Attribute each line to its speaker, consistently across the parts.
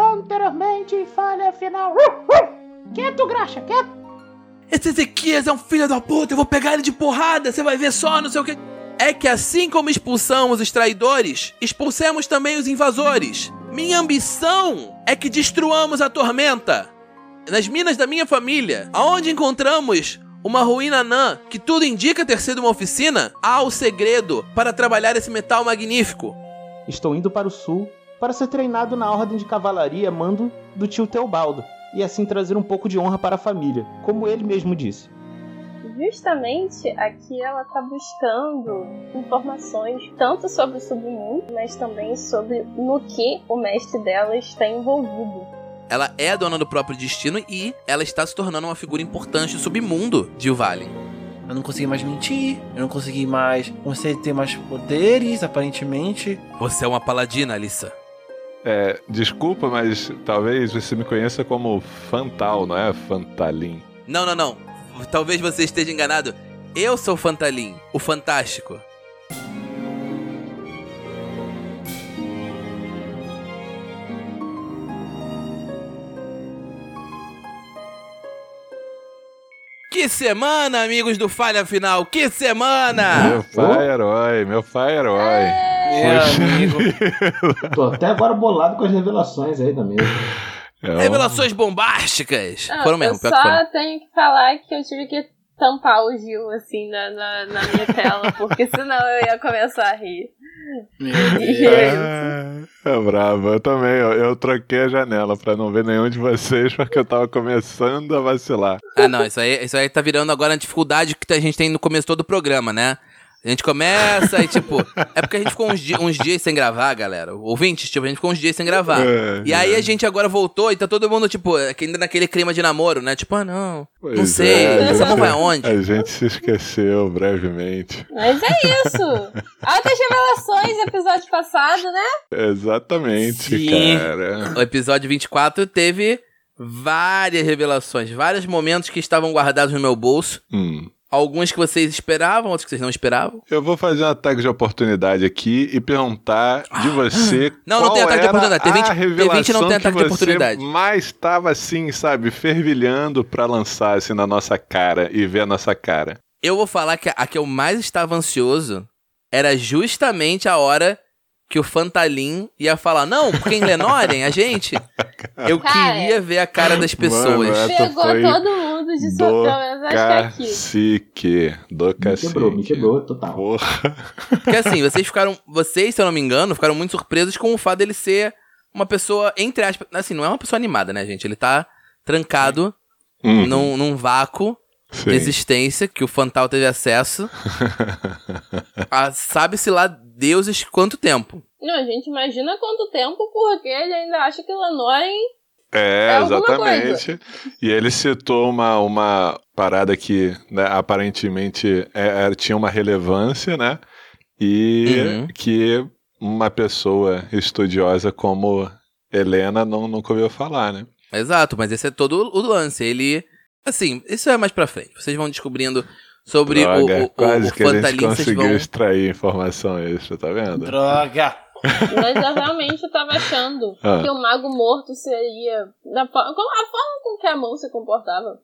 Speaker 1: anteriormente, falha final. Uh, uh. Quieto, graxa, quieto.
Speaker 2: Esse Ezequias é um filho da puta, eu vou pegar ele de porrada, você vai ver só, não sei o que. É que assim como expulsamos os traidores, expulsemos também os invasores. Minha ambição é que destruamos a tormenta. Nas minas da minha família, aonde encontramos uma ruína anã que tudo indica ter sido uma oficina, há o segredo para trabalhar esse metal magnífico.
Speaker 3: Estou indo para o sul para ser treinado na ordem de cavalaria mando do tio Teobaldo e assim trazer um pouco de honra para a família, como ele mesmo disse.
Speaker 4: Justamente aqui ela está buscando informações tanto sobre o submundo, mas também sobre no que o mestre dela está envolvido.
Speaker 2: Ela é dona do próprio destino e ela está se tornando uma figura importante do submundo de Valen.
Speaker 5: Eu não consegui mais mentir, eu não consegui mais. Consegui ter mais poderes, aparentemente.
Speaker 2: Você é uma paladina, Alissa.
Speaker 6: É, desculpa, mas talvez você me conheça como Fantal, não é Fantalim?
Speaker 2: Não, não, não. Talvez você esteja enganado. Eu sou Fantalim, o Fantástico. Que semana, amigos do Falha Final! Que semana!
Speaker 6: Meu pai é herói, meu pai é herói.
Speaker 5: Meu
Speaker 7: Tô até agora bolado com as revelações aí da mesa.
Speaker 6: É um-
Speaker 2: Revelações bombásticas!
Speaker 4: Ah,
Speaker 2: foram mesmo,
Speaker 4: eu
Speaker 2: pior que
Speaker 4: só
Speaker 2: foram.
Speaker 4: tenho que falar que eu tive que tampar o Gil assim na, na, na minha tela, porque senão eu ia começar a rir.
Speaker 5: Meu
Speaker 4: E
Speaker 5: Deus.
Speaker 4: é isso.
Speaker 6: Ah, É bravo, eu também. Eu, eu troquei a janela pra não ver nenhum de vocês, porque eu tava começando a vacilar.
Speaker 2: Ah, não, isso aí, isso aí tá virando agora a dificuldade que a gente tem no começo todo do programa, né? A gente começa e, tipo, é porque a gente ficou uns, di- uns dias sem gravar, galera. Ouvintes, tipo, a gente ficou uns dias sem gravar.
Speaker 6: É,
Speaker 2: E aí a gente agora voltou e tá todo mundo, tipo, ainda naquele clima de namoro, né? Tipo, ah, não, não
Speaker 6: Pois
Speaker 2: sei,
Speaker 6: é,
Speaker 2: essa mão
Speaker 6: gente.
Speaker 2: vai aonde?
Speaker 6: A gente se esqueceu brevemente.
Speaker 4: Mas é isso! Altas revelações do episódio passado, né?
Speaker 6: Exatamente,
Speaker 2: Sim.
Speaker 6: cara.
Speaker 2: O episódio 24 teve várias revelações, vários momentos que estavam guardados no meu bolso.
Speaker 6: Hum.
Speaker 2: Alguns que vocês esperavam, outros que vocês não esperavam.
Speaker 6: Eu vou fazer um ataque de oportunidade aqui e perguntar de você.
Speaker 2: Ah, Não, não
Speaker 6: qual
Speaker 2: tem ataque de
Speaker 6: era
Speaker 2: oportunidade. T20
Speaker 6: a revelação
Speaker 2: não tem ataque de
Speaker 6: que você
Speaker 2: oportunidade.
Speaker 6: Mas estava assim, sabe, fervilhando pra lançar assim na nossa cara e ver a nossa cara.
Speaker 2: Eu vou falar que a, a que eu mais estava ansioso era justamente a hora que o Fantalim ia falar: Não, porque em Lenoren, a gente. Eu
Speaker 4: Cara.
Speaker 2: queria ver a cara das pessoas.
Speaker 6: Mano, é Essa
Speaker 4: Pegou
Speaker 6: foi
Speaker 4: todo mundo de
Speaker 6: do
Speaker 4: surpresa, acho que é aqui.
Speaker 6: Cacique. Do
Speaker 7: Me
Speaker 6: cacique.
Speaker 7: quebrou, me quebrou total.
Speaker 6: Porra.
Speaker 2: Porque assim, vocês ficaram. Vocês, se eu não me engano, ficaram muito surpresos com o fato dele ser uma pessoa, entre aspas. Assim, não é uma pessoa animada, né, gente? Ele tá trancado
Speaker 6: Hum,
Speaker 2: num, num vácuo
Speaker 6: sim.
Speaker 2: de existência que o Fantal teve acesso. a sabe-se lá deuses quanto tempo.
Speaker 4: Não, gente, imagina quanto tempo, porque ele ainda acha que Lanoren
Speaker 6: É,
Speaker 4: É alguma
Speaker 6: exatamente. E ele citou uma, uma parada que né, aparentemente é- é- tinha uma relevância, né? E
Speaker 2: Uhum.
Speaker 6: que uma pessoa estudiosa como Helena não, nunca ouviu falar, né?
Speaker 2: Exato, mas esse é todo o lance. Ele. Assim, isso é mais pra frente. Vocês vão descobrindo sobre o,
Speaker 6: Droga,
Speaker 2: o, o,
Speaker 6: quase
Speaker 2: o
Speaker 6: que a gente
Speaker 2: Fantalim, vocês
Speaker 6: conseguiu
Speaker 2: vão.
Speaker 6: extrair informação extra, tá vendo?
Speaker 5: Droga!
Speaker 4: Mas eu realmente tava achando
Speaker 6: Ah.
Speaker 4: que o mago morto seria. Da forma, como- a forma com que a mão se comportava.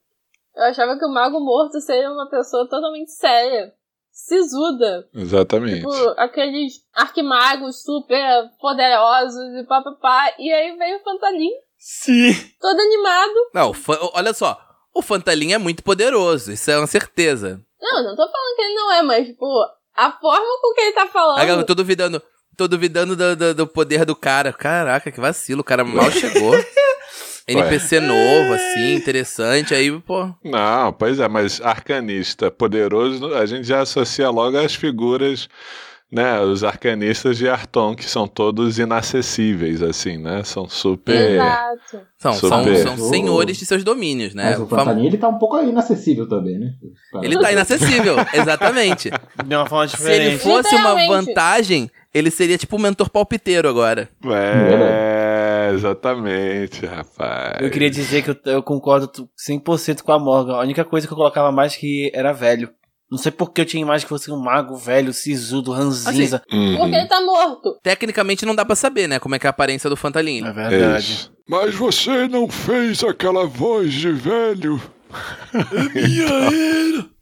Speaker 4: Eu achava que o mago morto seria uma pessoa totalmente séria, sisuda.
Speaker 6: Exatamente.
Speaker 4: Tipo, aqueles arquimagos super poderosos e papapá. E aí veio o Fantalim,
Speaker 5: Sim!
Speaker 4: todo animado.
Speaker 2: Não, o Fan- olha só. O Fantalim é muito poderoso, isso é uma certeza.
Speaker 4: Não, não tô falando que ele não é, mas, tipo, a forma com que ele tá falando.
Speaker 2: Agora eu tô duvidando. Tô duvidando do, do, do poder do cara. Caraca, que vacilo. O cara mal chegou. NPC novo, assim, interessante. Aí, pô.
Speaker 6: Não, pois é, mas arcanista poderoso, a gente já associa logo às figuras, né? Os arcanistas de Arton, que são todos inacessíveis, assim, né? São super.
Speaker 4: Exato.
Speaker 2: São, são,
Speaker 6: Super.
Speaker 2: são senhores de seus domínios, né?
Speaker 7: Mas o
Speaker 2: O fam-
Speaker 7: Fantaninha, ele tá um pouco inacessível também, né?
Speaker 2: Ele tá inacessível, exatamente.
Speaker 5: De uma forma
Speaker 2: Se ele
Speaker 5: diferente.
Speaker 2: fosse uma
Speaker 4: Literalmente.
Speaker 2: vantagem, ele seria tipo o mentor palpiteiro agora.
Speaker 6: É, exatamente, rapaz.
Speaker 5: Eu queria dizer que eu, eu concordo tu- 100% com a Morgan. A única coisa que eu colocava mais que era velho. Não sei por que eu tinha mais que fosse um mago velho, sisudo, ranzinza.
Speaker 6: Uhum.
Speaker 4: Porque ele tá morto.
Speaker 2: Tecnicamente não dá pra saber, né? Como é que é a aparência do Fantalim.
Speaker 5: É verdade.
Speaker 6: Isso. Mas você não fez aquela voz de velho.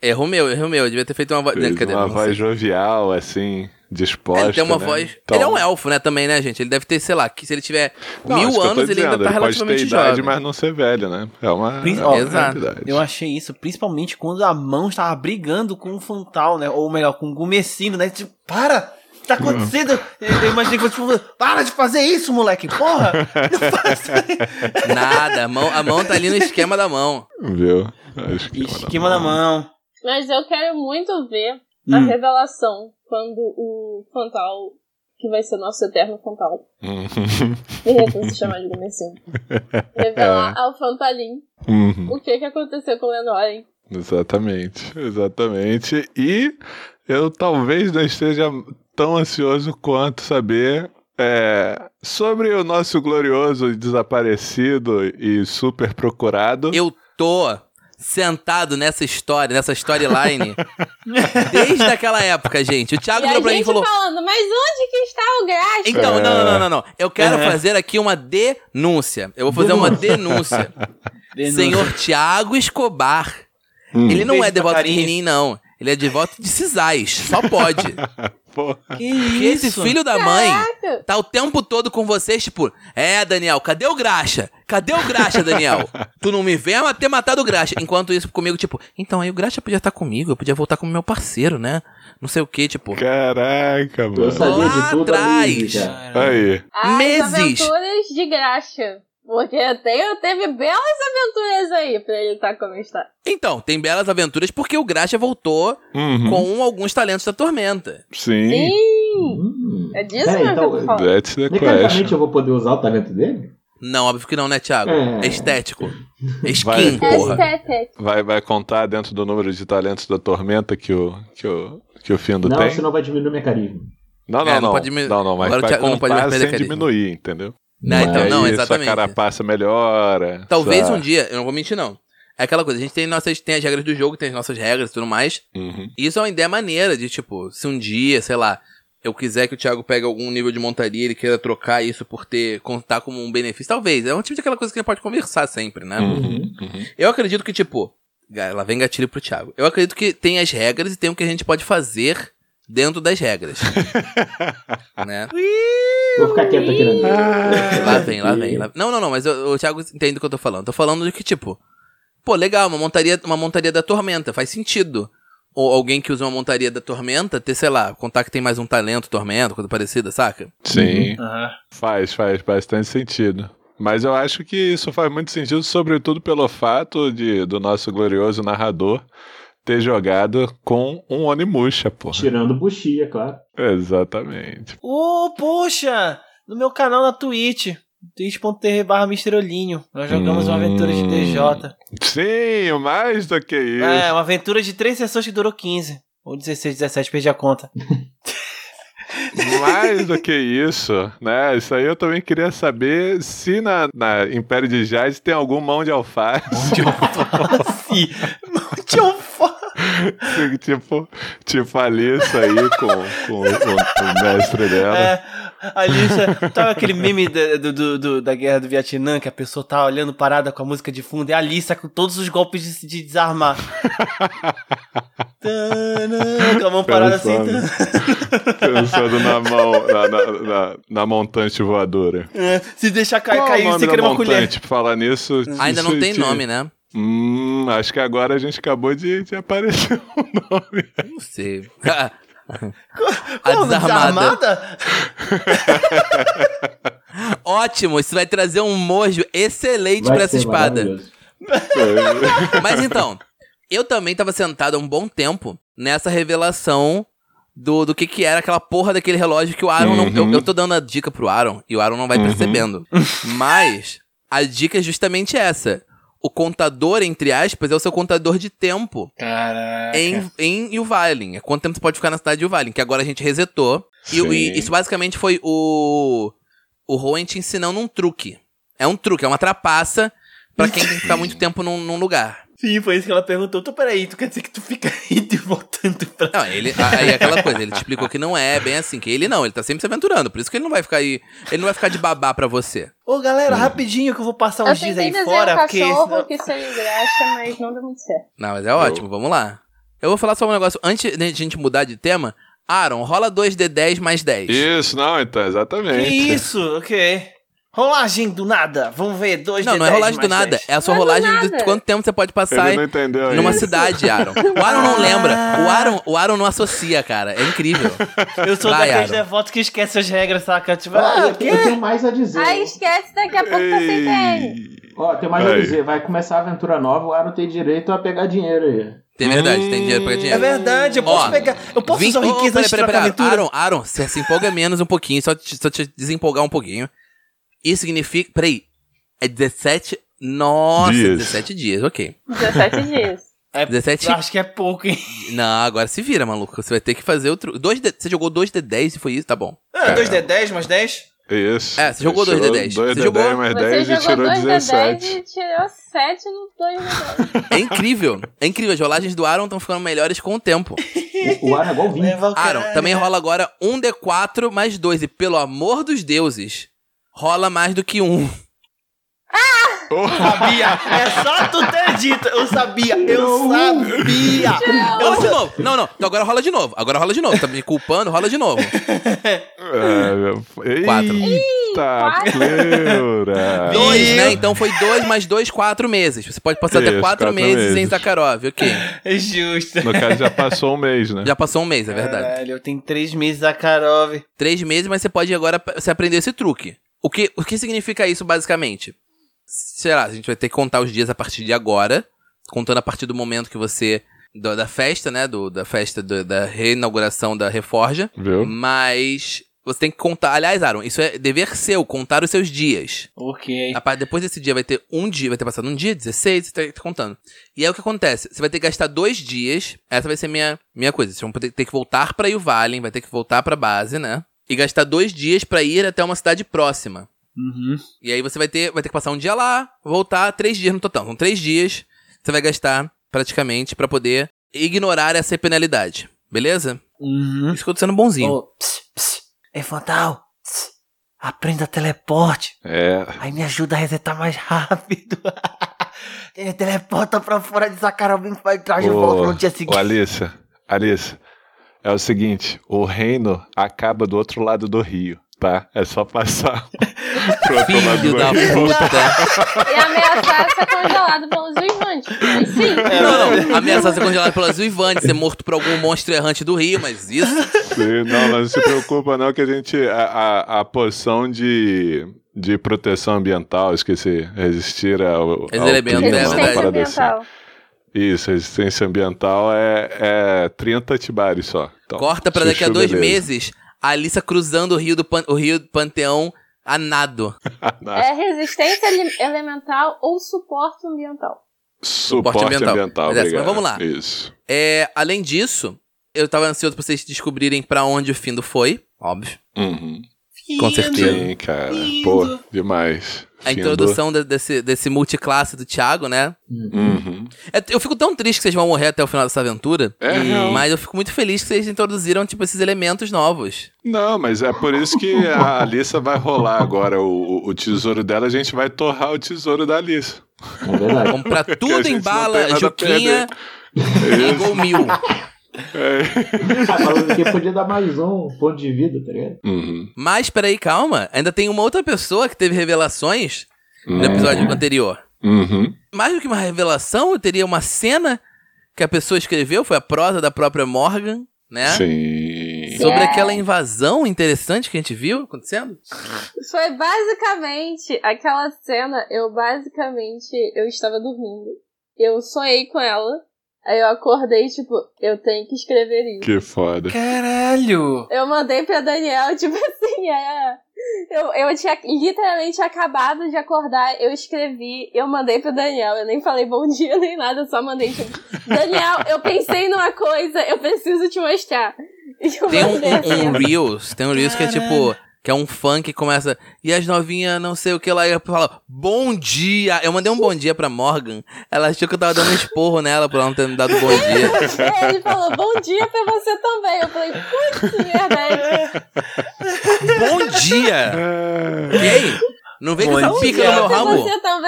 Speaker 2: Erro meu, erro meu. Eu devia ter feito uma voz.
Speaker 6: É. Fez
Speaker 2: Cadê?
Speaker 6: uma
Speaker 2: Não sei.
Speaker 6: voz jovial, assim, disposta.
Speaker 2: Ele tem uma
Speaker 6: né?
Speaker 2: voz.
Speaker 6: Então-
Speaker 2: Ele é um elfo, né, também, né, gente? Ele deve ter, sei lá, que se ele tiver
Speaker 6: Não, isso
Speaker 2: mil
Speaker 6: que eu tô
Speaker 2: anos, ele ainda
Speaker 6: dizendo,
Speaker 2: tá
Speaker 6: pode ter
Speaker 2: relativamente
Speaker 6: idade,
Speaker 2: jovem.
Speaker 6: mas não ser velho, né? É uma,
Speaker 5: Prin-
Speaker 6: é uma
Speaker 2: Exato.
Speaker 6: realidade.
Speaker 5: Eu achei isso principalmente quando a mão estava brigando com o Fantal, né? Ou melhor, com o Gumecino, né? Tipo, para! O que tá acontecendo? Eu, eu imaginei que fosse tipo, para de fazer isso, moleque! Porra! Não faça isso.
Speaker 2: Nada, a mão, a mão tá ali no esquema da mão.
Speaker 6: Viu? Acho que
Speaker 5: Esquema na mão.
Speaker 4: Mas eu quero muito ver a
Speaker 5: Hum.
Speaker 4: revelação quando o Fantal, que vai ser nosso eterno Fantal,
Speaker 6: Uhum.
Speaker 4: de repente se chamar de Gomercinho, revelar
Speaker 2: É.
Speaker 4: ao Fantalim
Speaker 6: Uhum.
Speaker 4: o que, que aconteceu com o Lenoren.
Speaker 6: Exatamente, exatamente. E eu talvez não esteja tão ansioso quanto saber é, sobre o nosso glorioso desaparecido e super procurado.
Speaker 2: Eu tô sentado nessa história, nessa storyline, desde aquela época, gente. O
Speaker 4: E
Speaker 2: Thiago
Speaker 4: a
Speaker 2: virou pra mim e
Speaker 4: gente
Speaker 2: falou.
Speaker 4: falando, mas onde que está o gasto?
Speaker 2: Então, não, não, não, não, não. Eu quero
Speaker 5: É.
Speaker 2: fazer aqui uma denúncia. Eu vou fazer uma denúncia.
Speaker 5: Denúncia.
Speaker 2: Senhor Tiago Escobar.
Speaker 6: Hum.
Speaker 2: Ele não é
Speaker 5: Beijo
Speaker 2: devoto de
Speaker 5: passarinho.
Speaker 2: Renin, não. Ele é devoto de Cisais. Só pode.
Speaker 6: Pô,
Speaker 5: Que
Speaker 2: Porque
Speaker 5: isso?
Speaker 2: esse filho da mãe
Speaker 4: Caraca.
Speaker 2: tá o tempo todo com vocês, tipo, é, Daniel, cadê o graxa? Cadê o graxa, Daniel? tu não me vem a ter matado o graxa. Enquanto isso, comigo, tipo, então aí o graxa podia estar comigo, eu podia voltar com o meu parceiro, né? Não sei o que, tipo.
Speaker 6: caraca,
Speaker 7: Eu
Speaker 6: mano.
Speaker 7: sabia
Speaker 2: Lá
Speaker 7: de tudo a
Speaker 2: atrás.
Speaker 7: Luigi, cara.
Speaker 6: É. Aí.
Speaker 4: As
Speaker 2: Meses.
Speaker 4: aventuras de graxa. Porque até teve belas aventuras aí pra ele estar como está.
Speaker 2: Então, tem belas aventuras porque o graxa voltou
Speaker 6: Uhum.
Speaker 2: com alguns talentos da tormenta.
Speaker 6: Sim.
Speaker 4: Sim!
Speaker 7: Hum.
Speaker 4: É disso
Speaker 7: Peraí,
Speaker 4: mesmo que eu tô
Speaker 7: então,
Speaker 4: falando.
Speaker 6: That's the
Speaker 7: Mecanicamente
Speaker 6: question.
Speaker 7: eu vou poder usar o talento dele?
Speaker 2: Não, óbvio que não, né, Thiago?
Speaker 7: É.
Speaker 2: É estético.
Speaker 6: Vai,
Speaker 2: Skin,
Speaker 4: É
Speaker 2: porra.
Speaker 4: estética.
Speaker 6: Vai, vai contar dentro do número de talentos da tormenta que o, que o, que o Findo
Speaker 7: não,
Speaker 6: tem?
Speaker 7: senão vai diminuir meu carisma.
Speaker 6: Não, não,
Speaker 2: É, não
Speaker 6: não.
Speaker 2: pode diminuir.
Speaker 6: Não, não, mas
Speaker 2: Agora o
Speaker 6: vai
Speaker 2: Thiago não pode mais
Speaker 6: contar
Speaker 2: perder
Speaker 6: sem
Speaker 2: carisma.
Speaker 6: diminuir, entendeu?
Speaker 2: Não, então,
Speaker 6: Aí
Speaker 2: não,
Speaker 6: sua
Speaker 2: exatamente.
Speaker 6: carapaça melhora.
Speaker 2: Talvez
Speaker 6: sua-
Speaker 2: um dia, eu não vou mentir, não. É aquela coisa, a gente tem, nossas, tem as regras do jogo, tem as nossas regras e tudo mais.
Speaker 6: Uhum.
Speaker 2: E isso é uma ideia maneira de, tipo, se um dia, sei lá, eu quiser que o Thiago pegue algum nível de montaria, ele queira trocar isso por ter, contar como um benefício, talvez. É um tipo daquela coisa que ele pode conversar sempre, né?
Speaker 6: Uhum. Uhum.
Speaker 2: Eu acredito que, tipo, ga- lá vem gatilho pro Thiago. Eu acredito que tem as regras e tem o que a gente pode fazer dentro das regras. né?
Speaker 7: Vou ficar quieto aqui na minha.
Speaker 2: Lá vem, lá vem. lá- Não, não, não, mas eu- o Thiago entende o que eu tô falando. Tô falando de que, tipo, pô, legal, uma montaria, uma montaria da tormenta, faz sentido. Ou alguém que usa uma montaria da tormenta ter, sei lá, contar que tem mais um talento, tormenta, coisa parecida, saca?
Speaker 6: Sim,
Speaker 5: Aham.
Speaker 6: faz, faz bastante sentido. Mas eu acho que isso faz muito sentido, sobretudo pelo fato de do nosso glorioso narrador ter jogado com um Onimusha, pô.
Speaker 7: Tirando buchia, claro.
Speaker 6: Exatamente.
Speaker 5: Ô, poxa! No meu canal na Twitch. twitch.tv barra misteriolinho. Nós jogamos uma aventura de
Speaker 6: Hum.
Speaker 5: DJ.
Speaker 6: Sim, mais do que isso.
Speaker 5: É, uma aventura de três sessões que durou 15. Ou 16, 17, perdi a conta.
Speaker 6: Mais do que isso, né? Isso aí eu também queria saber se na, na Império de Jade tem algum mão de alface.
Speaker 5: Assim, não tinha foda.
Speaker 6: tipo, tipo a Alissa aí com, com, o- o mestre dela.
Speaker 5: É, a Lisa, tava aquele meme da, do- do- do- da guerra do Vietnã, que a pessoa tá olhando parada com a música de fundo, e a Lisa com todos os golpes de, de desarmar. Tanã, com a mão parada assim.
Speaker 6: Pensando.
Speaker 5: tanã.
Speaker 6: Pensando na mão, na, na, na- na montante voadora.
Speaker 5: É, Se deixar cair,
Speaker 6: Qual é o
Speaker 5: cair
Speaker 6: nome
Speaker 5: sem
Speaker 6: da
Speaker 5: querer uma colher.
Speaker 6: montante? Falar nisso.
Speaker 2: Ainda não
Speaker 6: isso
Speaker 2: tem
Speaker 6: te-
Speaker 2: nome, né?
Speaker 6: Hum, acho que agora a gente acabou de, de aparecer o nome.
Speaker 2: Não sei. Ah. a
Speaker 5: Como,
Speaker 2: desarmada.
Speaker 5: desarmada?
Speaker 2: Ótimo, isso vai trazer um mojo excelente
Speaker 7: Vai
Speaker 2: pra essa
Speaker 7: ser
Speaker 2: espada.
Speaker 7: maravilhoso.
Speaker 2: Mas então, eu também tava sentado há um bom tempo nessa revelação do, do que que era aquela porra daquele relógio que o Aaron não...
Speaker 6: Uhum.
Speaker 2: Eu, eu tô dando a dica pro Aaron e o Aaron não vai
Speaker 6: Uhum.
Speaker 2: percebendo. Mas a dica é justamente essa. O contador, entre aspas, é o seu contador de tempo
Speaker 5: Caraca.
Speaker 2: em, em Yuvalin. É quanto tempo você pode ficar na cidade de Yuvalin, que agora a gente resetou. E,
Speaker 6: Sim.
Speaker 2: e isso basicamente foi o... O Rowan te ensinando um truque. É um truque, é uma trapaça pra quem tem que ficar muito tempo num- num lugar.
Speaker 5: Sim, foi isso que ela perguntou. Então, peraí, tu quer dizer que tu fica indo e voltando pra.
Speaker 2: Não, ele. Aí é aquela coisa, ele te explicou que não é bem assim, que ele não, ele tá sempre se aventurando, por isso que ele não vai ficar aí. Ele não vai ficar de babá pra você.
Speaker 5: Ô, galera, rapidinho que eu vou passar
Speaker 4: Eu
Speaker 5: uns dias
Speaker 4: tentei
Speaker 5: aí
Speaker 4: desenhar
Speaker 5: fora,
Speaker 4: um
Speaker 5: porque.
Speaker 4: cachorro
Speaker 5: senão-
Speaker 4: que seria graxa, mas não deu muito certo.
Speaker 2: Não, mas é ótimo, vamos lá. Eu vou falar só um negócio, antes da gente mudar de tema, Aaron, rola 2D10 mais 10.
Speaker 6: Isso, não, então,
Speaker 5: Que
Speaker 6: exatamente.
Speaker 5: isso, ok. Rolagem do nada. Vamos ver, dois
Speaker 2: Não,
Speaker 5: de
Speaker 2: não é
Speaker 5: 10
Speaker 2: rolagem do
Speaker 5: mais
Speaker 2: nada,
Speaker 5: 10.
Speaker 2: é a sua
Speaker 4: Não é do
Speaker 2: rolagem de
Speaker 4: nada.
Speaker 2: quanto tempo você pode passar
Speaker 6: Ele não entendeu
Speaker 2: numa
Speaker 6: ainda.
Speaker 2: cidade, Aaron. O Aaron não lembra, o Aaron, o Aaron não associa, cara, é incrível.
Speaker 5: Eu sou
Speaker 2: Vai,
Speaker 5: daqueles
Speaker 2: Aaron.
Speaker 5: devotos que esquece as regras, saca? Tipo,
Speaker 7: Ah,
Speaker 5: ah,
Speaker 7: eu,
Speaker 5: o
Speaker 7: tenho, eu
Speaker 5: quê?
Speaker 7: tenho mais a dizer.
Speaker 4: Ai, esquece, daqui a pouco tá sem tênis.
Speaker 6: Ei.
Speaker 7: Ó, tem mais a
Speaker 6: Aí.
Speaker 7: dizer. Vai começar a aventura nova, o Aaron tem direito a pegar dinheiro aí.
Speaker 2: Tem verdade, tem dinheiro pra ganhar
Speaker 5: É
Speaker 2: dinheiro.
Speaker 5: verdade, eu posso
Speaker 2: Ó,
Speaker 5: pegar. Eu posso
Speaker 2: Vim-
Speaker 5: usar
Speaker 2: Ô,
Speaker 5: o riqueza antes de trocar aventura.
Speaker 2: Aaron, Aaron, você se empolga menos um pouquinho, só te, só te desempolgar um pouquinho. Isso significa. Peraí. É 17. Nossa,
Speaker 6: Dias.
Speaker 2: 17 dias, ok.
Speaker 4: 17 dias.
Speaker 5: É,
Speaker 2: 17.
Speaker 5: eu acho que é pouco, hein?
Speaker 2: Não, agora se vira, maluco. Você vai ter que fazer outro. Dois D- Você jogou 2D10 e foi isso? Tá bom.
Speaker 5: Ah, 2D10 mais 10?
Speaker 6: Isso.
Speaker 2: É, você jogou dois
Speaker 6: Tirou
Speaker 2: D10.
Speaker 6: dois
Speaker 2: Você
Speaker 6: D10
Speaker 2: jogou-
Speaker 6: mais
Speaker 4: Você
Speaker 6: 10 e
Speaker 4: jogou
Speaker 6: tirou
Speaker 4: 2 de 10
Speaker 6: 17.
Speaker 4: e tirou 7 no 2 de 10.
Speaker 2: É incrível. É incrível. As rolagens do Aaron estão ficando melhores com o tempo.
Speaker 7: O, o Aaron é igual 20.
Speaker 5: Leva o
Speaker 2: Aaron,
Speaker 5: caralho.
Speaker 2: também rola agora um D4 mais dois E pelo amor dos deuses, rola mais do que um.
Speaker 5: Sabia! É só tu ter dito! Eu sabia! Eu sabia! Eu
Speaker 2: Rola de
Speaker 5: sa-
Speaker 2: novo. Não, não. Então agora rola de novo. Agora rola de novo. Tá me culpando? Rola de novo.
Speaker 6: É, meu-
Speaker 2: Quatro.
Speaker 6: Eita,
Speaker 4: quatro.
Speaker 6: pleura.
Speaker 2: Dois,
Speaker 5: Meu.
Speaker 2: né? Então foi dois mais dois, quatro meses. Você pode passar até
Speaker 6: Isso,
Speaker 2: quatro,
Speaker 6: quatro
Speaker 2: meses, em
Speaker 6: meses. É.
Speaker 2: Zakharov, ok.
Speaker 5: É Justo.
Speaker 6: No caso, já passou um mês, né?
Speaker 2: Já passou um mês, é verdade.
Speaker 5: Caralho, eu tenho três meses a Karov.
Speaker 2: Três meses, mas você pode agora p- você aprender esse truque. O que, o que significa isso, basicamente? Sei lá, a gente vai ter que contar os dias a partir de agora, contando a partir do momento que você... Da, da festa, né? Do, da festa do- da reinauguração da Reforja.
Speaker 6: Viu?
Speaker 2: Mas você tem que contar... Aliás, Aaron, isso é dever seu, contar os seus dias.
Speaker 5: Ok.
Speaker 2: A parte- depois desse dia vai ter um dia, vai ter passado um dia, 16, você tá, tá contando. E aí o que acontece? Você vai ter que gastar dois dias. Essa vai ser minha, minha coisa. Vocês vão ter, ter que voltar pra Yuvalen, vai ter que voltar pra base, né? E gastar dois dias pra ir até uma cidade próxima.
Speaker 5: Uhum.
Speaker 2: E aí você vai ter, vai ter que passar um dia lá, voltar, três dias no total. São três dias que você vai gastar praticamente pra poder ignorar essa penalidade. Beleza?
Speaker 5: Uhum.
Speaker 2: Isso que eu tô sendo bonzinho.
Speaker 5: Oh, ps, ps. Ei, Fantal. ps, Aprenda teleporte.
Speaker 6: É.
Speaker 5: Aí me ajuda a resetar mais rápido. Ele teleporta pra fora de Sakharov e vai trás de
Speaker 6: Ô,
Speaker 5: volta no dia
Speaker 6: Ô,
Speaker 5: seguinte.
Speaker 6: Alissa, Alissa, é o seguinte, o reino acaba do outro lado do rio, tá? É só passar pro outro lado
Speaker 2: Filho
Speaker 6: do
Speaker 2: da
Speaker 6: rio.
Speaker 2: puta.
Speaker 4: E ameaçar ser congelado pelos vivantes. Mas sim.
Speaker 2: Não, não. Ameaçar ser congelado pelas Uivantes, ser morto por algum monstro errante do rio, mas isso.
Speaker 6: Sim, Não, mas não se preocupa não que a gente, a, a, a poção de, de proteção ambiental, esqueci, resistir ao, ao
Speaker 2: Esse elemento,
Speaker 6: clima,
Speaker 2: é
Speaker 6: uma
Speaker 4: Resistência
Speaker 2: verdade.
Speaker 6: parada assim.
Speaker 4: ambiental.
Speaker 6: Isso, resistência ambiental é, é 30 tibares só. Então,
Speaker 2: Corta pra daqui a
Speaker 6: chuchu,
Speaker 2: dois
Speaker 6: beleza.
Speaker 2: meses, a Alissa cruzando o rio do, Pan- o rio do Panteão a nado.
Speaker 4: É resistência ele- elemental ou suporte ambiental.
Speaker 6: Suporte
Speaker 2: ambiental.
Speaker 6: ambiental,
Speaker 2: Mas é, mas
Speaker 6: obrigado.
Speaker 2: vamos lá.
Speaker 6: Isso.
Speaker 2: É, além disso, eu tava ansioso pra vocês descobrirem pra onde o Findo foi, óbvio.
Speaker 6: Uhum.
Speaker 2: Com certeza.
Speaker 6: Sim, cara.
Speaker 5: Lindo.
Speaker 6: Pô, demais.
Speaker 2: A introdução da- desse, desse multiclasse do Thiago, né?
Speaker 6: Uhum.
Speaker 2: É, Eu fico tão triste que vocês vão morrer até o final dessa aventura.
Speaker 6: É, real.
Speaker 2: Mas eu fico muito feliz que vocês introduziram, tipo, esses elementos novos.
Speaker 6: Não, mas é por isso que a Alissa vai rolar agora o, o- o tesouro dela. A gente vai torrar o tesouro da Alissa.
Speaker 7: É verdade.
Speaker 2: Comprar
Speaker 6: a
Speaker 2: tudo
Speaker 6: gente
Speaker 2: em
Speaker 6: não
Speaker 2: bala,
Speaker 6: tem nada a
Speaker 2: Juquinha e
Speaker 6: Isso.
Speaker 2: Gol Mil.
Speaker 6: É.
Speaker 7: Ah, falando que podia dar mais um ponto de vida, tá ligado?
Speaker 6: Uhum.
Speaker 2: Mas, peraí, calma. Ainda tem uma outra pessoa que teve revelações no episódio anterior.
Speaker 6: Uhum.
Speaker 2: mais do que uma revelação, eu teria uma cena que a pessoa escreveu, foi a prosa da própria Morgan, né?
Speaker 6: Sim.
Speaker 2: Sobre
Speaker 4: Yeah.
Speaker 2: aquela invasão interessante que a gente viu acontecendo.
Speaker 4: Foi basicamente aquela cena. Eu basicamente eu estava dormindo. Eu sonhei com ela. Aí eu acordei, tipo, eu tenho que escrever isso.
Speaker 6: Que foda.
Speaker 5: Caralho.
Speaker 4: Eu mandei pra Daniel, tipo assim, é. Eu, eu tinha literalmente acabado de acordar, eu escrevi, eu mandei pro Daniel, eu nem falei bom dia nem nada, eu só mandei tipo, Daniel, eu pensei numa coisa, eu preciso te mostrar. E eu
Speaker 2: Tem um,
Speaker 4: mandei assim.
Speaker 2: um, um Reels, tem um Reels que é tipo. Que é um funk que começa. E as novinhas, não sei o que lá. E ela fala, bom dia. Eu mandei um bom dia pra Morgan. Ela achou que eu tava dando um esporro nela por ela não ter me dado bom dia. um-
Speaker 4: Ele falou, bom dia pra você também. Eu falei, putz, merda.
Speaker 2: bom dia!
Speaker 6: É.
Speaker 2: Gay! Não vem com
Speaker 5: Bom
Speaker 2: essa
Speaker 5: dia.
Speaker 2: pica no meu
Speaker 4: pra
Speaker 2: rabo.
Speaker 4: você também?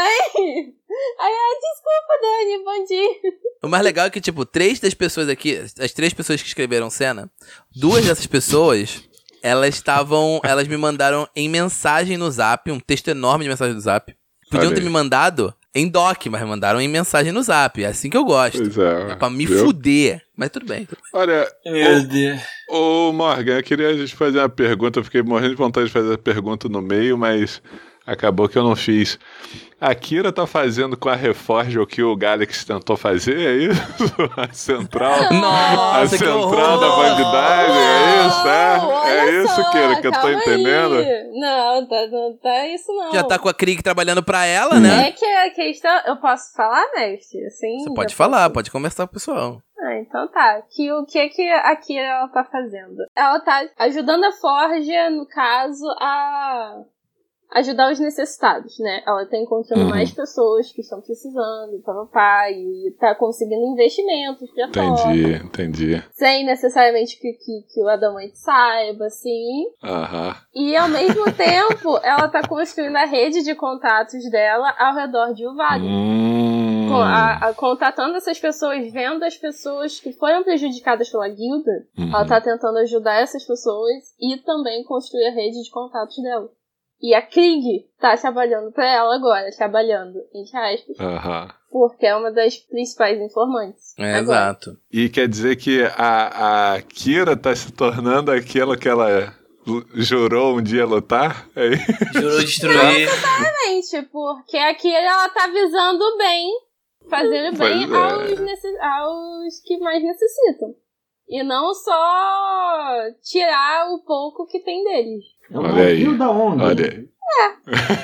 Speaker 4: Aí, ah, desculpa, Dani, bom dia.
Speaker 2: O mais legal é que, tipo, três das pessoas aqui, as três pessoas que escreveram cena, duas dessas pessoas, elas estavam. Elas me mandaram em mensagem no zap, um texto enorme de mensagem do zap. Podiam
Speaker 6: Olha
Speaker 2: ter
Speaker 6: aí.
Speaker 2: me mandado em doc, mas me mandaram em mensagem no zap. É assim que eu gosto.
Speaker 6: Pois é.
Speaker 2: É pra me
Speaker 6: viu?
Speaker 2: fuder. Mas tudo bem.
Speaker 6: Olha,
Speaker 5: Meu Deus.
Speaker 6: ô Morgan, eu queria te fazer uma pergunta. Eu fiquei morrendo de vontade de fazer a pergunta no meio, mas acabou que eu não fiz. A Kira tá fazendo com a Reforge o que o Galaxy tentou fazer, é isso? A central.
Speaker 2: Nossa,
Speaker 6: é a
Speaker 2: que
Speaker 6: central da
Speaker 2: horror!
Speaker 6: bandidagem, é isso?
Speaker 4: Não,
Speaker 6: É,
Speaker 4: olha
Speaker 6: é isso,
Speaker 4: só,
Speaker 6: Kira, que eu tô
Speaker 4: calma aí.
Speaker 6: entendendo?
Speaker 4: Não, tá, não tá isso não.
Speaker 2: Já tá com a Krieg trabalhando pra ela, né?
Speaker 4: É que a questão. Eu posso falar, mestre? Assim,
Speaker 2: Você
Speaker 4: já
Speaker 2: pode
Speaker 4: posso-
Speaker 2: falar, pode conversar com o pessoal.
Speaker 4: Ah, então tá. Que, o que que a Kira ela tá fazendo? Ela tá ajudando a Forja, no caso, a ajudar os necessitados, né? Ela tá encontrando
Speaker 6: Uhum.
Speaker 4: mais pessoas que estão precisando, papapá, e tá conseguindo investimentos pra Forja.
Speaker 6: Entendi, entendi.
Speaker 4: Sem necessariamente que, que, que o Adamante saiba, assim.
Speaker 6: Aham.
Speaker 4: E ao mesmo tempo, ela tá construindo a rede de contatos dela ao redor de Uvalho.
Speaker 6: Hum.
Speaker 4: Com- Ah, a- a- contatando essas pessoas, vendo as pessoas que foram prejudicadas pela guilda,
Speaker 6: Uhum.
Speaker 4: ela tá tentando ajudar essas pessoas e também construir a rede de contatos dela. E a Krieg tá trabalhando pra ela agora, trabalhando, entre aspas,
Speaker 6: Aham.
Speaker 4: porque é uma das principais informantes.
Speaker 2: É,
Speaker 4: agora.
Speaker 2: exato.
Speaker 6: E quer dizer que a, a Kira tá se tornando aquilo que ela lu- jurou um dia lutar? É isso?
Speaker 5: Jurou destruir.
Speaker 4: Exatamente, porque aqui ela tá visando o bem, fazer o bem
Speaker 6: Pois é.
Speaker 4: aos, necess- aos que mais necessitam. E não só tirar o pouco que tem deles.
Speaker 7: Eu
Speaker 6: Olha aí.
Speaker 7: não É um da onda.
Speaker 6: Olha aí.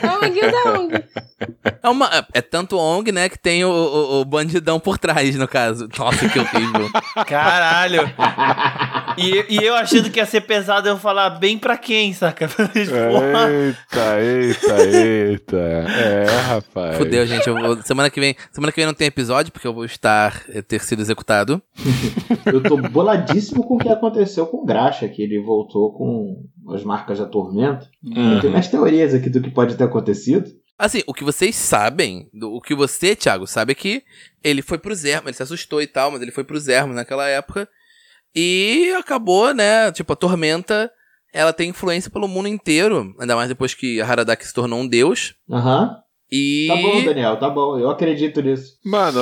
Speaker 4: É uma guilda ONG.
Speaker 2: É, uma, é tanto ONG, né, que tem o, o- o bandidão por trás, no caso. Nossa, que horrível.
Speaker 5: Caralho. E, e eu achando que ia ser pesado eu falar bem pra quem, saca? Porra.
Speaker 6: Eita, eita, eita. É, rapaz.
Speaker 2: Fudeu, gente. eu vou- semana que vem. Semana que vem não tem episódio, porque eu vou estar eh, ter sido executado.
Speaker 7: Eu tô boladíssimo com o que aconteceu com o Graxa, que ele voltou com as marcas da tormenta. Eu tenho
Speaker 6: Uhum.
Speaker 7: minhas teorias aqui do que pode ter acontecido.
Speaker 2: Assim, o que vocês sabem, do- o que você, Thiago, sabe é que ele foi pros ermos, ele se assustou e tal, mas ele foi pros ermos naquela época. E acabou, né? Tipo, a tormenta, ela tem influência pelo mundo inteiro. Ainda mais depois que Haradak se tornou um deus.
Speaker 7: Aham.
Speaker 2: E.
Speaker 7: Tá bom, Daniel, tá bom. Eu acredito nisso.
Speaker 6: Mano,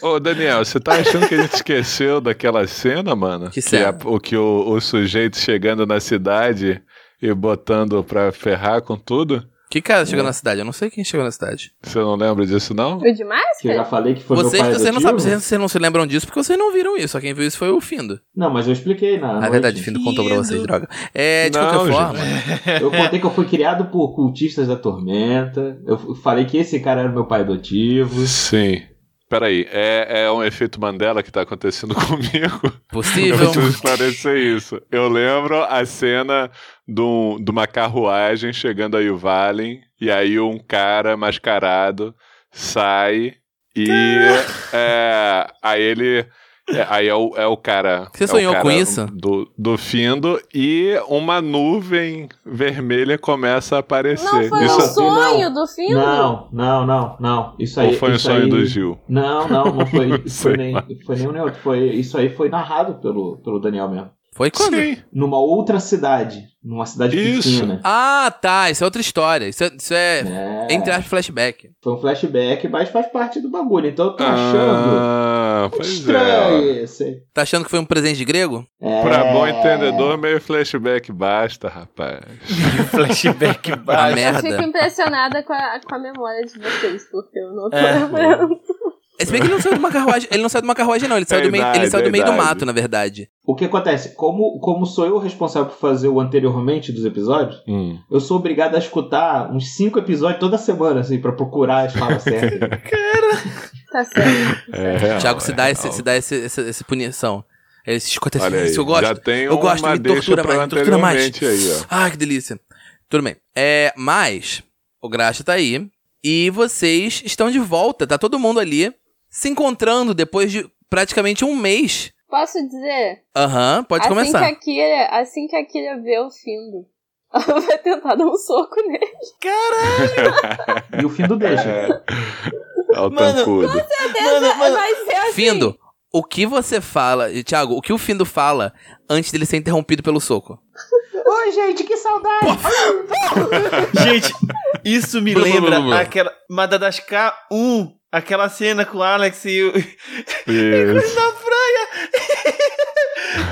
Speaker 6: é, ô Daniel, você tá achando que a gente esqueceu daquela cena, mano?
Speaker 2: Que cena?
Speaker 6: a- o que o, o sujeito chegando na cidade e botando pra ferrar com tudo?
Speaker 2: Que cara chegou
Speaker 7: É.
Speaker 2: na cidade? Eu não sei quem chegou na cidade.
Speaker 6: Você não lembra disso, não?
Speaker 4: O de máscara?
Speaker 7: Que eu já falei que foi meu
Speaker 2: vocês
Speaker 7: pai
Speaker 2: vocês não sabem,
Speaker 7: adotivo.
Speaker 2: vocês, vocês não se lembram disso porque vocês não viram isso. Só quem viu isso foi o Findo.
Speaker 7: Não, mas eu expliquei na
Speaker 2: Na
Speaker 7: noite.
Speaker 2: É verdade, o Findo contou pra vocês,
Speaker 5: Findo.
Speaker 2: droga. É, de
Speaker 6: Não,
Speaker 2: qualquer
Speaker 6: gente.
Speaker 2: forma.
Speaker 7: Eu contei que eu fui criado por cultistas da tormenta. Eu f- falei que esse cara era meu pai adotivo.
Speaker 6: Sim. Peraí, é, é um efeito Mandela que tá acontecendo comigo? Eu
Speaker 2: Possível.
Speaker 6: preciso esclarecer isso. Eu lembro a cena de, um- de uma carruagem chegando a Yuvalin, e aí um cara mascarado sai e é, aí ele. é, aí é o, é o cara.
Speaker 2: Você
Speaker 6: é o
Speaker 2: sonhou
Speaker 6: cara
Speaker 2: com isso?
Speaker 6: Do, do Findo, e uma nuvem vermelha começa a aparecer.
Speaker 4: Não foi
Speaker 6: Isso-
Speaker 4: um sonho do filme?
Speaker 7: Não, não, não, não. Isso aí.
Speaker 6: ou foi um
Speaker 7: isso
Speaker 6: sonho
Speaker 7: aí...
Speaker 6: do Gil?
Speaker 7: Não, não, não foi,
Speaker 6: Sei
Speaker 7: foi, nem, foi nem um nem outro. Foi, isso aí foi narrado pelo, pelo Daniel mesmo.
Speaker 2: Foi quando?
Speaker 6: Sim.
Speaker 7: Numa outra cidade. Numa cidade
Speaker 6: Isso.
Speaker 7: pequena.
Speaker 2: Ah, tá. Isso é outra história. Isso é, isso é
Speaker 7: É,
Speaker 2: entre aspas, flashback.
Speaker 7: Foi um flashback, mas faz parte do bagulho. Então eu tô achando.
Speaker 6: Ah,
Speaker 7: muito
Speaker 6: pois é.
Speaker 7: estranho esse.
Speaker 2: Tá achando que foi um presente de grego?
Speaker 7: É.
Speaker 6: Pra bom entendedor, meio flashback basta, rapaz.
Speaker 5: Flashback
Speaker 2: Ah,
Speaker 5: baixo.
Speaker 4: Eu
Speaker 2: merda.
Speaker 4: fico impressionada com a, com a memória de vocês, porque eu não tô
Speaker 5: É.
Speaker 4: lembrando.
Speaker 2: É, Se bem que ele não saiu de uma carruagem. Ele não saiu de uma carruagem, não. Ele saiu, do, meio,
Speaker 6: Verdade,
Speaker 2: ele saiu do meio do
Speaker 6: verdade.
Speaker 2: mato, na verdade.
Speaker 7: O que acontece? Como, como sou eu responsável por fazer o anteriormente dos episódios,
Speaker 6: Hum.
Speaker 7: eu sou obrigado a escutar uns cinco episódios toda semana, assim, pra procurar as falas certas.
Speaker 4: Tá certo.
Speaker 6: É real,
Speaker 2: Thiago se
Speaker 6: é
Speaker 2: dá,
Speaker 6: real.
Speaker 2: esse, se dá esse, essa, essa punição. Ele se escuta
Speaker 6: Olha
Speaker 2: assim,
Speaker 6: aí,
Speaker 2: isso eu gosto.
Speaker 6: Já tem
Speaker 2: Eu gosto,
Speaker 6: uma
Speaker 2: me
Speaker 6: deixa
Speaker 2: tortura
Speaker 6: pra
Speaker 2: mais, me tortura mais.
Speaker 6: anteriormente aí, ó.
Speaker 2: Ah, que delícia. Tudo bem. É, mas o Graxa tá aí e vocês estão de volta, tá todo mundo ali se encontrando depois de praticamente um mês.
Speaker 4: Posso dizer?
Speaker 2: Aham, pode
Speaker 4: assim
Speaker 2: começar.
Speaker 4: Que a Kira, assim que a Kira vê o Findo, ela vai tentar dar um soco nele.
Speaker 3: E o fim do deixa.
Speaker 6: É. É o
Speaker 5: Mano,
Speaker 6: tancudo.
Speaker 5: Mano, mano,
Speaker 4: Vai ser assim.
Speaker 2: Findo, o que você fala, e, Thiago, o que o Findo fala antes dele ser interrompido pelo soco?
Speaker 1: Oi, gente, que saudade!
Speaker 5: gente, isso me
Speaker 2: Blá, blá,
Speaker 5: lembra
Speaker 2: blá, blá.
Speaker 5: aquela Madagascar 1, aquela cena com o Alex e o
Speaker 6: Isso.
Speaker 5: na praia.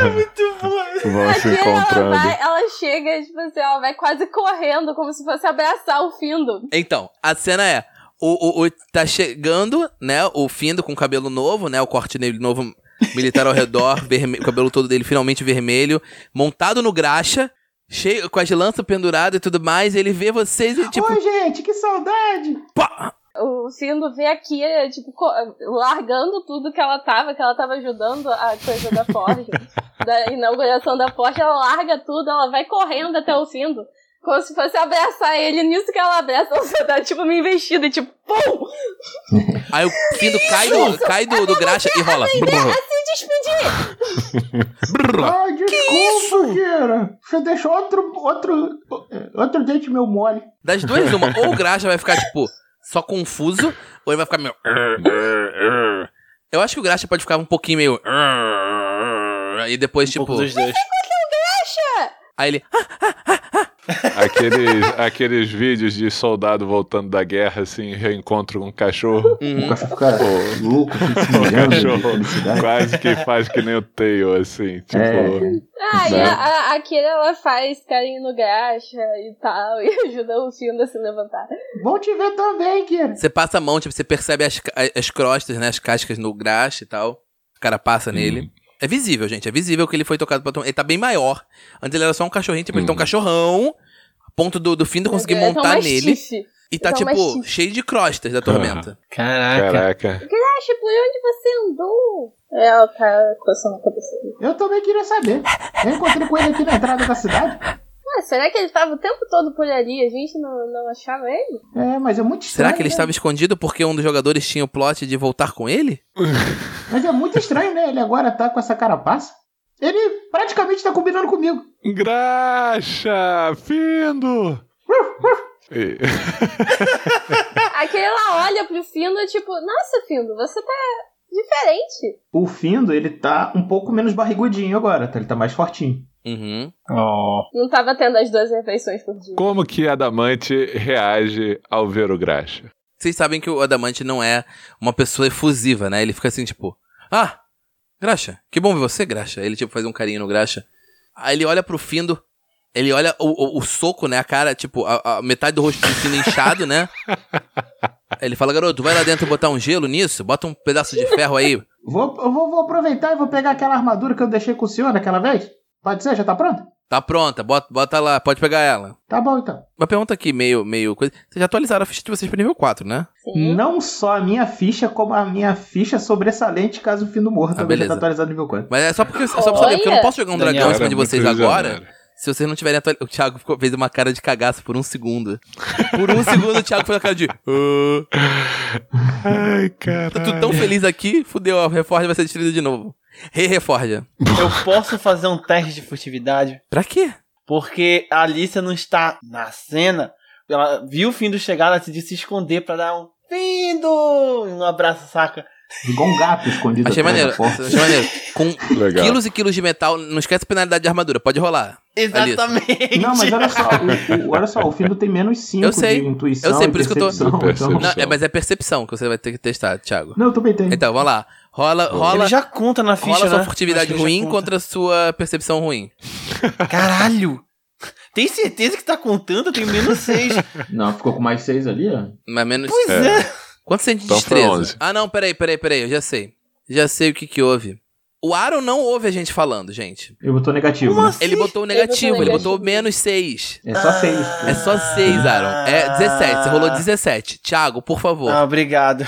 Speaker 5: é muito bom.
Speaker 6: Vão se
Speaker 4: Kira, ela,
Speaker 6: encontrando.
Speaker 4: vai, ela chega, tipo assim, ela vai quase correndo, como se fosse abraçar o Findo.
Speaker 2: Então, a cena é. O, o, o- tá chegando, né? O Findo com o cabelo novo, né? O corte nele novo, militar ao redor, verme- o cabelo todo dele finalmente vermelho, montado no graxa, cheio, com as lanças penduradas e tudo mais. Ele vê vocês e tipo.
Speaker 1: Oi, gente, que saudade!
Speaker 2: pá!
Speaker 4: O Findo vê a Kira, tipo, co- largando tudo que ela tava, que ela tava ajudando a coisa da Forja, da inauguração da Forja, ela larga tudo, ela vai correndo até o Findo. Como se fosse abraçar ele, nisso que ela abraça, ela dá tipo uma investida, tipo, pum!
Speaker 2: Aí o Findo cai do, cai do, do graxa e rola.
Speaker 4: Se despedir!
Speaker 7: Ah, desculpa, Kira. Você deixou outro, outro, outro dente meu mole.
Speaker 2: Das duas, uma. Ou o Graxa vai ficar, tipo, só confuso, ou ele vai ficar meio. Eu acho que o Graxa pode ficar um pouquinho meio. E depois, tipo.
Speaker 5: Um pouco dos dois.
Speaker 2: Aí ele.
Speaker 6: Aqueles, aqueles vídeos de soldado voltando da guerra, assim, reencontro com um cachorro.
Speaker 2: "Uhum."
Speaker 7: O cara ficou louco, fica se
Speaker 6: O
Speaker 7: mijando de
Speaker 6: cachorro
Speaker 2: Hum.
Speaker 7: felicidade.
Speaker 6: quase que faz que nem o Tail, assim. Tipo,
Speaker 7: É.
Speaker 4: Ah, e
Speaker 7: Né?
Speaker 4: a, a, a Kira, ela faz carinho no graxa e tal, e ajuda o Findo a se levantar.
Speaker 7: Bom te ver também, Kira.
Speaker 2: Você passa a mão, tipo, você percebe as, ca- as crostas, né? As cascas no Graxa e tal. O cara passa nele. É visível, gente. É visível que ele foi tocado pra. Ele tá bem maior. Antes ele era só um cachorrinho, tipo, ele tá um
Speaker 6: Hum.
Speaker 2: cachorrão. a Ponto do, do fim de conseguir
Speaker 4: Ela tá
Speaker 2: montar
Speaker 4: uma
Speaker 2: nele.
Speaker 4: stiff.
Speaker 2: E tá,
Speaker 4: Tá uma
Speaker 2: tipo,
Speaker 4: stiff.
Speaker 2: cheio de crostas da tormenta.
Speaker 5: Caraca.
Speaker 6: É. Caraca.
Speaker 4: Graxa, por tipo, onde você andou? É, ela tá coçando a cabeça.
Speaker 7: Eu também queria saber. Eu encontrei com ele aqui na entrada da cidade.
Speaker 4: Ah, será que ele tava o tempo todo por ali? A gente não, não achava ele?
Speaker 7: É, mas é muito estranho.
Speaker 2: Será que ele
Speaker 7: né?
Speaker 2: estava escondido porque um dos jogadores tinha o plot de voltar com ele?
Speaker 7: Mas é muito estranho, né? Ele agora tá com essa carapaça. Ele praticamente tá combinando comigo.
Speaker 6: Graxa! Findo! E-
Speaker 4: Aquele lá olha pro Findo, tipo, nossa, Findo, você tá diferente.
Speaker 3: O Findo, ele tá um pouco menos barrigudinho agora, tá? Ele tá mais fortinho.
Speaker 2: Uhum.
Speaker 4: Não tava tendo as duas refeições por dia.
Speaker 6: Como que Adamante reage ao ver o Graxa?
Speaker 2: Vocês sabem que o Adamante não é uma pessoa efusiva, né? Ele fica assim, tipo, ah, Graxa, que bom ver você, Graxa. Ele, tipo, faz um carinho no Graxa. Aí ele olha pro Findo, ele olha o, o- o soco, né? A cara, tipo, a, a metade do rosto do Findo inchado, né? Aí Ele fala, garoto, vai lá dentro botar um gelo nisso, bota um pedaço de ferro aí.
Speaker 7: Vou, eu vou, vou aproveitar e vou pegar aquela armadura que eu deixei com o senhor daquela vez. Pode ser? Já tá pronta?
Speaker 2: Tá pronta, bota, bota lá, pode pegar ela.
Speaker 7: Tá bom, então.
Speaker 2: Uma pergunta aqui, meio, meio coisa. Vocês já atualizaram a ficha de vocês pra nível 4, né?
Speaker 4: Sim.
Speaker 3: Não só a minha ficha, como a minha ficha sobressalente caso o Findo morra
Speaker 2: Ah,
Speaker 3: também já
Speaker 2: beleza.
Speaker 3: tá atualizado nível 4.
Speaker 2: Mas é só porque é só pra saber, porque eu não
Speaker 4: Olha!
Speaker 2: posso jogar um dragão
Speaker 5: Daniel,
Speaker 2: em cima
Speaker 6: Cara,
Speaker 2: de
Speaker 6: muito
Speaker 2: vocês agora.
Speaker 6: visionário.
Speaker 2: Se vocês não tiverem atualizado. O Thiago ficou- fez uma cara de cagaço por um segundo. Por um segundo o Thiago foi uma cara de. "Ah,
Speaker 6: Ai, cara.
Speaker 2: eu tô Tá tão feliz aqui, fudeu, a Reforja vai ser destruída de novo. Rei Reforja.
Speaker 5: Eu posso fazer um teste de furtividade?
Speaker 2: Pra quê?
Speaker 5: Porque a Alicia não está na cena. Ela viu o Findo chegar, ela decidiu se esconder pra dar um Findo! e Um abraço, saca?
Speaker 7: Igual um gato escondido.
Speaker 2: Achei
Speaker 7: atrás da
Speaker 2: maneiro.
Speaker 7: porta.
Speaker 2: Achei maneiro. Com
Speaker 6: Legal.
Speaker 2: quilos e quilos de metal, não esquece a penalidade de armadura, pode rolar.
Speaker 5: Exatamente!
Speaker 3: Não, mas olha só, o, o- olha só, o Findo tem menos 5
Speaker 2: Eu sei.
Speaker 3: de intuição
Speaker 2: Eu sei,
Speaker 3: e
Speaker 2: por isso que eu tô-
Speaker 3: percepção,
Speaker 6: Percepção.
Speaker 3: então-
Speaker 2: Não, é, mas é percepção que você vai ter que testar, Thiago.
Speaker 3: Não, eu também tenho.
Speaker 2: Então, vamos lá. Rola, rola,
Speaker 5: Ele já conta na ficha,
Speaker 2: rola sua
Speaker 5: né?
Speaker 2: furtividade
Speaker 5: Acho que ele já
Speaker 2: ruim
Speaker 5: conta.
Speaker 2: contra a sua percepção ruim.
Speaker 5: Caralho! Tem certeza que tá contando? Eu tenho menos seis.
Speaker 7: Não, ficou com mais seis ali, ó.
Speaker 2: Mas menos
Speaker 5: Pois é.
Speaker 2: Quanto você tem de
Speaker 6: Então foi
Speaker 2: destreza?
Speaker 6: 11.
Speaker 2: Ah, não, peraí, peraí, peraí, eu já sei. Já sei o que que houve. O Aaron não ouve a gente falando, gente.
Speaker 3: Eu botou negativo,
Speaker 5: Como
Speaker 3: né?
Speaker 5: assim?
Speaker 2: Ele botou o negativo,
Speaker 4: botou
Speaker 2: ele
Speaker 4: negativo.
Speaker 2: botou menos 6.
Speaker 3: É só seis.
Speaker 2: É só 6, Aaron. É 17, você rolou 17. Thiago, por favor.
Speaker 5: Ah, obrigado.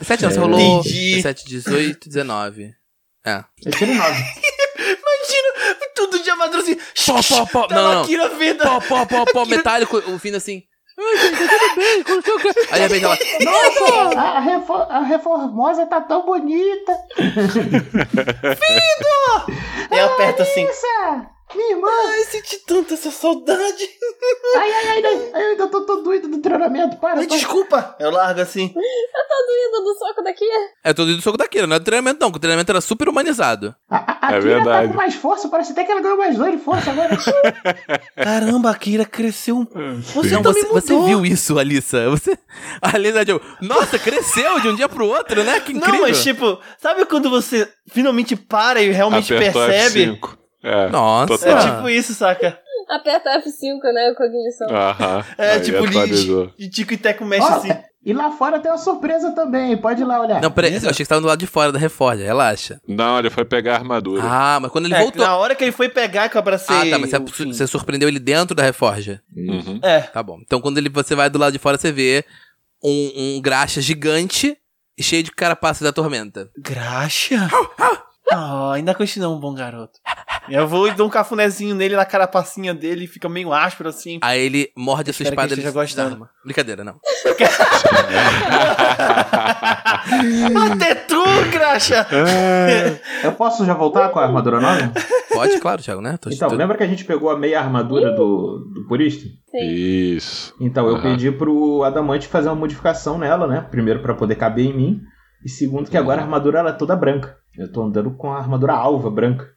Speaker 2: 17 não, você rolou
Speaker 5: Entendi.
Speaker 2: 17, 18, 19.
Speaker 7: Eu tirei É nove.
Speaker 5: Imagina, tu Todo dia madruzinho.
Speaker 2: Pó, pó, pó.
Speaker 5: Tava
Speaker 2: Não, não.
Speaker 5: aqui na vida.
Speaker 2: Pó, pó, pó, pó, metálico, ouvindo assim. Ai, gente, tá tudo bem, como que eu quero. Aí de repente ela.
Speaker 7: Nossa,
Speaker 3: A, refor- a reformosa tá tão bonita.
Speaker 5: Eu aperto assim.
Speaker 3: Essa, minha irmã.
Speaker 5: Ai, senti tanta essa saudade.
Speaker 3: Ai, ai, ai, ai, eu ainda tô, tô doido do treinamento. Para,
Speaker 5: Ai,
Speaker 3: para.
Speaker 5: desculpa. Eu largo assim.
Speaker 4: Doido do soco daqui.
Speaker 2: É, todo do soco daquilo, não é do treinamento, não, que o treinamento era super humanizado.
Speaker 3: A, a, a
Speaker 6: É
Speaker 3: Kira tá
Speaker 6: verdade.
Speaker 3: com mais força, parece até que ela ganhou mais dois de força agora.
Speaker 5: Caramba, a Kira cresceu um
Speaker 6: Sim.
Speaker 5: Você
Speaker 2: É. Não,
Speaker 5: também
Speaker 2: você, você
Speaker 5: mudou.
Speaker 2: viu isso, Alissa? Você... A Alissa, tipo, nossa, cresceu de um dia pro outro, né? Que incrível.
Speaker 5: Não, mas tipo, sabe quando você finalmente para e realmente
Speaker 6: Apertou
Speaker 5: percebe?
Speaker 6: F5. É.
Speaker 2: Nossa.
Speaker 5: É
Speaker 6: Total.
Speaker 5: tipo isso, saca?
Speaker 4: Aperta F5, né? Cognição.
Speaker 6: Aham.
Speaker 5: É,
Speaker 6: Aí
Speaker 5: tipo,
Speaker 6: atualizou.
Speaker 5: de, de Tico e Teco mexe
Speaker 3: Ó,
Speaker 2: Ah.
Speaker 5: assim.
Speaker 3: E lá fora tem uma surpresa também, pode ir lá olhar.
Speaker 2: Não, peraí, eu achei que você tava do lado de fora da reforja, relaxa.
Speaker 6: Não, ele foi pegar a armadura.
Speaker 2: Ah, mas quando ele
Speaker 5: É,
Speaker 2: voltou.
Speaker 5: Na hora que ele foi pegar que eu abracei.
Speaker 2: Ah, tá, mas
Speaker 5: o
Speaker 2: você,
Speaker 5: fim.
Speaker 2: você surpreendeu ele dentro da reforja.
Speaker 6: Uhum.
Speaker 5: É.
Speaker 2: Tá bom. Então quando ele, você vai do lado de fora, você vê um, um graxa gigante e cheio de carapaça da tormenta.
Speaker 5: Graxa? Ah, ainda continua um bom garoto. Eu vou e dou um cafunézinho nele na carapacinha dele, fica meio áspero assim.
Speaker 2: Aí ele morde a sua
Speaker 5: Espero
Speaker 2: espada
Speaker 5: que ele
Speaker 2: e
Speaker 5: esteja gostando.
Speaker 2: desarma. Brincadeira, não.
Speaker 5: Até tu, Graxa!
Speaker 7: Eu posso já voltar com a armadura nova?
Speaker 2: Pode, claro, Thiago, né? Tô-
Speaker 7: Então,
Speaker 2: tô-
Speaker 7: lembra que a gente pegou a meia armadura do, do purista?
Speaker 4: Sim.
Speaker 6: Isso.
Speaker 7: Então, eu
Speaker 6: Aham.
Speaker 7: pedi pro Adamante fazer uma modificação nela, né? Primeiro, pra poder caber em mim. E segundo, que agora a armadura ela é toda branca. Eu tô andando com a armadura alva branca.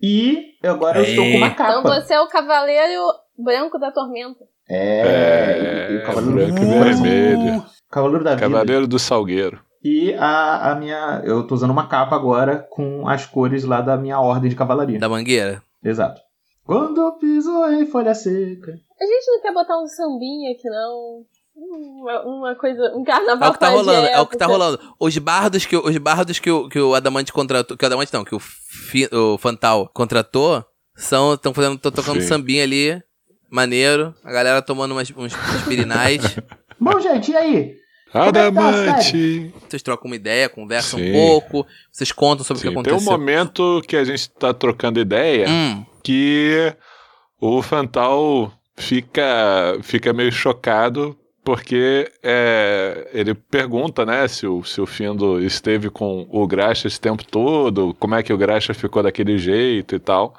Speaker 7: E agora eu estou com uma capa.
Speaker 4: Então você é o cavaleiro branco da tormenta.
Speaker 6: É,
Speaker 7: É, e- e o Cavaleiro,
Speaker 6: branco e
Speaker 5: né? Uhum.
Speaker 6: vermelho.
Speaker 7: Cavaleiro da Vida.
Speaker 6: Cavaleiro do Salgueiro.
Speaker 7: E a, a minha. Eu tô usando uma capa agora com as cores lá da minha ordem de cavalaria.
Speaker 2: Da mangueira.
Speaker 7: Exato. Quando eu piso em folha seca.
Speaker 4: A gente não quer botar um sambinha aqui, não. Uma, uma coisa, um
Speaker 2: É
Speaker 4: carnaval
Speaker 2: o que tá
Speaker 4: fora de
Speaker 2: rolando, é o que tá
Speaker 4: época.
Speaker 2: rolando. Os bardos que, o- os bardos que, o- que o Adamante contratou. Que o Adamante não, que o, Fi- o Fantal contratou são. Estão fazendo. Tô tocando
Speaker 6: Sim.
Speaker 2: sambinha ali. Maneiro. A galera tomando umas, uns, uns pirinais.
Speaker 3: Bom, gente, e aí?
Speaker 6: Adamante!
Speaker 2: vocês trocam uma ideia, conversam
Speaker 6: Sim.
Speaker 2: um pouco, vocês contam sobre o que
Speaker 6: Sim, tem um
Speaker 2: aconteceu.
Speaker 6: momento que a gente tá trocando ideia
Speaker 2: Hum,
Speaker 6: que o Fantal fica, fica meio chocado porque é, ele pergunta, né, se o, se o Findo esteve com o Graxa esse tempo todo, como é que o Graxa ficou daquele jeito e tal.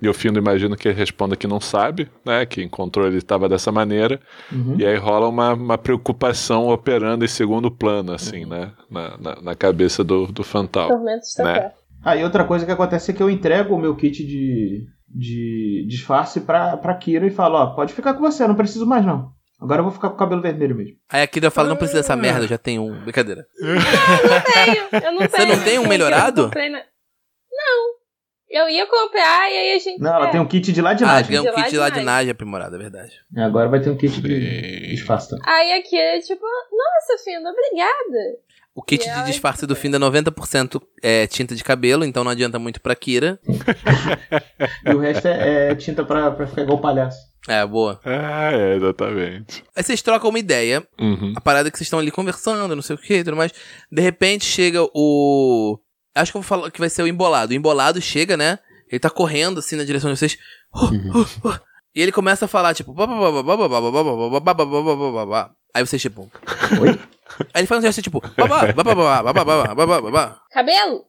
Speaker 6: E o Findo imagino que ele responda que não sabe, né, que encontrou ele estava dessa maneira.
Speaker 7: Uhum.
Speaker 6: E aí rola uma, uma preocupação operando em segundo plano, assim, né, na, na, na cabeça do, do Fantal.
Speaker 4: Tormenta está
Speaker 6: Né?
Speaker 4: perto.
Speaker 7: Aí outra coisa que acontece é que eu entrego o meu kit de, de disfarce pra, pra Kira e falo, ó, pode ficar com você, não preciso mais não. Agora eu vou ficar com o cabelo vermelho mesmo.
Speaker 2: Aí a Kira fala, não precisa dessa merda, eu já tenho um. Brincadeira.
Speaker 4: tenho, eu não
Speaker 2: Você não
Speaker 4: tenho,
Speaker 2: tem um
Speaker 4: porque
Speaker 2: melhorado?
Speaker 4: eu comprei na- Não. Eu ia comprar e aí a gente.
Speaker 7: Não, ela
Speaker 4: é,
Speaker 7: tem um kit de
Speaker 2: Ah,
Speaker 7: ladinagem.
Speaker 2: ganha um
Speaker 4: De
Speaker 2: kit de
Speaker 4: ladinagem.
Speaker 2: ladinagem aprimorada, é verdade.
Speaker 7: E Agora vai ter um kit
Speaker 6: Sim.
Speaker 7: de disfarce também.
Speaker 4: Aí aqui é tipo, nossa, Findo, obrigada.
Speaker 2: O kit de
Speaker 4: E ela-
Speaker 2: disfarce do fim é 90% é tinta de cabelo, então não adianta muito pra Kira.
Speaker 7: E o resto é, é tinta pra, pra ficar igual palhaço.
Speaker 2: É, boa.
Speaker 6: Ah, é, exatamente.
Speaker 2: Aí vocês trocam uma ideia,
Speaker 6: Uhum.
Speaker 2: a parada que vocês estão ali conversando, não sei o que, tudo mais. De repente chega o. Acho que eu vou falar que vai ser o embolado. O embolado chega, né? Ele tá correndo assim na direção de vocês. E ele começa a falar, tipo. Aí vocês, tipo. Aí ele faz um gesto tipo.
Speaker 4: Cabelo?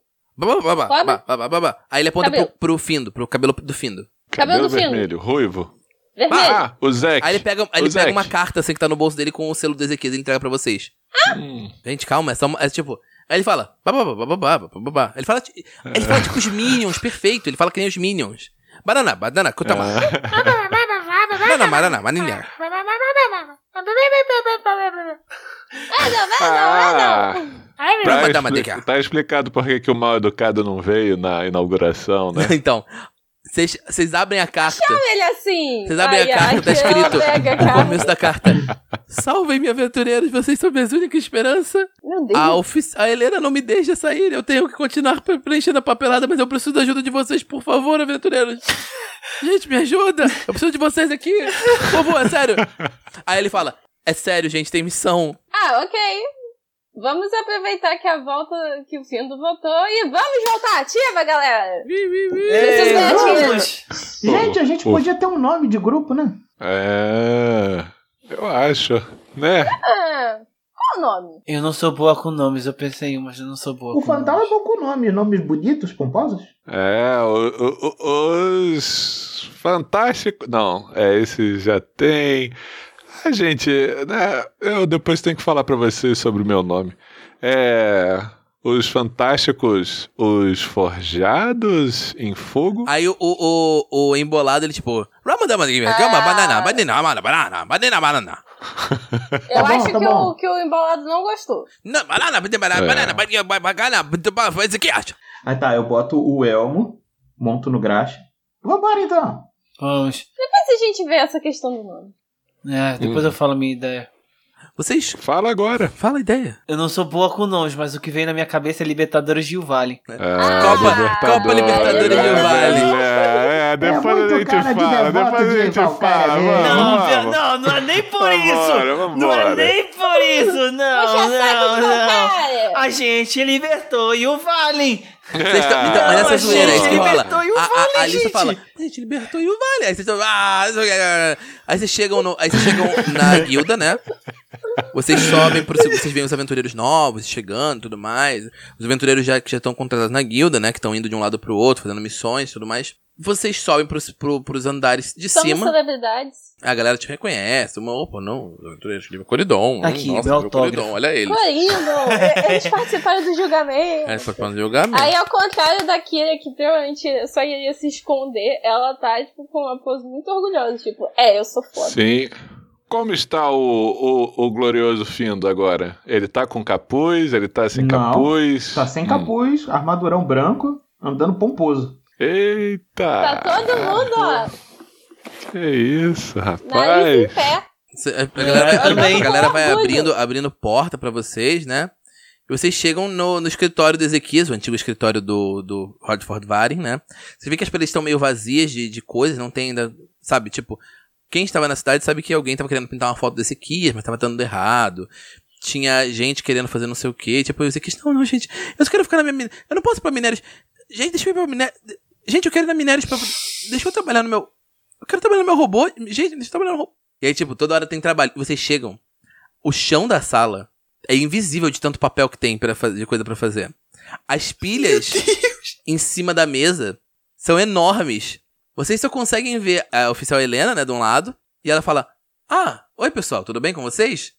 Speaker 2: Aí ele aponta pro, pro Findo, pro cabelo do Findo.
Speaker 6: Cabelo,
Speaker 4: Cabelo do Findo.
Speaker 6: vermelho, ruivo.
Speaker 4: Vermelho?
Speaker 6: Ah, o Zeke.
Speaker 2: Aí ele pega, aí ele
Speaker 6: Ô,
Speaker 2: pega
Speaker 6: Zeke.
Speaker 2: uma carta assim que tá no bolso dele com o selo do Ezequiel e entrega pra vocês.
Speaker 6: Hum.
Speaker 2: Gente, calma, é só uma, é tipo. Aí ele fala. "Ba, ba, ba, ba, ba, ba, ba, ba, ba." Ele fala, ti- ele fala tipo os Minions, perfeito. Ele fala que nem os Minions. Banana, banana, kutama. Banana, banana, banana. Pra
Speaker 6: Ah, tá,
Speaker 2: mandar
Speaker 6: expli
Speaker 2: manteiga.
Speaker 6: tá explicado por que que o mal educado não veio na inauguração, né?
Speaker 2: Então, vocês vocês abrem a carta.
Speaker 4: Ele assim.
Speaker 2: Vocês abrem
Speaker 4: Aí
Speaker 2: ah. a carta, tá
Speaker 4: Kira
Speaker 2: escrito
Speaker 4: pega a
Speaker 2: no
Speaker 4: carta.
Speaker 2: começo da carta. Salvem-me, aventureiros, vocês são minha única esperança.
Speaker 4: Meu Deus.
Speaker 2: A, ofici- a Helena não me deixa sair, eu tenho que continuar pre- preenchendo a papelada, mas eu preciso da ajuda de vocês, por favor, aventureiros. Gente, me ajuda! Eu preciso de vocês aqui! Por favor, é sério! Aí ele fala: É sério, gente, tem missão.
Speaker 4: Ah, ok. Vamos aproveitar que a volta, que o Findo voltou e vamos voltar ativa, galera! Preciso ganhar dinheiro.
Speaker 7: Gente, a gente
Speaker 6: Pô.
Speaker 7: podia ter um nome de grupo, né?
Speaker 6: É. Eu acho. Né?
Speaker 4: Ah, qual o nome?
Speaker 5: Eu não sou boa com nomes, eu pensei em um, mas eu não sou boa
Speaker 7: O
Speaker 5: com
Speaker 7: Fantal é
Speaker 5: nomes.
Speaker 7: bom com nome, nomes bonitos, pomposos.
Speaker 6: É, o- o- o- os fantásticos. Não, é esse já tem. A gente, né? Eu depois tenho que falar pra vocês sobre o meu nome. É. Os fantásticos, os forjados em fogo.
Speaker 2: Aí o, o, o, o embolado, ele tipo. "Rama da banana, gama,
Speaker 4: Ah.
Speaker 2: banana, banana, banana, banana, banana, banana.
Speaker 4: Eu
Speaker 7: bom,
Speaker 4: acho
Speaker 7: tá
Speaker 4: que,
Speaker 7: bom.
Speaker 4: o, que o embolado não gostou.
Speaker 2: Não, Banana, banana, banana,
Speaker 6: É.
Speaker 2: banana, banana, banana, banana, faz isso aqui, acha.
Speaker 7: Aí tá, eu boto o Elmo, monto no graxa. Vambora então!
Speaker 5: Vamos.
Speaker 4: Mas a gente vê essa questão do nome.
Speaker 5: É, depois eu falo a minha ideia.
Speaker 2: Vocês.
Speaker 6: Fala agora.
Speaker 2: Fala a ideia.
Speaker 5: Eu não sou boa com nomes, mas o que vem na minha cabeça é Libertadores de Vale.
Speaker 6: É,
Speaker 4: Copa-
Speaker 2: Ah, Copa Libertadores
Speaker 4: do
Speaker 2: Vale.
Speaker 6: É, é, depois
Speaker 7: muito
Speaker 6: a gente
Speaker 7: cara de
Speaker 6: fala,
Speaker 7: devoto
Speaker 6: depois
Speaker 7: de
Speaker 6: a gente
Speaker 7: Valcária,
Speaker 6: fala.
Speaker 7: né?
Speaker 6: Ah, vamos,
Speaker 5: Não,
Speaker 6: vamos.
Speaker 5: Fia- não, não é nem por
Speaker 6: Vambora,
Speaker 5: isso! Não é
Speaker 6: vambora.
Speaker 5: nem por isso! Não,
Speaker 2: Ah,
Speaker 4: Puxa saco
Speaker 5: não,
Speaker 4: de
Speaker 5: não!
Speaker 4: Valcária!
Speaker 5: A gente libertou e o Vale!
Speaker 2: Vocês tão- então, mas essa
Speaker 5: Não,
Speaker 2: zoeira aí
Speaker 5: gente,
Speaker 2: que rola.
Speaker 5: libertou e o
Speaker 2: A, a, a
Speaker 5: Vale,
Speaker 2: Alissa
Speaker 5: gente.
Speaker 2: fala, "Mas a gente libertou e o Vale. Aí vocês tão, ah, isso aqui, ah, ah." aí vocês chegam, no- aí vocês chegam na guilda, né? Vocês sobem pro segundo, vocês veem os aventureiros novos chegando e tudo mais. Os aventureiros já, que já estão contratados na guilda, né? Que estão indo de um lado pro outro, fazendo missões e tudo mais. Vocês sobem pros, pro, pros andares de
Speaker 4: Somos
Speaker 2: cima.
Speaker 4: celebridades.
Speaker 2: A galera te reconhece. Uma, opa, não, os aventureiros de Coridon.
Speaker 5: Aqui,
Speaker 2: nossa,
Speaker 5: meu
Speaker 2: Livro Coridon,
Speaker 5: autógrafo.
Speaker 2: Olha ele.
Speaker 4: Corindo! Eles participaram do julgamento.
Speaker 2: Aí eles participam do julgamento.
Speaker 4: Aí, ao contrário da Kira, que provavelmente só iria se esconder, ela tá, tipo, com uma pose muito orgulhosa. Tipo, é, eu sou foda.
Speaker 6: Sim. Como está o, o, o glorioso Findo agora? Ele tá com capuz? Ele tá sem
Speaker 7: Não,
Speaker 6: capuz?
Speaker 7: Tá sem
Speaker 6: Hum.
Speaker 7: capuz, armadurão branco, andando pomposo.
Speaker 6: Eita!
Speaker 4: Tá todo mundo, ó,
Speaker 6: Que isso,
Speaker 4: nariz
Speaker 6: rapaz!
Speaker 4: em pé.
Speaker 2: Cê- A a galera,
Speaker 5: Eu
Speaker 2: a
Speaker 5: também.
Speaker 2: galera vai
Speaker 4: Orgulho.
Speaker 2: abrindo, abrindo porta pra vocês, né? E vocês chegam no, no escritório do Ezequias, o antigo escritório do, do Rodford Varen, né? Você vê que as paredes estão meio vazias de, de coisas, não tem ainda. Sabe, tipo, quem estava na cidade sabe que alguém estava querendo pintar uma foto do Ezequias, mas estava dando errado. Tinha gente querendo fazer não sei o quê. Tipo, o Ezequias, não, não, gente, eu só quero ficar na minha. min- Eu não posso ir pra minérios. Gente, deixa eu ir pra minérios. Gente, eu quero ir na minérios pra. Deixa eu trabalhar no meu. Eu quero trabalhar no meu robô. Gente, deixa eu trabalhar no robô. E aí, tipo, toda hora tem trabalho. Vocês chegam, o chão da sala é invisível de tanto papel que tem para fazer, de coisa pra fazer. As pilhas em cima da mesa são enormes. Vocês só conseguem ver a oficial Helena, né, de um lado, e ela fala: "Ah, oi pessoal, tudo bem com vocês?"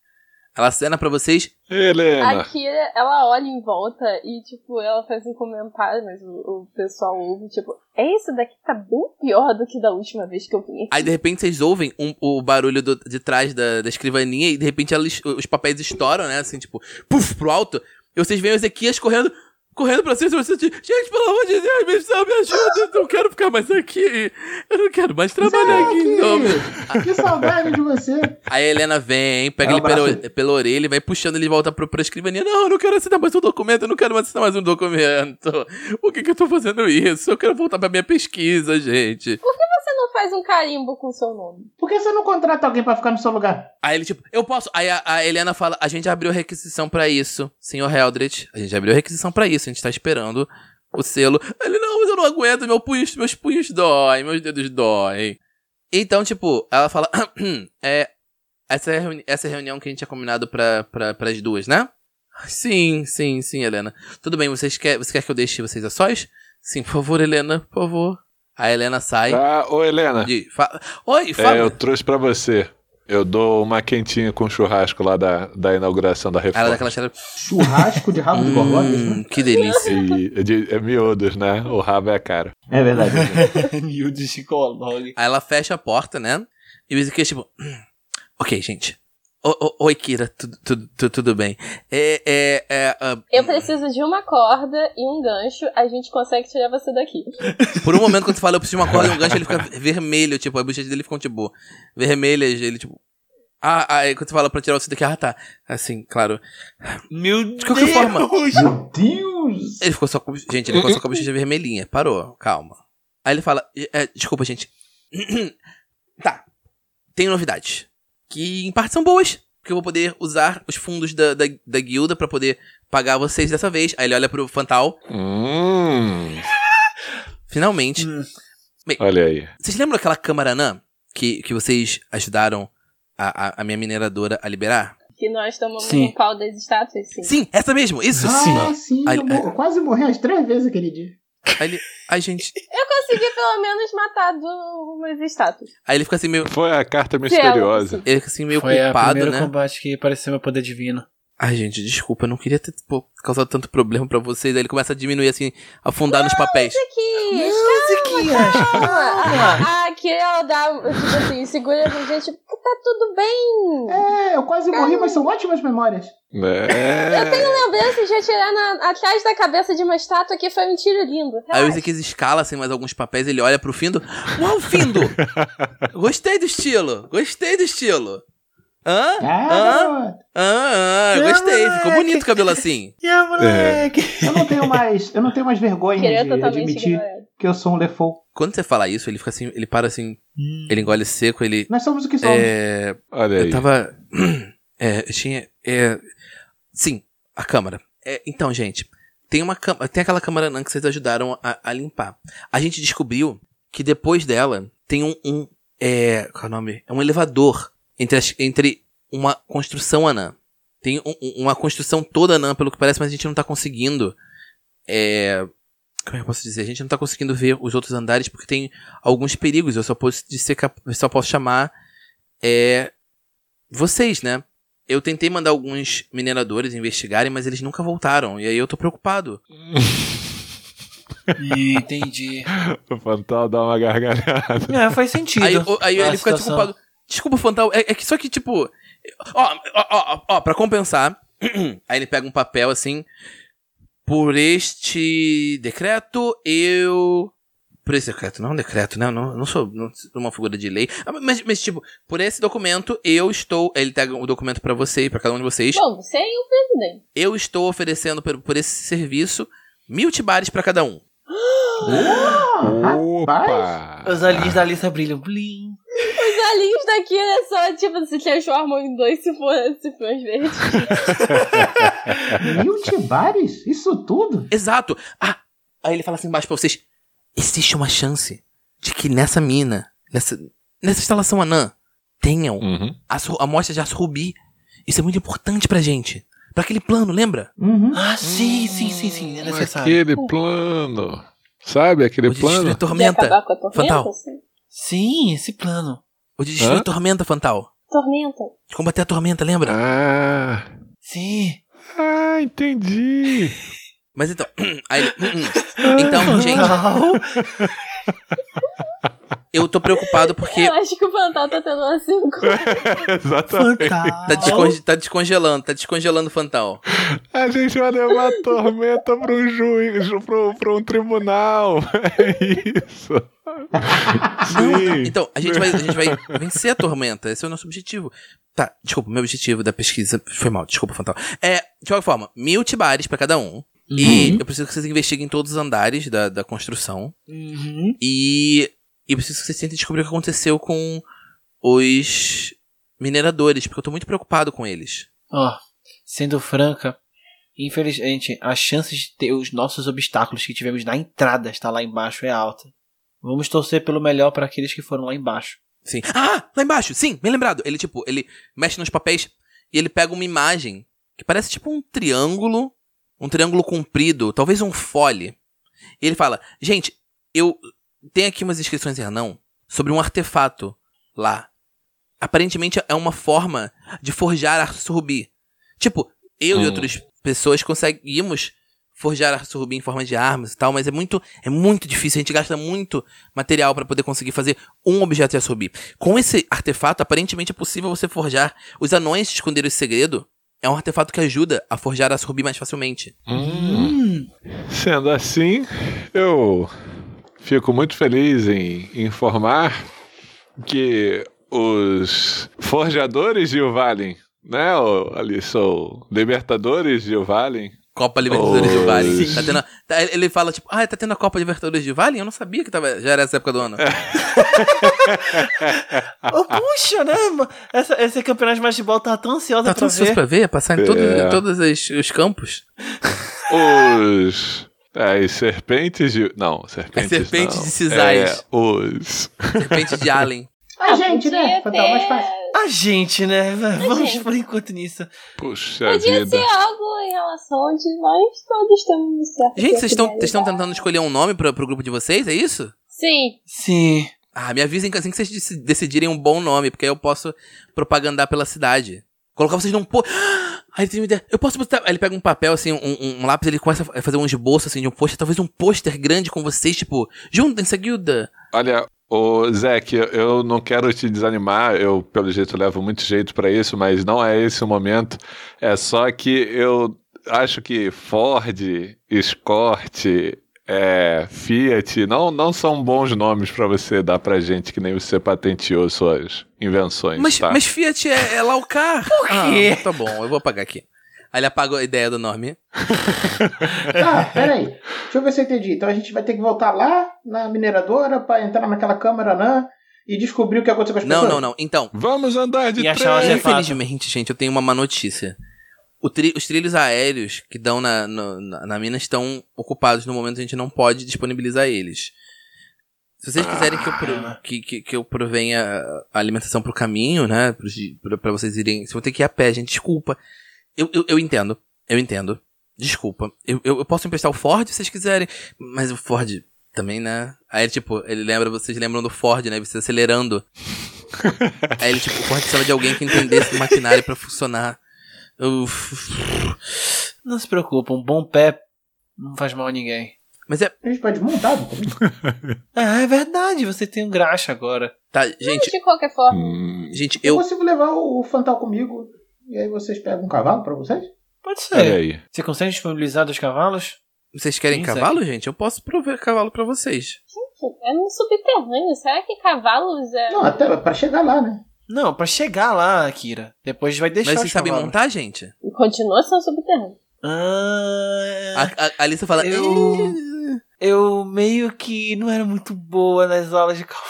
Speaker 2: Ela cena pra vocês.
Speaker 6: Helena!
Speaker 4: A Kira, ela olha em volta e, tipo, ela faz um comentário, mas o, o pessoal ouve, tipo, é isso daqui tá bem pior do que da última vez que eu vim aqui.
Speaker 2: Aí de repente vocês ouvem um- o barulho do- de trás da, da escrivaninha e de repente ela es- os papéis estouram, né, assim, tipo, puf, pro alto. E vocês veem o Ezequias correndo correndo pra cima, vocês, gente, pelo amor de Deus, me, só me ajuda, eu não quero ficar mais aqui, eu não quero mais trabalhar aqui, em nome.
Speaker 7: Que saudade de você!
Speaker 2: Aí a Helena vem, pega
Speaker 7: É o
Speaker 2: ele pela,
Speaker 7: braço.
Speaker 2: pela orelha e vai puxando ele de volta pro, pra escrivaninha. Não, eu não quero assinar mais um documento, eu não quero mais assinar mais um documento. Por que que eu tô fazendo isso? Eu quero voltar pra minha pesquisa, gente.
Speaker 4: Você não faz um carimbo com o seu nome.
Speaker 7: Por que você não contrata alguém pra ficar no seu lugar?
Speaker 2: Aí ele tipo, eu posso... Aí a, a Helena fala, a gente abriu requisição pra isso, senhor Heldred. A gente abriu requisição pra isso, a gente tá esperando o selo. Ele, não, mas eu não aguento, meu punhos, meus punhos doem, meus dedos doem. Então, tipo, ela fala, é, essa, é a reuni- essa é a reunião que a gente tinha combinado pra, pra, pras duas, né? Sim, sim, sim, Helena. Tudo bem, vocês quer, você quer que eu deixe vocês a sós? Sim, por favor, Helena, por favor. A Helena sai.
Speaker 6: Ah, ô Helena,
Speaker 2: De, fa- Oi,
Speaker 6: é,
Speaker 2: fala.
Speaker 6: eu trouxe pra você. Eu dou uma quentinha com churrasco lá da, da inauguração da
Speaker 2: Ela é
Speaker 6: reforma.
Speaker 2: dá aquela cheira.
Speaker 7: Churrasco de rabo de gorgotas, né?
Speaker 2: Hum, que delícia.
Speaker 6: E- de- é miúdos, né? O rabo é a cara.
Speaker 7: É verdade.
Speaker 5: Miúdo de psicólogo.
Speaker 2: Aí ela fecha a porta, né? E o Ezequiel, tipo, ok, gente. O- o- Oi, Kira, tudo, tudo, tudo, tudo bem. É, é, é, ah,
Speaker 4: Eu preciso de uma corda e um gancho, a gente consegue tirar você daqui.
Speaker 2: por um momento, quando você fala, eu preciso de uma corda e um gancho, ele fica vermelho, tipo, as bochechas dele ficam, tipo, vermelhas, ele, tipo... Ah, aí quando você fala pra tirar você daqui, ah, tá. Assim, claro.
Speaker 5: Meu
Speaker 2: De qualquer
Speaker 5: Deus!
Speaker 2: forma-
Speaker 7: Meu Deus!
Speaker 2: Ele ficou só com... Gente, ele ficou só com a bochecha vermelhinha. Parou, calma. Aí ele fala, é, desculpa, gente. tá, tem novidades. Que em parte são boas, porque que eu vou poder usar os fundos da, da, da guilda pra poder pagar vocês dessa vez. Aí ele olha pro Fantal,
Speaker 6: Hum,
Speaker 2: finalmente.
Speaker 6: olha aí.
Speaker 2: Vocês lembram daquela Camaranã que, que vocês ajudaram a, a, a minha mineradora a liberar?
Speaker 4: Que nós tomamos
Speaker 5: Sim.
Speaker 4: um pau das estátuas, sim.
Speaker 2: Sim, essa mesmo, isso!
Speaker 7: Ah, sim,
Speaker 2: Ai,
Speaker 7: eu, mo- eu quase morri umas três vezes aquele dia.
Speaker 2: Aí ele, ai gente,
Speaker 4: Eu consegui pelo menos matar duas estátuas.
Speaker 2: aí ele fica assim meio,
Speaker 6: Foi a
Speaker 4: é
Speaker 6: carta misteriosa.
Speaker 2: ele fica assim meio
Speaker 5: Foi o
Speaker 2: culpado,
Speaker 5: primeiro
Speaker 2: né?
Speaker 5: combate que pareceu meu poder divino.
Speaker 2: Ai gente, desculpa, eu não queria ter pô, causado tanto problema pra vocês. Aí ele começa a diminuir assim, afundar nos papéis.
Speaker 4: Aqui,
Speaker 5: Musiquinhas!
Speaker 4: calma. Aqui eu dá, tipo assim, segura a gente, porque tá tudo bem.
Speaker 7: É, eu quase morri, mas são ótimas memórias.
Speaker 6: É,
Speaker 4: Lembrança de atirar na- atrás da cabeça de uma estátua que foi um tiro lindo.
Speaker 2: Aí o
Speaker 4: Relaxa.
Speaker 2: Ezequias escala assim mais alguns papéis, ele olha pro Findo. Uau, Findo! gostei do estilo, gostei do estilo. Hã? Hã?
Speaker 7: Ah,
Speaker 2: Hã? Hã?
Speaker 5: Ah,
Speaker 2: Gostei, ficou
Speaker 5: moleque.
Speaker 2: bonito o cabelo assim.
Speaker 5: E a moleque?
Speaker 7: eu não tenho mais, eu não tenho mais vergonha
Speaker 4: Queria
Speaker 7: de
Speaker 4: totalmente
Speaker 7: admitir
Speaker 4: ignorado.
Speaker 7: que eu sou um Lefou.
Speaker 2: Quando você fala isso, ele fica assim, ele para assim, ele engole seco, ele.
Speaker 7: Nós somos o que somos.
Speaker 2: É,
Speaker 6: olha
Speaker 2: eu
Speaker 6: aí.
Speaker 2: tava. É, eu tinha. É, sim, a câmara. É, então, gente, tem uma cam- tem aquela câmara anã que vocês ajudaram a, a limpar. A gente descobriu que depois dela tem um. um, é, qual é o nome? É um elevador entre, as- entre uma construção anã. Tem um- um- uma construção toda anã, pelo que parece, mas a gente não tá conseguindo. É, como é que eu posso dizer? A gente não tá conseguindo ver os outros andares porque tem alguns perigos. Eu só posso, dizer, cap- eu só posso chamar é, vocês, né? Eu tentei mandar alguns mineradores investigarem, mas eles nunca voltaram. E aí eu tô preocupado.
Speaker 5: Ih, É. Entendi.
Speaker 6: O Fantal dá uma gargalhada.
Speaker 5: É, faz sentido.
Speaker 2: Aí, o- aí
Speaker 5: a
Speaker 2: ele fica
Speaker 5: situação.
Speaker 2: desculpado. Desculpa, Fantal. É, é que só que, tipo. Ó, ó, ó, ó, pra compensar. aí ele pega um papel assim. Por este decreto, eu. Por esse decreto, não é um decreto, né? Eu não, eu não sou não sou uma figura de lei. Ah, Mas, mas, tipo, por esse documento, eu estou. Ele pega o documento pra você, pra cada um de vocês.
Speaker 4: Bom, você e o presidente.
Speaker 2: eu estou oferecendo por, por esse serviço mil tibares pra cada um.
Speaker 6: Opa!
Speaker 5: Os olhinhos da Alissa brilham. Blim.
Speaker 4: Os olhinhos daqui é só, tipo, se transformam em dois se for, se for verdes.
Speaker 7: Mil tibares? Isso tudo?
Speaker 2: Exato. Ah, aí ele fala assim embaixo pra vocês: existe uma chance de que nessa mina, nessa, nessa instalação anã, tenham
Speaker 6: Uhum.
Speaker 2: as ru- amostras de aço rubi. Isso é muito importante pra gente. Pra aquele plano, lembra?
Speaker 7: Uhum.
Speaker 5: Ah, sim, sim, sim, sim. É necessário.
Speaker 6: Aquele plano. Sabe aquele
Speaker 2: o destruidor
Speaker 6: plano?
Speaker 4: Quer
Speaker 2: tormenta.
Speaker 4: acabar com a
Speaker 2: Fantal.
Speaker 4: tormenta? assim?
Speaker 5: Sim, esse plano.
Speaker 2: O destruidor
Speaker 6: Hã?
Speaker 2: tormenta, Fantal.
Speaker 4: Tormenta.
Speaker 2: De combater a tormenta, lembra?
Speaker 6: Ah,
Speaker 5: Sim.
Speaker 6: ah, entendi.
Speaker 2: Mas então. Aí ele, "Hum, hum." Então, gente,
Speaker 5: Não.
Speaker 2: eu tô preocupado porque
Speaker 4: Eu acho que o Fantal tá tendo uma cinco.
Speaker 6: Exatamente.
Speaker 2: tá,
Speaker 5: Fantástico.
Speaker 2: desconge- tá descongelando, tá descongelando o Fantal.
Speaker 6: A gente vai levar a tormenta para um juiz, para um tribunal. É isso. Sim.
Speaker 2: Então, a gente, vai, a gente vai vencer a tormenta. Esse é o nosso objetivo. Tá, desculpa, meu objetivo da pesquisa foi mal, desculpa, Fantal. É, de qualquer forma, mil tibares pra cada um. E eu preciso que vocês investiguem todos os andares da, da construção.
Speaker 5: Uhum.
Speaker 2: E, e eu preciso que vocês tentem descobrir o que aconteceu com os mineradores, porque eu tô muito preocupado com eles.
Speaker 5: Ó, sendo franca, infelizmente, as chances de ter os nossos obstáculos que tivemos na entrada estar lá embaixo é alta. Vamos torcer pelo melhor para aqueles que foram lá embaixo.
Speaker 2: Sim. Ah, lá embaixo, sim, bem lembrado. Ele, tipo, ele mexe nos papéis e ele pega uma imagem que parece tipo um triângulo, um triângulo comprido, talvez um fole. E ele fala: Gente, eu tenho aqui umas inscrições em Anão sobre um artefato lá. Aparentemente é uma forma de forjar Arsurbi. Tipo, eu e
Speaker 6: Hum.
Speaker 2: outras pessoas conseguimos forjar Arsurbi em forma de armas e tal, mas é muito, é muito difícil. A gente gasta muito material pra poder conseguir fazer um objeto de Arsurbi. Com esse artefato, aparentemente é possível você forjar. Os anões esconderam esse segredo. É um artefato que ajuda a forjar Arsurbi mais facilmente.
Speaker 6: Hum. Sendo assim, eu fico muito feliz em informar que os forjadores de Uvalin, né, o- ali são libertadores de Uvalin,
Speaker 2: Copa Libertadores
Speaker 6: Oh,
Speaker 2: do Vale.
Speaker 6: sim.
Speaker 2: Tá tendo a- tá- ele fala, tipo, ah, tá tendo a Copa Libertadores do Vale? Eu não sabia que tava, já era essa época do
Speaker 6: É.
Speaker 2: ano. Tá
Speaker 5: Oh, puxa, né? mano? Essa, esse campeonato de basquetebol tá tão ansiosa
Speaker 2: Tá
Speaker 5: pra
Speaker 2: tudo ansioso
Speaker 5: ver.
Speaker 2: pra ver, passar em todo-
Speaker 6: É.
Speaker 2: todos os, os campos.
Speaker 6: Os. É, e serpentes de. Não, serpentes.
Speaker 2: É serpentes
Speaker 6: não.
Speaker 2: de sisais.
Speaker 6: É, os.
Speaker 2: Serpente de Allen.
Speaker 7: A gente, né? Foi tal, mais fácil.
Speaker 5: A gente, né? Vamos
Speaker 4: gente.
Speaker 5: por enquanto nisso.
Speaker 6: Puxa
Speaker 4: Podia
Speaker 6: vida.
Speaker 4: ser algo em relação de nós todos temos um
Speaker 5: É
Speaker 4: certo.
Speaker 2: Gente, vocês estão
Speaker 4: tipo de
Speaker 2: vocês estão tentando escolher um nome pro, pro grupo de vocês, é isso?
Speaker 4: Sim.
Speaker 5: Sim.
Speaker 2: Ah, me avisem assim que vocês dec- decidirem um bom nome, porque aí eu posso propagandar pela cidade. Colocar vocês num po... Aí ele tem uma ideia. Eu posso botar. Aí ele pega um papel, assim, um- um, um lápis, ele começa a fazer um esboço, assim, de um pôster, talvez um pôster grande com vocês, tipo, juntem-se, guilda.
Speaker 6: Olha, ô Zeke, eu- eu não quero te desanimar, eu pelo jeito levo muito jeito pra isso, mas não é esse o momento. É só que eu acho que Ford, Escort, é, Fiat não, não são bons nomes pra você dar pra gente que nem você patenteou suas invenções,
Speaker 2: Mas,
Speaker 6: tá?
Speaker 2: mas Fiat é, é Laucar. Por
Speaker 5: quê?
Speaker 2: tá bom, eu vou apagar aqui. Aí ele apagou a ideia do nome.
Speaker 7: Ah, peraí. Deixa eu ver se eu entendi. Então a gente vai ter que voltar lá na mineradora pra entrar naquela câmara né? e descobrir o que aconteceu com as
Speaker 2: Não,
Speaker 7: pessoas.
Speaker 2: não, não. Então,
Speaker 6: Vamos andar de
Speaker 5: E
Speaker 6: trem!
Speaker 5: achar uma gef-
Speaker 2: Infelizmente, gente, eu tenho uma má notícia. O tri- os trilhos aéreos que dão na, no- na, na mina estão ocupados no momento, a gente não pode disponibilizar eles. Se vocês quiserem que eu, pro- que, que, que eu provenha a alimentação pro caminho, né? pros di- Pra, pra vocês irem. Vocês vão ter que ir a pé, gente. Desculpa. Eu, eu, eu entendo. Eu entendo. Desculpa. Eu, eu, eu posso emprestar o Ford se vocês quiserem. Mas o Ford também, né? Aí, tipo, ele lembra, vocês lembram do Ford, né? Você acelerando. Aí ele, tipo, o Ford precisava de alguém que entendesse do maquinário pra funcionar. Uf.
Speaker 5: Não se preocupa, um bom pé não faz mal a ninguém.
Speaker 2: Mas é.
Speaker 7: A gente pode montar também.
Speaker 5: Ah, é verdade, você tem um graxa agora.
Speaker 2: Tá, gente,
Speaker 4: De qualquer forma.
Speaker 6: Hum,
Speaker 2: gente,
Speaker 7: Eu
Speaker 2: eu.
Speaker 7: consigo levar o Fantal comigo e aí vocês pegam um cavalo pra vocês?
Speaker 5: Pode
Speaker 2: É.
Speaker 6: olha
Speaker 5: ser.
Speaker 6: aí.
Speaker 5: Você consegue disponibilizar dois cavalos?
Speaker 2: Vocês querem
Speaker 5: Sim,
Speaker 2: cavalo, gente? Eu posso prover cavalo pra vocês.
Speaker 4: É no subterrâneo. Será que cavalos é.
Speaker 7: Não, até pra chegar lá, né?
Speaker 5: Não, pra chegar lá, Kira. Depois vai deixar
Speaker 2: Mas
Speaker 5: os
Speaker 2: vocês sabem
Speaker 5: cavalos.
Speaker 2: montar, gente?
Speaker 4: Continua sendo subterrâneo.
Speaker 5: Ah,
Speaker 2: A, a, a Alissa fala.
Speaker 5: Eu-
Speaker 2: "Ih,
Speaker 5: eu meio que não era muito boa nas aulas de cal...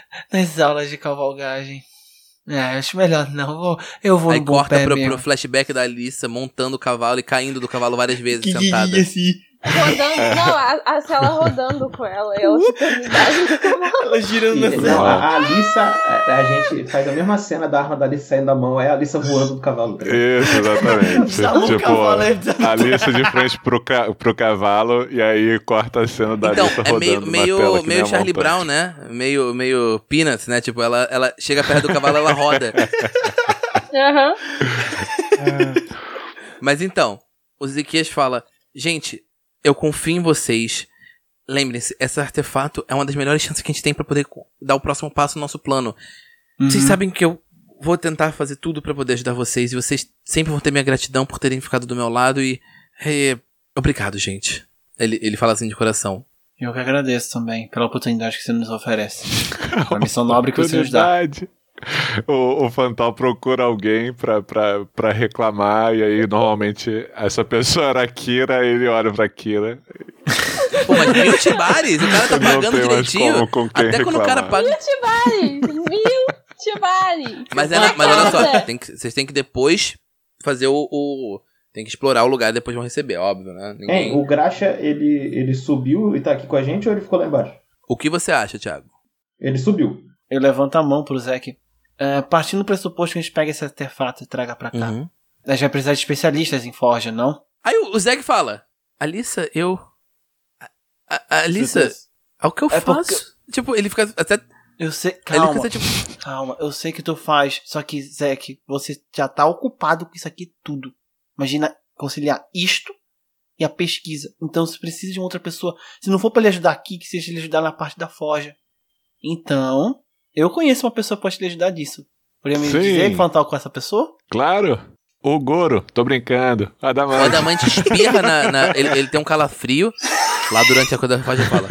Speaker 5: nas aulas de cavalgagem. É, acho melhor não. Vou- Eu vou
Speaker 2: Aí
Speaker 5: no bom
Speaker 2: corta
Speaker 5: pé
Speaker 2: pro,
Speaker 5: mesmo.
Speaker 2: pro flashback da Alissa montando o cavalo e caindo do cavalo várias vezes,
Speaker 5: Que
Speaker 2: sentada.
Speaker 5: guia, assim.
Speaker 4: Rodando. Não, a, a Cela rodando com ela. É outra oportunidade do cavalo.
Speaker 5: Ela girando assim,
Speaker 7: E-
Speaker 5: na
Speaker 7: não, a, a Alissa, a, a gente faz a mesma cena da arma da Alissa saindo da mão, é a Alissa voando do cavalo. tá ligado?
Speaker 6: Isso, exatamente.
Speaker 5: Salão
Speaker 6: tipo,
Speaker 5: cavalo, é-
Speaker 6: Alice de frente pro, ca pro cavalo e aí corta a cena da
Speaker 2: Então,
Speaker 6: Alice
Speaker 2: é meio,
Speaker 6: rodando na tela,
Speaker 2: meio,
Speaker 6: que nem
Speaker 2: meio
Speaker 6: a
Speaker 2: Charlie
Speaker 6: montanha.
Speaker 2: Brown, né? Meio, meio Peanuts, né? Tipo, ela, ela chega perto do cavalo, ela roda.
Speaker 4: Aham.
Speaker 2: Mas então, o Ezequias fala: Gente, eu confio em vocês. Lembrem-se, esse artefato é uma das melhores chances que a gente tem pra poder co- dar o próximo passo no nosso plano.
Speaker 6: Uhum.
Speaker 5: Hum,
Speaker 2: Vocês sabem que eu vou tentar fazer tudo pra poder ajudar vocês e vocês sempre vão ter minha gratidão por terem ficado do meu lado e. é, obrigado, gente. Ele, ele fala assim de coração.
Speaker 5: Eu que agradeço também pela oportunidade que você nos oferece. Uma missão nobre que você nos dá.
Speaker 6: Oportunidade. O, o Fantal procura alguém pra, pra, pra reclamar, e aí normalmente essa pessoa era a Kira, ele olha pra Kira.
Speaker 2: Pô, mas mil tibares? O cara tá
Speaker 6: não
Speaker 2: pagando
Speaker 6: tem mais
Speaker 2: direitinho.
Speaker 6: como com quem
Speaker 2: Até quando o
Speaker 6: reclamar.
Speaker 2: cara paga
Speaker 4: Tibari! Mil Tibari!
Speaker 2: Mas, é na- mas olha só, tem que- vocês têm que depois fazer o, o- Tem que explorar o lugar e depois vão receber, óbvio,
Speaker 5: É.
Speaker 2: né? Ninguém-
Speaker 7: Hein, o Graxa, ele, ele subiu e tá aqui com a gente ou ele ficou lá embaixo?
Speaker 2: O que você acha, Thiago?
Speaker 7: Ele subiu.
Speaker 5: Eu levanto a mão pro Zeke. Ah, partindo do pressuposto que a gente pega esse artefato e traga pra cá.
Speaker 2: Uhum.
Speaker 5: A gente vai precisar de especialistas em Forja, não?
Speaker 2: Aí o, o Zeg fala: Alissa, eu. A- a- a Alissa, é o que eu
Speaker 5: É porque-
Speaker 2: faço? Tipo, ele fica até.
Speaker 5: Eu sei.
Speaker 2: Ele
Speaker 5: Calma,
Speaker 2: fica até tipo.
Speaker 5: calma. Eu sei que tu faz. Só que, Zeke, você já tá ocupado com isso aqui tudo. Imagina conciliar isto e a pesquisa. Então você precisa de uma outra pessoa. Se não for pra lhe ajudar aqui, que seja lhe ajudar na parte da Forja. Então, eu conheço uma pessoa que pode lhe ajudar disso. Poderia me
Speaker 6: Sim.
Speaker 5: dizer que fantal com essa pessoa?
Speaker 6: Claro, o Goro, tô brincando. A
Speaker 2: O
Speaker 6: Adamante.
Speaker 2: Adamante espirra na. na- ele, ele tem um calafrio. Lá durante a coisa da página fala.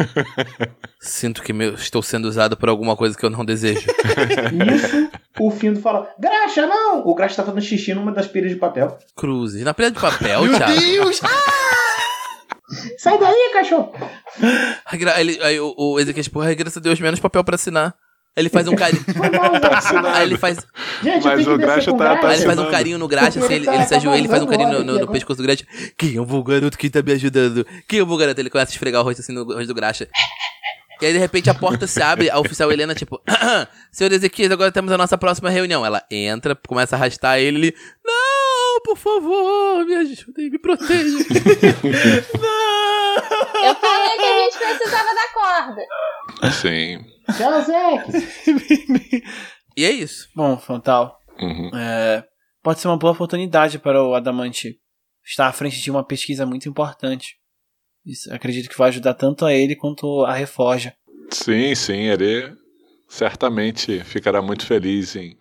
Speaker 2: Sinto que meu- estou sendo usado por alguma coisa que eu não desejo.
Speaker 7: Nisso, o Findo fala: Graxa, não! O Graxa tá fazendo xixi numa das pilhas de papel.
Speaker 2: Cruzes. Na pilha de papel,
Speaker 5: Meu
Speaker 2: Thiago.
Speaker 5: Deus!
Speaker 7: Sai daí, cachorro!
Speaker 2: A gra- Ele, aí o, o Ezequiel, porra, graças a Deus, menos papel pra assinar. Aí ele faz um carinho.
Speaker 7: Foi mal,
Speaker 3: Tá
Speaker 6: assinado.
Speaker 7: Graxa.
Speaker 2: aí ele faz,
Speaker 7: Gente, eu tenho
Speaker 6: Mas o
Speaker 7: que descer
Speaker 6: Graxa
Speaker 7: com o
Speaker 6: tá- tá
Speaker 2: aí ele
Speaker 7: Graxa.
Speaker 2: faz um carinho no Graxa, assim, ele, ele se ajoelha, ele faz um carinho no, no- no pescoço do Graxa. Quem eu vou garoto que tá me ajudando? Quem eu vou garoto? Ele começa a esfregar o rosto assim no rosto do Graxa. E aí, de repente, a porta se abre, a oficial Helena, tipo, senhor Ezequiel, agora temos a nossa próxima reunião. Ela entra, começa a arrastar ele, ele, não, por favor, me ajudem, me protejam.
Speaker 4: Eu falei que a gente precisava da corda.
Speaker 6: Sim.
Speaker 7: Tchau, Zeke.
Speaker 2: E é isso.
Speaker 5: Bom, Frontal,
Speaker 6: Uhum.
Speaker 5: é, pode ser uma boa oportunidade para o Adamante estar à frente de uma pesquisa muito importante. Isso, acredito que vai ajudar tanto a ele quanto a Reforja.
Speaker 6: Sim, sim, ele certamente ficará muito feliz em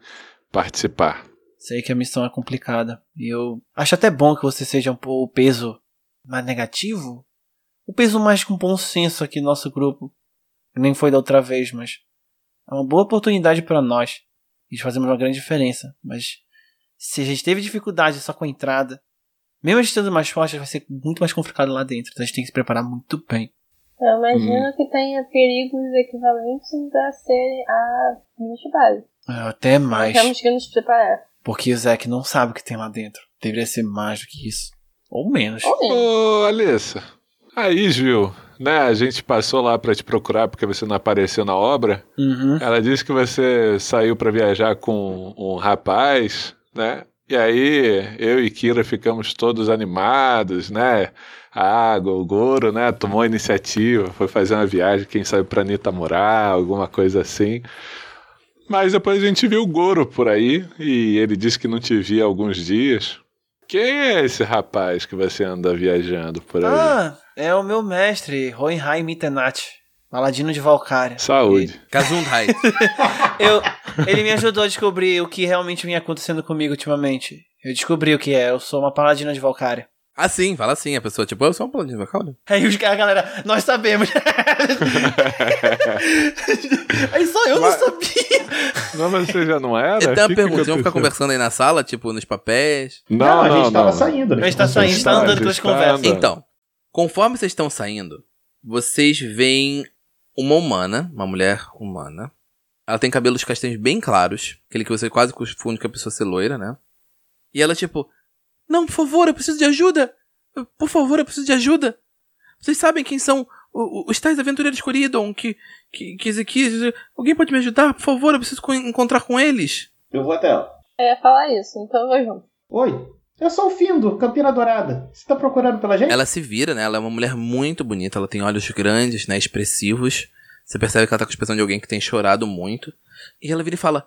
Speaker 6: participar.
Speaker 5: Sei que a missão é complicada. E eu acho até bom que você seja um pouco o peso mais negativo. O peso mais com bom senso aqui no nosso grupo. Nem foi da outra vez, mas é uma boa oportunidade para nós. E fazemos uma grande diferença. Mas se a gente teve dificuldade só com a entrada, mesmo a gente estando mais forte, vai ser muito mais complicado lá dentro. Então a gente tem que se preparar muito bem.
Speaker 4: Eu imagino que tenha perigos equivalentes a serem a Minishibari.
Speaker 5: Ah, Até mais.
Speaker 4: Temos que nos preparar.
Speaker 5: Porque o Zack não sabe o que tem lá dentro. Deveria ser mais do que isso. Ou menos.
Speaker 4: Ou menos.
Speaker 6: Ô, Alessa, aí, Gil, né, a gente passou lá pra te procurar porque você não apareceu na obra.
Speaker 5: Uhum.
Speaker 6: Ela disse que você saiu pra viajar com um rapaz, né? E aí, eu e Kira ficamos todos animados, né? A água, o Goro, né? Tomou a iniciativa, foi fazer uma viagem, quem sabe pra Nitamurá, alguma coisa assim. Mas depois a gente viu o Goro por aí e ele disse que não te via há alguns dias. Quem é esse rapaz que você anda viajando por aí?
Speaker 5: Ah, é o meu mestre, Hohenheim Mitenat, paladino de Valkyria.
Speaker 6: Saúde.
Speaker 2: Kazundai.
Speaker 5: Eu, ele me ajudou a descobrir o que realmente vinha acontecendo comigo ultimamente. Eu descobri o que é, eu sou uma paladina de Valkyria.
Speaker 2: Assim, fala assim, a pessoa, tipo, eu sou um plano de calma.
Speaker 5: Aí os caras, galera, nós sabemos. Aí só eu
Speaker 6: Mas-
Speaker 5: não sabia.
Speaker 6: Não, mas você já não era?
Speaker 2: Então,
Speaker 6: O que
Speaker 2: uma
Speaker 6: que
Speaker 2: pergunta, vamos ficar
Speaker 6: aconteceu?
Speaker 2: conversando aí na sala, tipo, nos papéis.
Speaker 6: Não,
Speaker 7: Não,
Speaker 6: não,
Speaker 7: a gente
Speaker 6: não.
Speaker 7: tava saindo. né?
Speaker 5: A gente tá saindo,
Speaker 6: está
Speaker 5: tá andando pelas
Speaker 6: está
Speaker 5: conversas.
Speaker 6: andando.
Speaker 2: Então, conforme vocês estão saindo, vocês veem uma humana, uma mulher humana. Ela tem cabelos castanhos bem claros, aquele que você quase confunde com a pessoa ser loira, né? E ela, tipo, não, por favor, eu preciso de ajuda! Eu- Por favor, eu preciso de ajuda! Vocês sabem quem são o- o- os tais aventureiros Coridon, que, que, que Ezequias. Alguém pode me ajudar? Por favor, eu preciso co- encontrar com eles.
Speaker 7: Eu vou até ela.
Speaker 4: Eu ia falar isso, então eu vou junto.
Speaker 7: Oi, eu sou o Findo, Campina Dourada. Você tá procurando pela gente?
Speaker 2: Ela se vira, né? Ela é uma mulher muito bonita, ela tem olhos grandes, né? Expressivos. Você percebe que ela tá com a expressão de alguém que tem chorado muito. E ela vira e fala: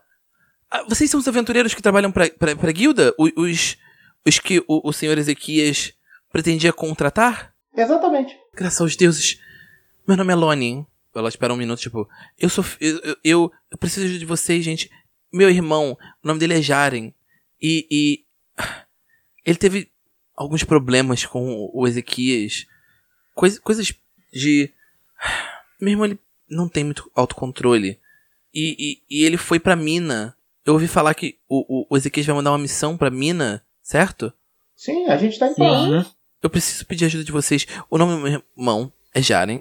Speaker 2: "Ah, Vocês são os aventureiros que trabalham pra, pra, pra guilda? O- Os, os que o, o senhor Ezequias pretendia contratar?
Speaker 7: Exatamente.
Speaker 2: Graças aos deuses. Meu nome é Lonin. Ela espera um minuto, tipo, eu sou. Eu, eu- eu, eu preciso de vocês, gente. Meu irmão, o nome dele é Jaren. E. e ele teve alguns problemas com o- o Ezequias. Coisa, coisas de. Meu irmão, ele não tem muito autocontrole. E, e, e ele foi pra mina. Eu ouvi falar que o, o, o Ezequias vai mandar uma missão pra mina, certo?
Speaker 7: Sim, a gente tá indo pra lá.
Speaker 5: Uhum.
Speaker 2: Eu preciso pedir ajuda de vocês. O nome do meu irmão é Jaren.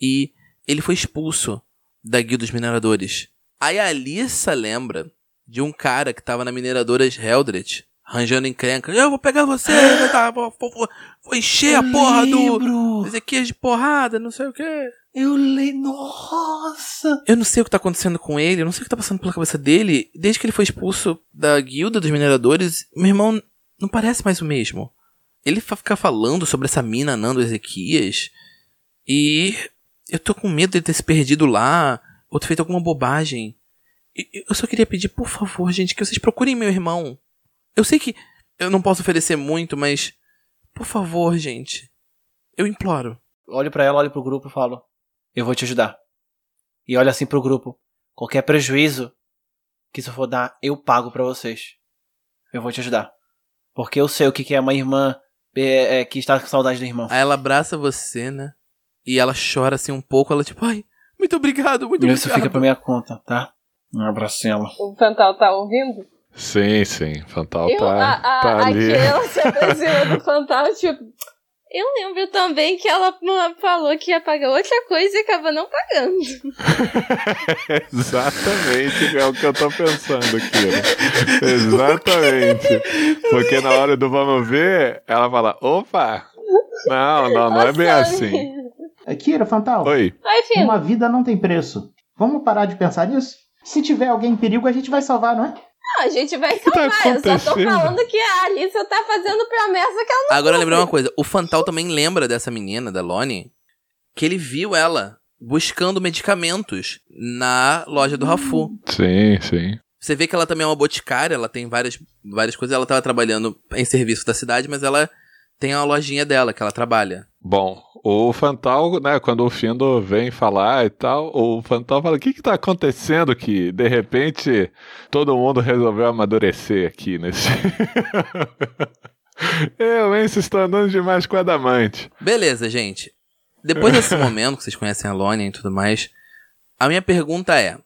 Speaker 2: E ele foi expulso da guilda dos mineradores. Aí a Alissa lembra de um cara que tava na mineradora de Heldred, arranjando encrenca. Eu vou pegar você, vai tá, vou, vou- vou- vou encher a porra do.
Speaker 5: Lembro,
Speaker 2: Ezequias de porrada, não sei o quê.
Speaker 5: eu leio. Nossa!
Speaker 2: Eu não sei o que tá acontecendo com ele, eu não sei o que tá passando pela cabeça dele. Desde que ele foi expulso da guilda dos mineradores, meu irmão não parece mais o mesmo. Ele fa- fica falando sobre essa mina Nando Ezequias. E eu tô com medo de ter se perdido lá, ou ter feito alguma bobagem. E- e Eu só queria pedir, por favor, gente, que vocês procurem meu irmão. Eu sei que eu não posso oferecer muito, mas. Por favor, gente. Eu imploro.
Speaker 5: olho pra ela, olho pro grupo e falo: Eu vou te ajudar. E olho assim pro grupo: Qualquer prejuízo que isso for dar, eu pago pra vocês. Eu vou te ajudar. Porque eu sei o que que é uma irmã é, é, que está com saudade do irmão.
Speaker 2: Aí ela abraça você, né? E ela chora assim um pouco, ela tipo, ai, muito obrigado, muito
Speaker 5: Isso
Speaker 2: obrigado.
Speaker 5: fica pra minha conta, tá? Um abraço, ela.
Speaker 4: O Fantal tá ouvindo?
Speaker 6: Sim, sim. Fantal
Speaker 4: Eu,
Speaker 6: tá,
Speaker 4: a, a,
Speaker 6: tá
Speaker 4: a
Speaker 6: ali.
Speaker 4: Keila se aproxima do Fantal, tipo. Eu lembro também que ela não- falou que ia pagar outra coisa e acaba não pagando.
Speaker 6: Exatamente, é o que eu tô pensando aqui. Exatamente. Porque na hora do vamos ver, ela fala: opa! Não, não, não é bem
Speaker 4: Nossa,
Speaker 6: assim.
Speaker 3: Kira, Fantal,
Speaker 6: Oi.
Speaker 4: Ai, filho.
Speaker 3: uma vida não tem preço. Vamos parar de pensar nisso? Se tiver alguém em perigo, a gente vai salvar, não é?
Speaker 4: Não, a gente vai
Speaker 6: que tá
Speaker 4: salvar. eu só tô
Speaker 6: acontecendo?
Speaker 4: falando que a Alice tá fazendo promessa que ela
Speaker 2: Agora eu lembrei uma coisa. O Fantal também lembra dessa menina, da Loni, que ele viu ela buscando medicamentos na loja do Rafu.
Speaker 5: Hum.
Speaker 6: Sim, sim.
Speaker 2: Você vê que ela também é uma boticária, ela tem várias, várias coisas. Ela tava trabalhando em serviço da cidade, mas ela tem uma lojinha dela que ela trabalha.
Speaker 6: Bom, o Fantal, né, quando o Findo vem falar e tal, o Fantal fala: o que que tá acontecendo que de repente todo mundo resolveu amadurecer aqui nesse. Eu, hein, vocês estão andando demais com a Adamante.
Speaker 2: Beleza, gente. Depois desse momento que vocês conhecem a Loni e tudo mais, a minha pergunta é: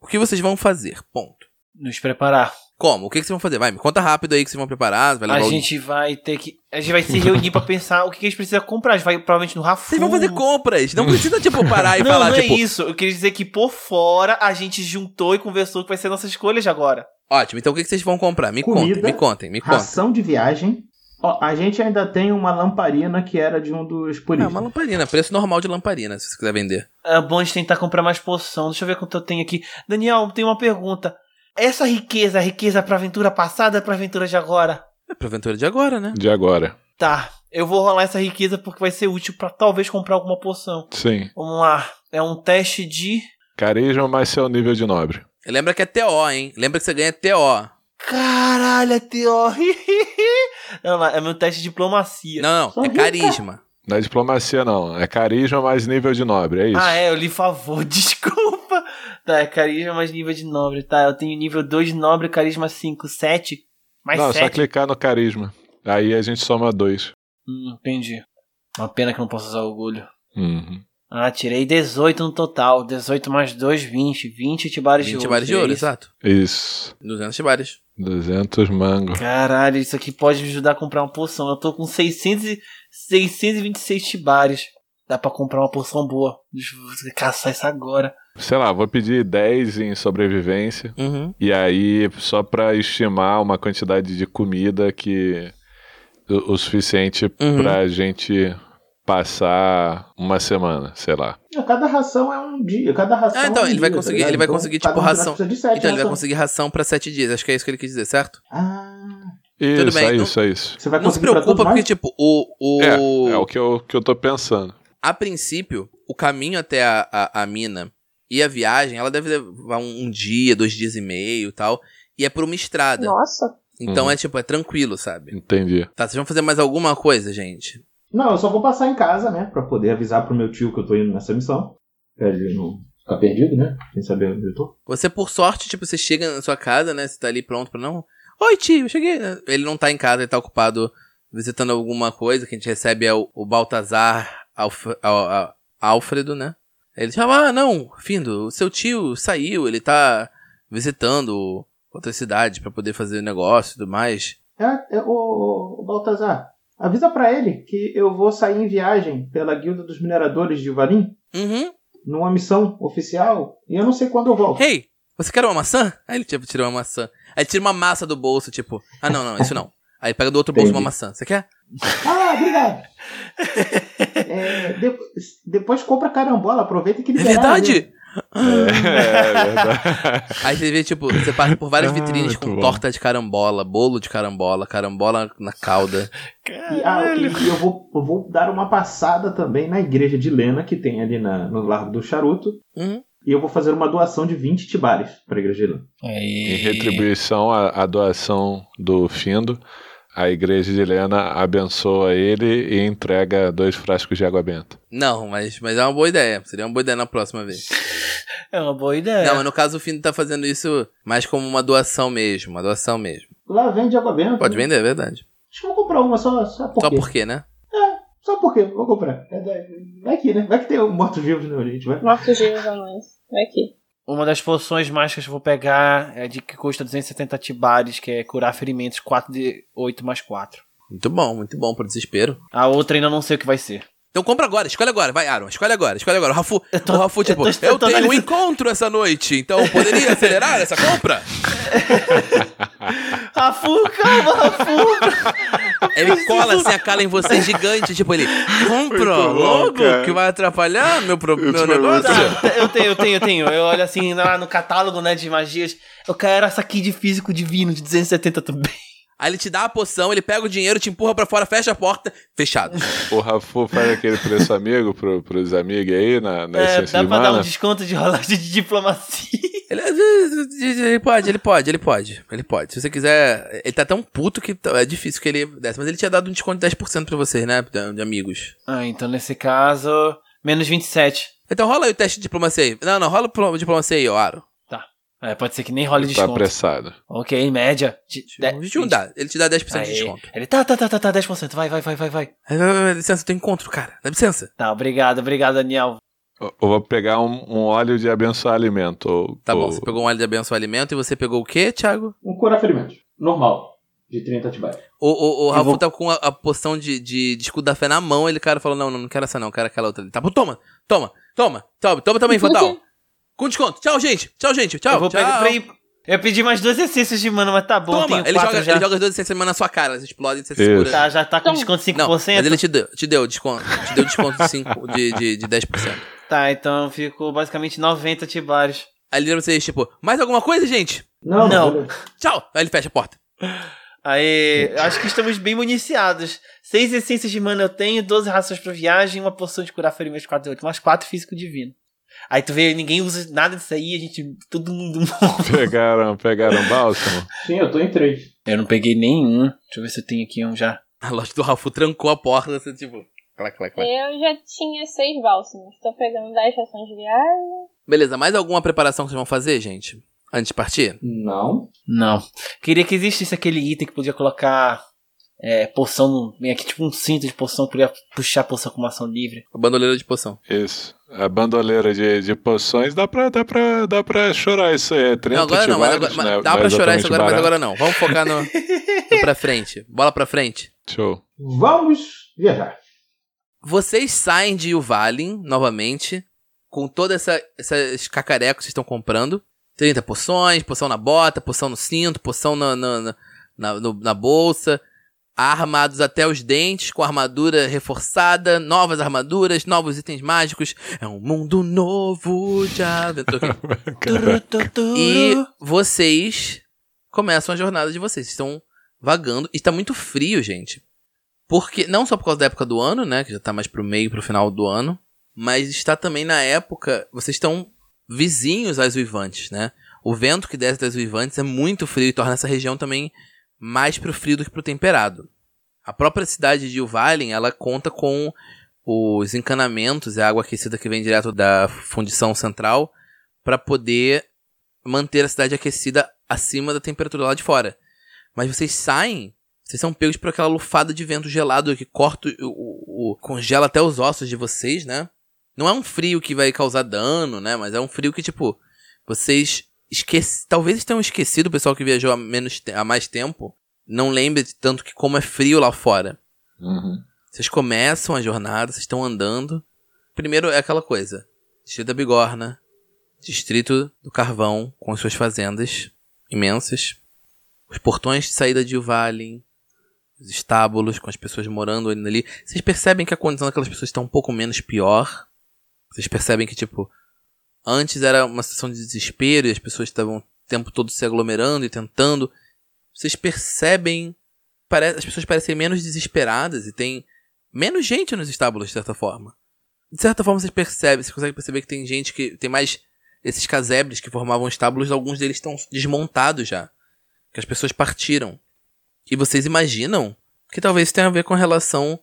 Speaker 2: o que vocês vão fazer? Ponto.
Speaker 5: Nos preparar.
Speaker 2: Como? O que, que vocês vão fazer? Vai, me conta rápido aí que vocês vão preparar. Vai
Speaker 5: A
Speaker 2: levar o-
Speaker 5: gente vai ter que. A gente vai se reunir pra pensar o que que a gente precisa comprar. A gente vai provavelmente no Rafu.
Speaker 2: Vocês vão fazer compras. Não precisa, tipo, parar e
Speaker 5: não,
Speaker 2: falar,
Speaker 5: não
Speaker 2: tipo,
Speaker 5: é isso. Eu queria dizer que por fora a gente juntou e conversou que vai ser nossas escolhas agora.
Speaker 2: Ótimo, então o que que vocês vão comprar? Me
Speaker 3: Comida,
Speaker 2: contem, me contem, me contem.
Speaker 3: Ração de viagem. Ó, a gente ainda tem uma lamparina que era de um dos
Speaker 2: Ah,
Speaker 3: puristas.
Speaker 2: uma lamparina, preço normal de lamparina, se você quiser vender.
Speaker 5: É bom a gente tentar comprar mais poção. Deixa eu ver quanto eu tenho aqui. Daniel, tem uma pergunta. Essa riqueza, é riqueza pra aventura passada ou pra aventura de agora?
Speaker 2: É pra aventura de agora, né?
Speaker 6: De agora.
Speaker 5: Tá, eu vou rolar essa riqueza porque vai ser útil pra talvez comprar alguma poção.
Speaker 6: Sim.
Speaker 5: Vamos lá. É um teste de.
Speaker 6: Carisma mais seu nível de nobre.
Speaker 2: Lembra que é TO, hein? Lembra que você ganha TO.
Speaker 5: Caralho, é T.O. Vamos lá, é meu teste de diplomacia.
Speaker 2: Não, não, é carisma.
Speaker 6: Não é diplomacia, não. É carisma mais nível de nobre, é isso.
Speaker 5: Ah, é, eu li favor, desculpa. Tá, é carisma mais nível de nobre, tá? Eu tenho nível 2 nobre, carisma 5, 7. Mais
Speaker 6: não, é só
Speaker 5: 7.
Speaker 6: clicar no carisma. Aí a gente soma dois.
Speaker 5: Hum, entendi. Uma pena que eu não posso usar orgulho.
Speaker 6: Uhum.
Speaker 5: Ah, tirei 18 no total. 18 mais 2, 20. 20 tibares de ouro.
Speaker 2: 20 bares de ouro,
Speaker 5: é isso?
Speaker 2: exato.
Speaker 6: Isso.
Speaker 2: 200 tibares.
Speaker 6: 200 mango.
Speaker 5: Caralho, isso aqui pode me ajudar a comprar uma poção. Eu tô com 600 e... 626 tibares. Dá pra comprar uma poção boa. Deixa eu caçar isso agora.
Speaker 6: Sei lá, vou pedir 10 em sobrevivência.
Speaker 2: Uhum.
Speaker 6: E aí, só pra estimar uma quantidade de comida que. O, o suficiente
Speaker 2: Uhum.
Speaker 6: pra gente passar uma semana, sei lá.
Speaker 3: Cada ração é um dia. Cada ração
Speaker 2: Ah, então,
Speaker 3: é um
Speaker 2: ele vai
Speaker 3: dia, tá
Speaker 2: conseguir-
Speaker 3: ligado?
Speaker 2: ele vai
Speaker 3: Então,
Speaker 2: conseguir,
Speaker 3: cada
Speaker 2: tipo,
Speaker 3: um de nós
Speaker 2: ração.
Speaker 3: precisa de sete
Speaker 2: Então ele vai
Speaker 3: rações.
Speaker 2: conseguir ração pra 7 dias, acho que é isso que ele quis dizer, certo?
Speaker 3: Ah,
Speaker 6: Isso,
Speaker 2: Tudo bem,
Speaker 6: é
Speaker 2: não-
Speaker 6: isso, é isso.
Speaker 3: você vai
Speaker 2: Não se
Speaker 3: conseguir pra
Speaker 2: preocupa,
Speaker 3: todos
Speaker 2: porque,
Speaker 3: nós?
Speaker 2: tipo, o. o...
Speaker 6: É, é o que eu, que eu tô pensando.
Speaker 2: A princípio, o caminho até a, a, a mina e a viagem, ela deve levar um, um dia, dois dias e meio e tal. E é por uma estrada.
Speaker 4: Nossa.
Speaker 2: Então
Speaker 6: Uhum.
Speaker 2: é tipo, é tranquilo, sabe?
Speaker 6: Entendi.
Speaker 2: Tá, vocês vão fazer mais alguma coisa, gente?
Speaker 3: Não, eu só vou passar em casa, né? Pra poder avisar pro meu tio que eu tô indo nessa missão. Pra ele não ficar perdido, né? Sem saber onde eu tô.
Speaker 2: Você, por sorte, tipo, você chega na sua casa, né? Você tá ali pronto pra não. Oi, tio, eu cheguei. Ele não tá em casa, ele tá ocupado visitando alguma coisa. que a gente recebe é o, o Baltazar Alf- Al- Al- Alfredo, né? Ele fala, ah, não, Findo, o seu tio saiu, ele tá visitando outra cidade pra poder fazer negócio e tudo mais.
Speaker 3: É, é, ô, ô, ô, Baltazar, avisa pra ele que eu vou sair em viagem pela Guilda dos Mineradores de Varim
Speaker 2: Uhum.
Speaker 3: numa missão oficial e eu não sei quando eu volto.
Speaker 2: Hey, você quer uma maçã? Aí ele, tipo, tira uma maçã. Aí ele tira uma massa do bolso, tipo, ah, não, não, isso não. Aí pega do outro bolso uma
Speaker 3: Entendi.
Speaker 2: maçã. Você quer?
Speaker 3: Ah, obrigado. É, de- depois compra carambola, aproveita que né?
Speaker 2: É
Speaker 3: liberaram ele.
Speaker 2: verdade!
Speaker 6: É, é verdade.
Speaker 2: Aí você vê, tipo, você passa por várias
Speaker 6: Ah,
Speaker 2: vitrines
Speaker 6: muito
Speaker 2: com
Speaker 6: bom.
Speaker 2: torta de carambola, bolo de carambola, carambola na calda.
Speaker 3: E,
Speaker 2: É,
Speaker 3: ah,
Speaker 5: Caralho.
Speaker 3: e, e eu, vou, eu vou dar uma passada também na igreja de Lena, que tem ali na- no Largo do Charuto.
Speaker 5: Hum?
Speaker 2: Uhum.
Speaker 3: E eu vou fazer uma doação de 20 tibares pra igreja de Lena.
Speaker 6: Em
Speaker 5: Aí.
Speaker 6: retribuição à, à doação do Findo, a igreja de Helena abençoa ele e entrega dois frascos de água benta.
Speaker 2: Não, mas, mas é uma boa ideia. Seria uma boa ideia na próxima vez.
Speaker 5: É uma boa ideia.
Speaker 2: Não, mas no caso o Fino tá fazendo isso mais como uma doação mesmo. Uma doação mesmo.
Speaker 3: Lá vende água benta.
Speaker 5: Hum.
Speaker 2: Pode vender, é verdade.
Speaker 3: Acho que eu vou comprar uma só, só
Speaker 2: Só
Speaker 3: porque.
Speaker 2: porque, né?
Speaker 7: Só porque, vou comprar. É da- Vai aqui, né? Vai que tem mortos-vivos no Oriente, vai.
Speaker 4: Mortos vivos anões. Vai aqui.
Speaker 5: Uma das poções mágicas que eu vou pegar é de que custa 270 tibares, que é curar ferimentos 4 de 8 mais 4.
Speaker 2: Muito bom, muito bom pro desespero.
Speaker 5: A outra ainda não sei o que vai ser.
Speaker 2: Então compra agora, escolhe agora, vai, Aaron, escolhe agora, escolhe agora. O Rafu, o Rafu tipo,
Speaker 5: tô-
Speaker 2: eu,
Speaker 5: eu tô
Speaker 2: tenho um
Speaker 5: analisando."
Speaker 2: encontro essa noite, então poderia acelerar essa compra?
Speaker 5: Rafu, calma, Rafu!
Speaker 2: Ele cola assim a cala em você gigante, tipo, ele compra
Speaker 6: Muito bom,
Speaker 2: logo,
Speaker 6: cara.
Speaker 2: que vai atrapalhar meu, pro,
Speaker 6: Isso
Speaker 2: meu
Speaker 6: foi
Speaker 2: negócio.
Speaker 5: Tá, eu tenho, eu tenho, eu tenho. Eu olho assim lá no catálogo, né, de magias. Eu quero essa aqui de físico divino de 270 também.
Speaker 2: Aí ele te dá a poção, ele pega o dinheiro, te empurra pra fora, fecha a porta, fechado.
Speaker 6: O Rafu faz aquele preço amigo pro, pros amigos aí na, na
Speaker 5: É,
Speaker 6: essência
Speaker 5: dá
Speaker 6: de
Speaker 5: pra dar um
Speaker 6: mana.
Speaker 5: desconto de rolagem de diplomacia.
Speaker 2: Ele, ele pode, ele pode, ele pode, ele pode. Se você quiser, ele tá tão puto que é difícil que ele desse, mas ele tinha dado um desconto de 10% pra vocês, né, de de amigos.
Speaker 5: Ah, então nesse caso, menos 27.
Speaker 2: Então rola aí o teste de diplomacia aí. Não, não, rola o pro- diplomacia aí, ó, Aro.
Speaker 5: É, pode ser que nem role
Speaker 6: Tá
Speaker 5: desconto.
Speaker 6: apressado.
Speaker 5: Ok, em média. De, um- de-
Speaker 2: 21 dá, ele te dá 10% de
Speaker 5: Aí.
Speaker 2: desconto.
Speaker 5: Ele tá, tá, tá, tá, tá, 10%. Vai, vai, vai, vai, vai.
Speaker 2: Aí, vai, vai, vai, Licença, eu tenho encontro, cara. Dá licença.
Speaker 5: Tá, obrigado, obrigado, Daniel.
Speaker 6: Eu eu vou pegar um, um óleo de abençoar alimento. ou-
Speaker 2: Tá bom,
Speaker 6: ou-
Speaker 2: você pegou um alho de abençoar alimento e você pegou o quê, Thiago?
Speaker 7: Um curar ferimentos. Normal. De 30 atibares.
Speaker 2: O, o, o
Speaker 5: Eu
Speaker 2: Rafa
Speaker 5: vou-
Speaker 2: tá com a, a poção de, de, de escudo da fé na mão, ele cara falou, não, não, não quero essa não, quero aquela outra ali. Tá bom, toma, toma, toma, toma, toma também, Fantal. com desconto. Tchau, gente. Tchau, gente. Tchau,
Speaker 5: eu vou
Speaker 2: tchau.
Speaker 5: pegar pra ir- Eu pedi mais dois essências de mano, mas tá bom,
Speaker 2: Toma,
Speaker 5: tenho
Speaker 2: ele
Speaker 5: quatro
Speaker 2: joga,
Speaker 5: já.
Speaker 2: ele joga as duas essências na sua cara, você explode, você
Speaker 6: Isso.
Speaker 2: segura.
Speaker 5: Tá, já tá com
Speaker 4: Então-
Speaker 5: desconto de 5%.
Speaker 2: Não, mas ele te deu, te deu desconto, te deu desconto de, cinco de, de, de 10%.
Speaker 5: Tá, então ficou basicamente 90 tibares.
Speaker 2: Aí ele lembra vocês, tipo, mais alguma coisa, gente?
Speaker 7: Não,
Speaker 5: Não.
Speaker 7: valeu.
Speaker 2: Tchau! Aí ele fecha a porta.
Speaker 5: Aí, acho que estamos bem municiados. Seis essências de mana eu tenho, 12 rações pra viagem, uma poção de curar ferimentos 4 e 8, mais 4 físico divino. Aí tu vê, ninguém usa nada disso aí, a gente. Todo mundo morre.
Speaker 6: Pegaram, pegaram bálsamo?
Speaker 7: Sim, eu tô em 3.
Speaker 5: Eu não peguei nenhum. Deixa eu ver se eu tenho aqui um já.
Speaker 2: A loja do Rafu trancou a porta, você tipo. Clac, clac, clac.
Speaker 4: Eu já tinha seis bálsamos. Tô pegando 10 rações de viagem.
Speaker 2: Beleza, mais alguma preparação que vocês vão fazer, gente? Antes de partir?
Speaker 7: Não.
Speaker 5: Não. Queria que existisse aquele item que podia colocar é, poção, no- meio aqui, tipo um cinto de poção, podia puxar a poção com uma ação livre.
Speaker 2: A bandoleira de poção.
Speaker 6: Isso. A bandoleira de, de poções dá pra, dá, pra, dá pra chorar isso aí. É 30
Speaker 2: não, agora não, mas agora,
Speaker 6: tibares,
Speaker 2: mas
Speaker 6: né?
Speaker 2: dá
Speaker 6: Não é
Speaker 2: pra chorar isso agora, mas
Speaker 6: exatamente
Speaker 2: agora não. Vamos focar no, no pra frente. Bola pra frente.
Speaker 6: barato. Show.
Speaker 7: Vamos viajar.
Speaker 2: Vocês saem de Uvalin novamente, com toda essa essas cacarecos que vocês estão comprando. 30 poções, poção na bota, poção no cinto, poção na, na, na, na- no- na bolsa. Armados até os dentes, com armadura reforçada, novas armaduras, novos itens mágicos. É um mundo novo de aventura.
Speaker 6: Cara,
Speaker 2: E vocês começam a jornada de vocês. Vocês Estão vagando. E tá muito frio, gente. Porque, não só por causa da época do ano, né? Que já tá mais pro meio, pro final do ano. Mas está também na época. Vocês estão vizinhos às uivantes, né? O vento que desce das uivantes é muito frio e torna essa região também mais pro frio do que pro temperado. A própria cidade de Uvalin, ela conta com os encanamentos, é a água aquecida que vem direto da fundição central, para poder manter a cidade aquecida acima da temperatura lá de fora. Mas vocês saem, vocês são pegos por aquela lufada de vento gelado que corta, o, o- o- congela até os ossos de vocês, né? Não é um frio que vai causar dano, né? Mas é um frio que, tipo, vocês esquece, talvez tenham esquecido o pessoal que viajou há, menos, te- há mais tempo. Não lembre de tanto que como é frio lá fora.
Speaker 6: uhum.
Speaker 2: Vocês começam a jornada, vocês estão andando. Primeiro é aquela coisa: Distrito da Bigorna, Distrito do Carvão, com as suas fazendas imensas, os portões de saída de Uvalin, os estábulos com as pessoas morando ainda ali. Vocês percebem que a condição daquelas pessoas está um pouco menos pior. Vocês percebem que, tipo, antes era uma situação de desespero e as pessoas estavam o tempo todo se aglomerando e tentando. Vocês percebem. pare- As pessoas parecem menos desesperadas e tem menos gente nos estábulos, de certa forma. De certa forma, vocês percebem, vocês conseguem perceber que tem gente que. Tem mais. Esses casebres que formavam estábulos, alguns deles estão desmontados já. Que as pessoas partiram. E vocês imaginam que talvez tenha a ver com a relação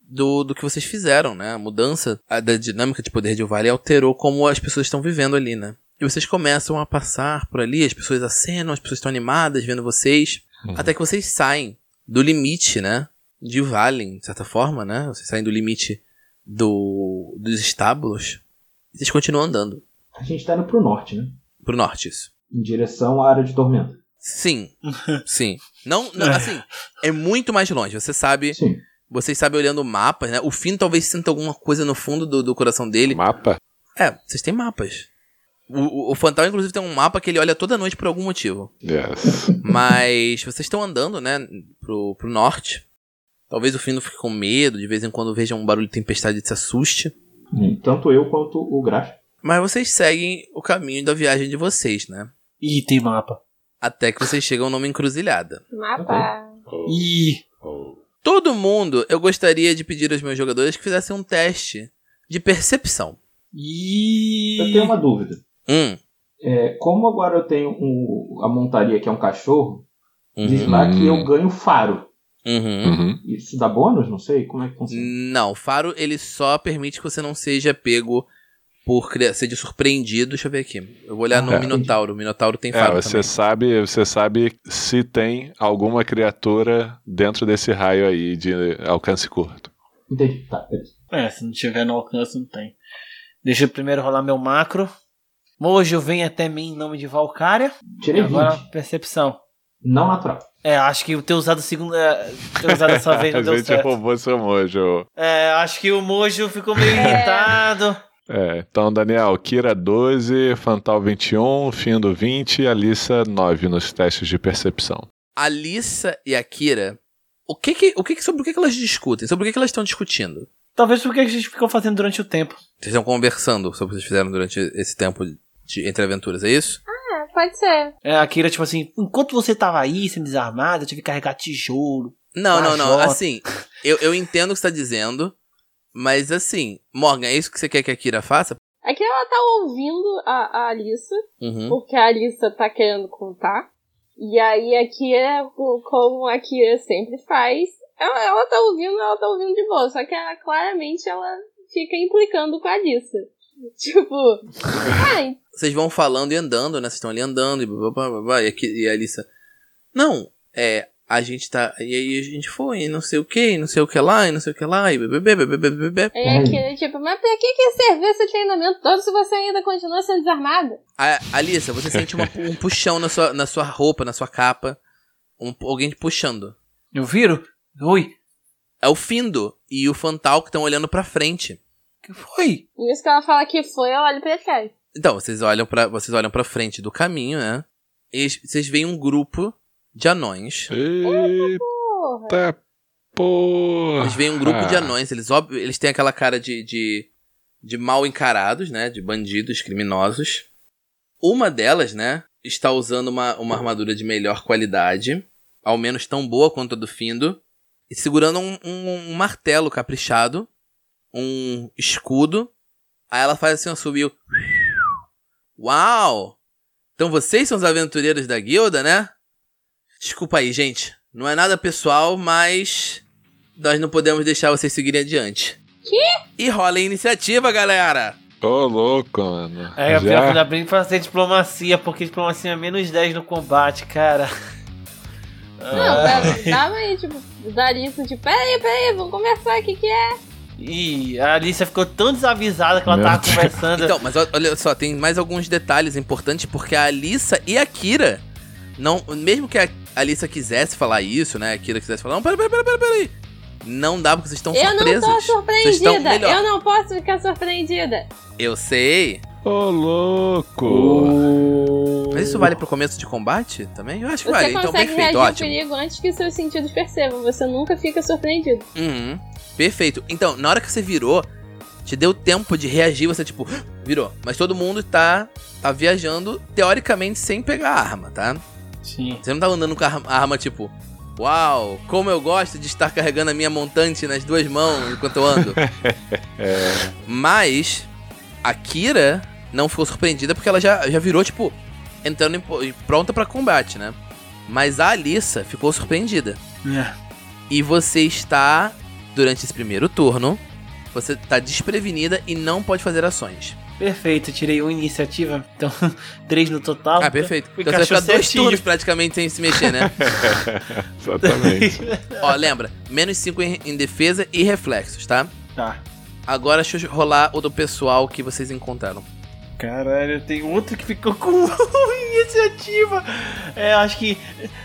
Speaker 2: do, do que vocês fizeram, né? A mudança a- da dinâmica de poder de Vale alterou como as pessoas estão vivendo ali, né? E vocês começam a passar por ali, as pessoas acenam, as pessoas estão animadas vendo vocês.
Speaker 6: Uhum.
Speaker 2: Até que vocês saem do limite, né? de Valen, de certa forma, né? Vocês saem do limite do, dos estábulos. E vocês continuam andando
Speaker 7: A gente tá indo pro norte, né?
Speaker 2: pro norte, isso.
Speaker 7: Em direção à área de tormenta.
Speaker 2: Sim, sim. Não, não, assim, é muito mais longe. Você sabe,
Speaker 7: Sim.
Speaker 2: vocês sabem olhando o mapa, né? O Finn talvez sinta alguma coisa no fundo do, do coração dele.
Speaker 6: Mapa?
Speaker 2: É, vocês têm mapas. O, o, o Fantasma, inclusive, tem um mapa que ele olha toda noite por algum motivo.
Speaker 6: Yes.
Speaker 2: Mas vocês estão andando, né, pro, pro norte. Talvez o Fino fique com medo, de vez em quando veja um barulho de tempestade e se assuste.
Speaker 7: Hum, Tanto eu quanto o Graxa.
Speaker 2: Mas vocês seguem o caminho da viagem de vocês, né?
Speaker 5: Ih, tem mapa.
Speaker 2: Até que vocês chegam numa encruzilhada.
Speaker 4: Mapa.
Speaker 5: Ih,
Speaker 2: Todo mundo, eu gostaria de pedir aos meus jogadores que fizessem um teste de percepção.
Speaker 5: ih.
Speaker 7: Eu tenho uma dúvida.
Speaker 2: Hum,
Speaker 7: É, como agora eu tenho um- a montaria que é um cachorro, diz
Speaker 2: uhum,
Speaker 7: lá que eu ganho faro.
Speaker 2: uhum.
Speaker 6: Uhum.
Speaker 7: Isso dá bônus? Não sei. Como é que funciona?
Speaker 2: Não, o faro ele só permite que você não seja pego por cria- seja surpreendido. Deixa eu ver aqui. Eu vou olhar no
Speaker 7: É.
Speaker 2: Minotauro. O Minotauro tem
Speaker 6: Ah, tá. É,
Speaker 2: faro
Speaker 6: você
Speaker 2: também.
Speaker 6: sabe, você sabe se tem alguma criatura dentro desse raio aí de alcance curto.
Speaker 2: Hum.
Speaker 7: Entendi. Tá, beleza.
Speaker 5: É, se não tiver no alcance, não tem. Deixa eu primeiro rolar meu macro. Mojo vem até mim em nome de Valkyria. E
Speaker 7: Tirei
Speaker 5: agora,
Speaker 7: 20.
Speaker 5: percepção.
Speaker 7: Não natural.
Speaker 5: É, acho que o ter usado segunda. Ter usado dessa vez
Speaker 6: A
Speaker 5: não deu
Speaker 6: gente
Speaker 5: certo.
Speaker 6: roubou seu mojo.
Speaker 5: É, acho que o Mojo ficou meio
Speaker 4: É.
Speaker 5: irritado.
Speaker 6: É, então, Daniel, Kira 12, Fantal 21, Findo 20, Alissa 9 nos testes de percepção.
Speaker 2: A Lissa e a Kira, o que que, o que que- sobre o que, que elas discutem? Sobre o que, que elas estão discutindo?
Speaker 5: Talvez porque a gente ficou fazendo durante o tempo.
Speaker 2: Vocês estão conversando sobre o que vocês fizeram durante esse tempo de, entre aventuras, é isso?
Speaker 4: É, pode ser.
Speaker 5: É, a Kira, tipo assim, enquanto você tava aí, sendo desarmado, eu tive que carregar tijolo.
Speaker 2: Não, não, não.
Speaker 5: Lajota.
Speaker 2: Assim, eu, eu entendo o que você tá dizendo, mas assim, Morgan, é isso que você quer que a Kira faça?
Speaker 4: Aqui ela tá ouvindo a, a Alissa,
Speaker 2: Uhum.
Speaker 4: porque a Alissa tá querendo contar. E aí a Kira, co- como a Kira sempre faz, ela, ela tá ouvindo, ela tá ouvindo de boa. Só que ela claramente ela fica implicando com a Alissa. Tipo, ah, en-
Speaker 2: vocês vão falando e andando, né? Vocês estão ali andando e blá, blá, blá, blá, blá, e, aqui, e a Alissa, não, é, a gente tá, e aí a gente foi, e não sei o que, e não sei o que lá, e não sei o que lá, e bebê, bebê, bebê, bebê.
Speaker 4: aí a Kira, tipo, mas pra que, que serviu esse treinamento todo se você ainda continua sendo desarmada?
Speaker 2: A, Alissa, você sente uma- um puxão na sua, na sua roupa, na sua capa, um- alguém te puxando.
Speaker 5: Eu viro? Oi,
Speaker 2: É o Findo e o Fantal que estão olhando pra frente.
Speaker 5: o que foi?
Speaker 4: E isso que ela fala que foi, eu olho pra trás.
Speaker 2: Então, vocês olham pra vocês olham para frente do caminho, né? E vocês veem um grupo de anões.
Speaker 6: Eita
Speaker 4: Porra.
Speaker 6: porra!
Speaker 2: Eles veem um grupo de anões, eles, ob- eles têm aquela cara de, de, de mal encarados, né? De bandidos, criminosos. Uma delas, né? Está usando uma, uma armadura de melhor qualidade, ao menos tão boa quanto a do Findo, e segurando um, um- um martelo caprichado, um escudo. Aí ela faz assim um subiu. Uau! Então vocês são os aventureiros da guilda, né? Desculpa aí, gente. Não é nada pessoal, mas nós não podemos deixar vocês seguirem adiante. Que? E rola a iniciativa, galera!
Speaker 6: Ô, louco, mano.
Speaker 5: É, a pior que
Speaker 6: Já?
Speaker 5: ainda bem pra ser diplomacia, porque diplomacia é menos 10 no combate, cara.
Speaker 2: Ah.
Speaker 4: Não, tava- tava aí, tipo, da Alissa, tipo, peraí, peraí, vamos conversar, o que que é?
Speaker 5: Ih, a Alicia ficou tão desavisada que ela
Speaker 6: Meu
Speaker 5: tava
Speaker 6: Deus.
Speaker 5: conversando.
Speaker 2: Então, mas o- olha só, tem mais alguns detalhes importantes, porque a Alissa e a Kira. Não, mesmo que a Alissa quisesse falar isso, né? A Kira quisesse falar, não, peraí, peraí, peraí, peraí. Não dá porque vocês estão
Speaker 4: Eu não
Speaker 2: surpresos.
Speaker 4: tô
Speaker 2: Vocês estão
Speaker 4: surpreendida,
Speaker 2: melhor.
Speaker 4: eu não posso ficar surpreendida.
Speaker 2: Eu sei.
Speaker 6: Ô, louco!
Speaker 7: O...
Speaker 2: Mas isso vale pro começo de combate também? Eu acho que
Speaker 4: Você
Speaker 2: vale. Então, bem
Speaker 4: consegue reagir
Speaker 2: feito,
Speaker 4: ao
Speaker 2: ótimo.
Speaker 4: perigo antes que seus sentidos percebam, você nunca fica surpreendido.
Speaker 2: Uhum. Perfeito. Então, na hora que você virou, te deu tempo de reagir, você tipo, virou. Mas todo mundo tá, tá viajando, teoricamente, sem pegar a arma, tá?
Speaker 5: Sim.
Speaker 2: Você não tá andando com a arma- a arma tipo, uau, como eu gosto de estar carregando a minha montante nas duas mãos enquanto eu ando. Mas a Kira não ficou surpreendida porque ela já, já virou, tipo, entrando em po- pronta pra combate, né? Mas a Alissa ficou surpreendida.
Speaker 5: É.
Speaker 2: E você tá está, durante esse primeiro turno, você está desprevenida e não pode fazer ações.
Speaker 5: Perfeito, tirei uma iniciativa, então três no total.
Speaker 2: Ah, perfeito.
Speaker 5: O
Speaker 2: Então você vai ficar
Speaker 5: cachorro
Speaker 2: dois
Speaker 5: certinho.
Speaker 2: turnos praticamente sem se mexer, né?
Speaker 6: Exatamente.
Speaker 2: Ó, lembra, menos 5 em, em defesa e reflexos, tá?
Speaker 5: Tá.
Speaker 2: Agora deixa eu rolar o do pessoal que vocês encontraram.
Speaker 5: Caralho, tem outro que ficou com iniciativa. É, acho que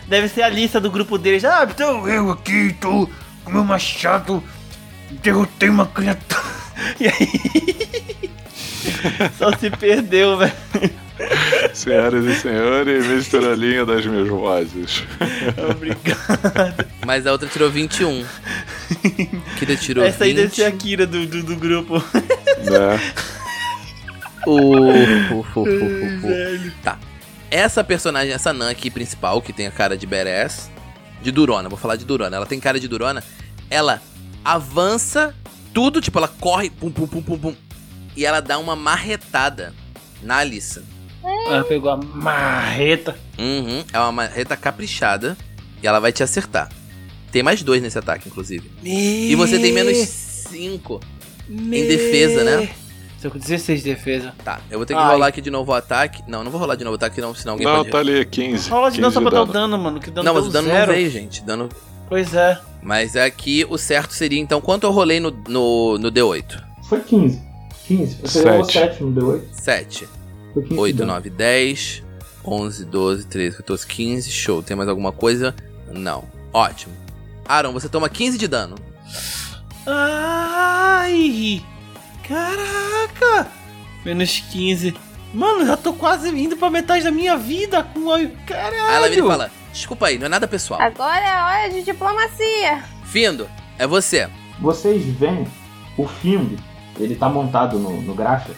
Speaker 5: deve ser a lista do grupo deles. Ah, então eu aqui tô com meu machado, derrotei uma criatura. E aí? Só se perdeu, velho.
Speaker 6: Senhoras e senhores, Mr. Olinho das minhas vozes.
Speaker 5: Obrigado.
Speaker 2: Mas a outra tirou 21. Kira tirou
Speaker 5: Essa aí deve
Speaker 2: 20.
Speaker 5: ser a Kira do, do, do grupo.
Speaker 6: Né?
Speaker 2: Uh, uh, uh, uh, uh. Tá. Essa personagem, essa Nan aqui principal, que tem a cara de badass, de durona, vou falar de durona. Ela tem cara de durona, ela avança tudo, tipo, ela corre, pum, pum, pum, pum, pum. E ela dá uma marretada na Alissa.
Speaker 5: Ela pegou a marreta.
Speaker 2: Uhum, é uma marreta caprichada e ela vai te acertar. Tem mais dois nesse ataque, inclusive. E você tem menos cinco. em defesa, né?
Speaker 5: Tô com 16 de defesa.
Speaker 2: Tá, eu vou ter que
Speaker 5: Ai.
Speaker 2: rolar aqui de novo o ataque. Não, não vou rolar de novo o ataque, não, senão alguém
Speaker 6: Não,
Speaker 2: pode...
Speaker 6: tá ali, 15.
Speaker 5: Rola de dano só
Speaker 6: 15
Speaker 5: pra dar o
Speaker 6: dano.
Speaker 5: dano, mano. Que o dano
Speaker 2: Não, mas o
Speaker 5: deu
Speaker 2: dano
Speaker 5: um zero.
Speaker 2: não veio, gente. Dano
Speaker 5: Pois é.
Speaker 2: Mas aqui o certo seria, então, quanto eu rolei no, no, no D8?
Speaker 7: Foi 15. 15. Você levou
Speaker 6: Sete.
Speaker 7: 7, não deu 8?
Speaker 2: 7,
Speaker 7: Foi 15.
Speaker 2: 8,
Speaker 7: dano.
Speaker 2: 9, 10, 11, 12, 13, 14, 15. Show. Tem mais alguma coisa? Não. Ótimo. Aaron, você toma 15 de dano.
Speaker 5: Ai! Caraca! Menos 15. Mano, já tô quase indo pra metade da minha vida com a. Caralho!
Speaker 2: Aí ela vira e fala: Desculpa aí, não é nada pessoal.
Speaker 4: Agora é a hora de diplomacia.
Speaker 2: Findo, é você.
Speaker 7: Vocês veem o Fing, ele tá montado no, no Grasha.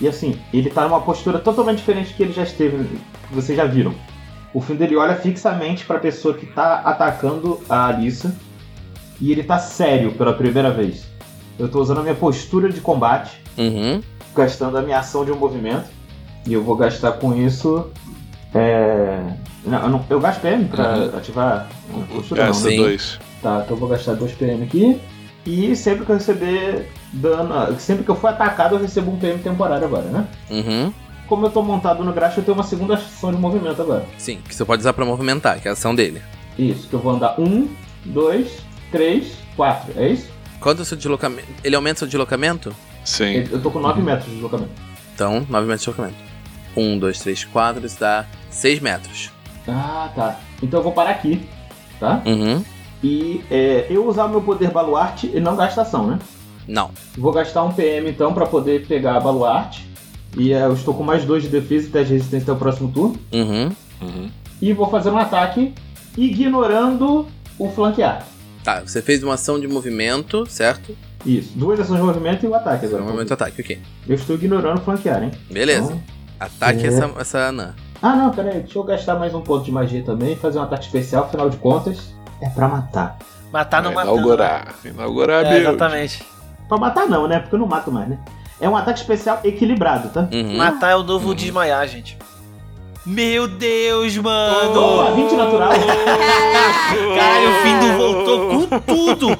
Speaker 7: E assim, ele tá numa postura totalmente diferente que ele já esteve, que vocês já viram. O Fing ele olha fixamente pra pessoa que tá atacando a Alissa. E ele tá sério pela primeira vez. Eu tô usando a minha postura de combate,
Speaker 2: Uhum.
Speaker 7: gastando a minha ação de um movimento. E eu vou gastar com isso. É. Não, eu, não- eu gasto PM pra
Speaker 2: Uhum.
Speaker 7: ativar a postura,
Speaker 6: É,
Speaker 7: não, né?
Speaker 2: sim.
Speaker 6: C2.
Speaker 7: Tá, então eu vou gastar 2 PM aqui. E sempre que eu receber dano. Sempre que eu for atacado, eu recebo um PM temporário agora, né?
Speaker 2: Uhum.
Speaker 7: Como eu tô montado no graxa, eu tenho uma segunda ação de movimento agora.
Speaker 2: Sim, que você pode usar pra movimentar, que é a ação dele.
Speaker 7: Isso, que eu vou andar 1, 2, 3, 4. É isso?
Speaker 2: Quanto é o seu deslocamento? Ele aumenta o seu deslocamento?
Speaker 6: Sim.
Speaker 7: Eu tô com 9 metros de deslocamento.
Speaker 2: Então, 9 metros de deslocamento. 1, 2, 3, 4, isso dá 6 metros.
Speaker 7: Ah, tá. Então eu vou parar aqui, tá?
Speaker 2: Uhum.
Speaker 7: E é, eu usar o meu poder baluarte e não gasta ação, né?
Speaker 2: Não.
Speaker 7: Vou gastar um PM então pra poder pegar a baluarte. E é, eu estou com mais 2 de defesa e 10 de resistência até o próximo turno.
Speaker 2: Uhum.
Speaker 6: Uhum.
Speaker 7: e vou fazer um ataque ignorando o flanquear.
Speaker 2: Tá, você fez uma ação de movimento, certo?
Speaker 7: Isso. Duas ações de movimento e o ataque
Speaker 2: Foi
Speaker 7: agora.
Speaker 2: um movimento ataque, ok.
Speaker 7: Eu estou ignorando o flanquear, hein?
Speaker 2: Beleza.
Speaker 7: Então-
Speaker 2: Ataque
Speaker 7: É.
Speaker 2: essa, essa anã.
Speaker 7: Ah, não, peraí. Deixa eu gastar mais um ponto de magia também e fazer um ataque especial. Afinal de contas, é pra matar.
Speaker 5: Matar Ah, não
Speaker 6: Vai
Speaker 5: matar.
Speaker 6: inaugurar. Inaugurar,
Speaker 5: É,
Speaker 6: Bill.
Speaker 5: exatamente.
Speaker 7: Pra matar não, né? Porque eu não mato mais, né? É um ataque especial equilibrado, tá?
Speaker 2: Uhum.
Speaker 5: Matar é o novo desmaiar, gente. Meu Deus, mano!
Speaker 7: Opa, 20 natural.
Speaker 5: Caralho, o Findo voltou com tudo!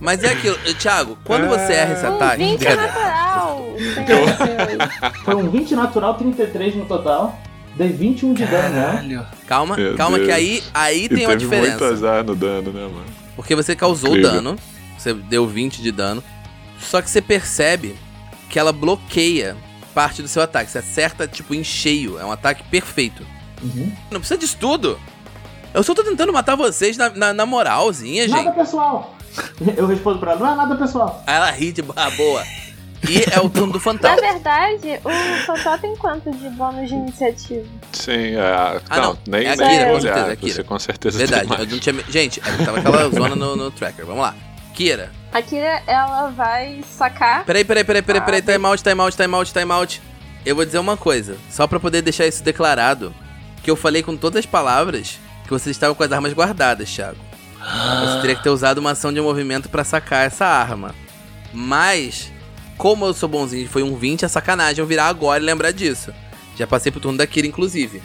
Speaker 2: Mas é aquilo, eh, Thiago, quando você erra esse
Speaker 4: Um
Speaker 2: ataque.
Speaker 4: 20 natural. senhoras e senhores.
Speaker 7: Foi um 20 natural, 33 no total. Dei 21 de dano, né?
Speaker 5: Caralho!
Speaker 2: Calma,
Speaker 6: Meu
Speaker 2: calma,
Speaker 6: Deus.
Speaker 2: que aí, aí
Speaker 6: E
Speaker 2: tem
Speaker 6: teve
Speaker 2: uma
Speaker 6: muito
Speaker 2: diferença.
Speaker 6: azar no dano, né, mano?
Speaker 2: Porque você causou
Speaker 6: Incrível.
Speaker 2: dano, você deu 20 de dano. Só que você percebe que ela bloqueia parte do seu ataque. Você acerta, tipo, em cheio. É um ataque perfeito.
Speaker 7: Uhum.
Speaker 2: Não precisa disso tudo. Eu só tô tentando matar vocês na, na, na moralzinha, gente.
Speaker 7: Nada pessoal. Eu respondo pra ela, não é nada pessoal.
Speaker 2: Aí ela ri de ah, boa. E é o turno do
Speaker 4: Na
Speaker 2: fantasma.
Speaker 4: verdade, o Totó tem quanto de bônus de iniciativa?
Speaker 6: Sim, é.
Speaker 2: Ah,
Speaker 6: não,
Speaker 2: não.
Speaker 6: nem,
Speaker 2: É a
Speaker 6: nem
Speaker 4: Kira,
Speaker 6: vou
Speaker 4: com
Speaker 6: olhar.
Speaker 2: certeza, é a Kira.
Speaker 6: Você com certeza
Speaker 2: Verdade,
Speaker 6: tem mais.
Speaker 2: eu não tinha. me- Gente, é, tava aquela zona no, no tracker. Vamos lá. Kira.
Speaker 4: A Kira, ela vai sacar.
Speaker 2: Peraí, peraí, peraí, peraí, peraí. Time out, time out, time out, time out. Eu vou dizer uma coisa, só pra poder deixar isso declarado. Que eu falei com todas as palavras que vocês estavam com as armas guardadas, Thiago.
Speaker 5: Ah,
Speaker 2: Você teria que ter usado uma ação de movimento pra sacar essa arma. Mas, como eu sou bonzinho e foi um 20, é sacanagem eu virar agora e lembrar disso. Já passei pro turno da Kira, inclusive.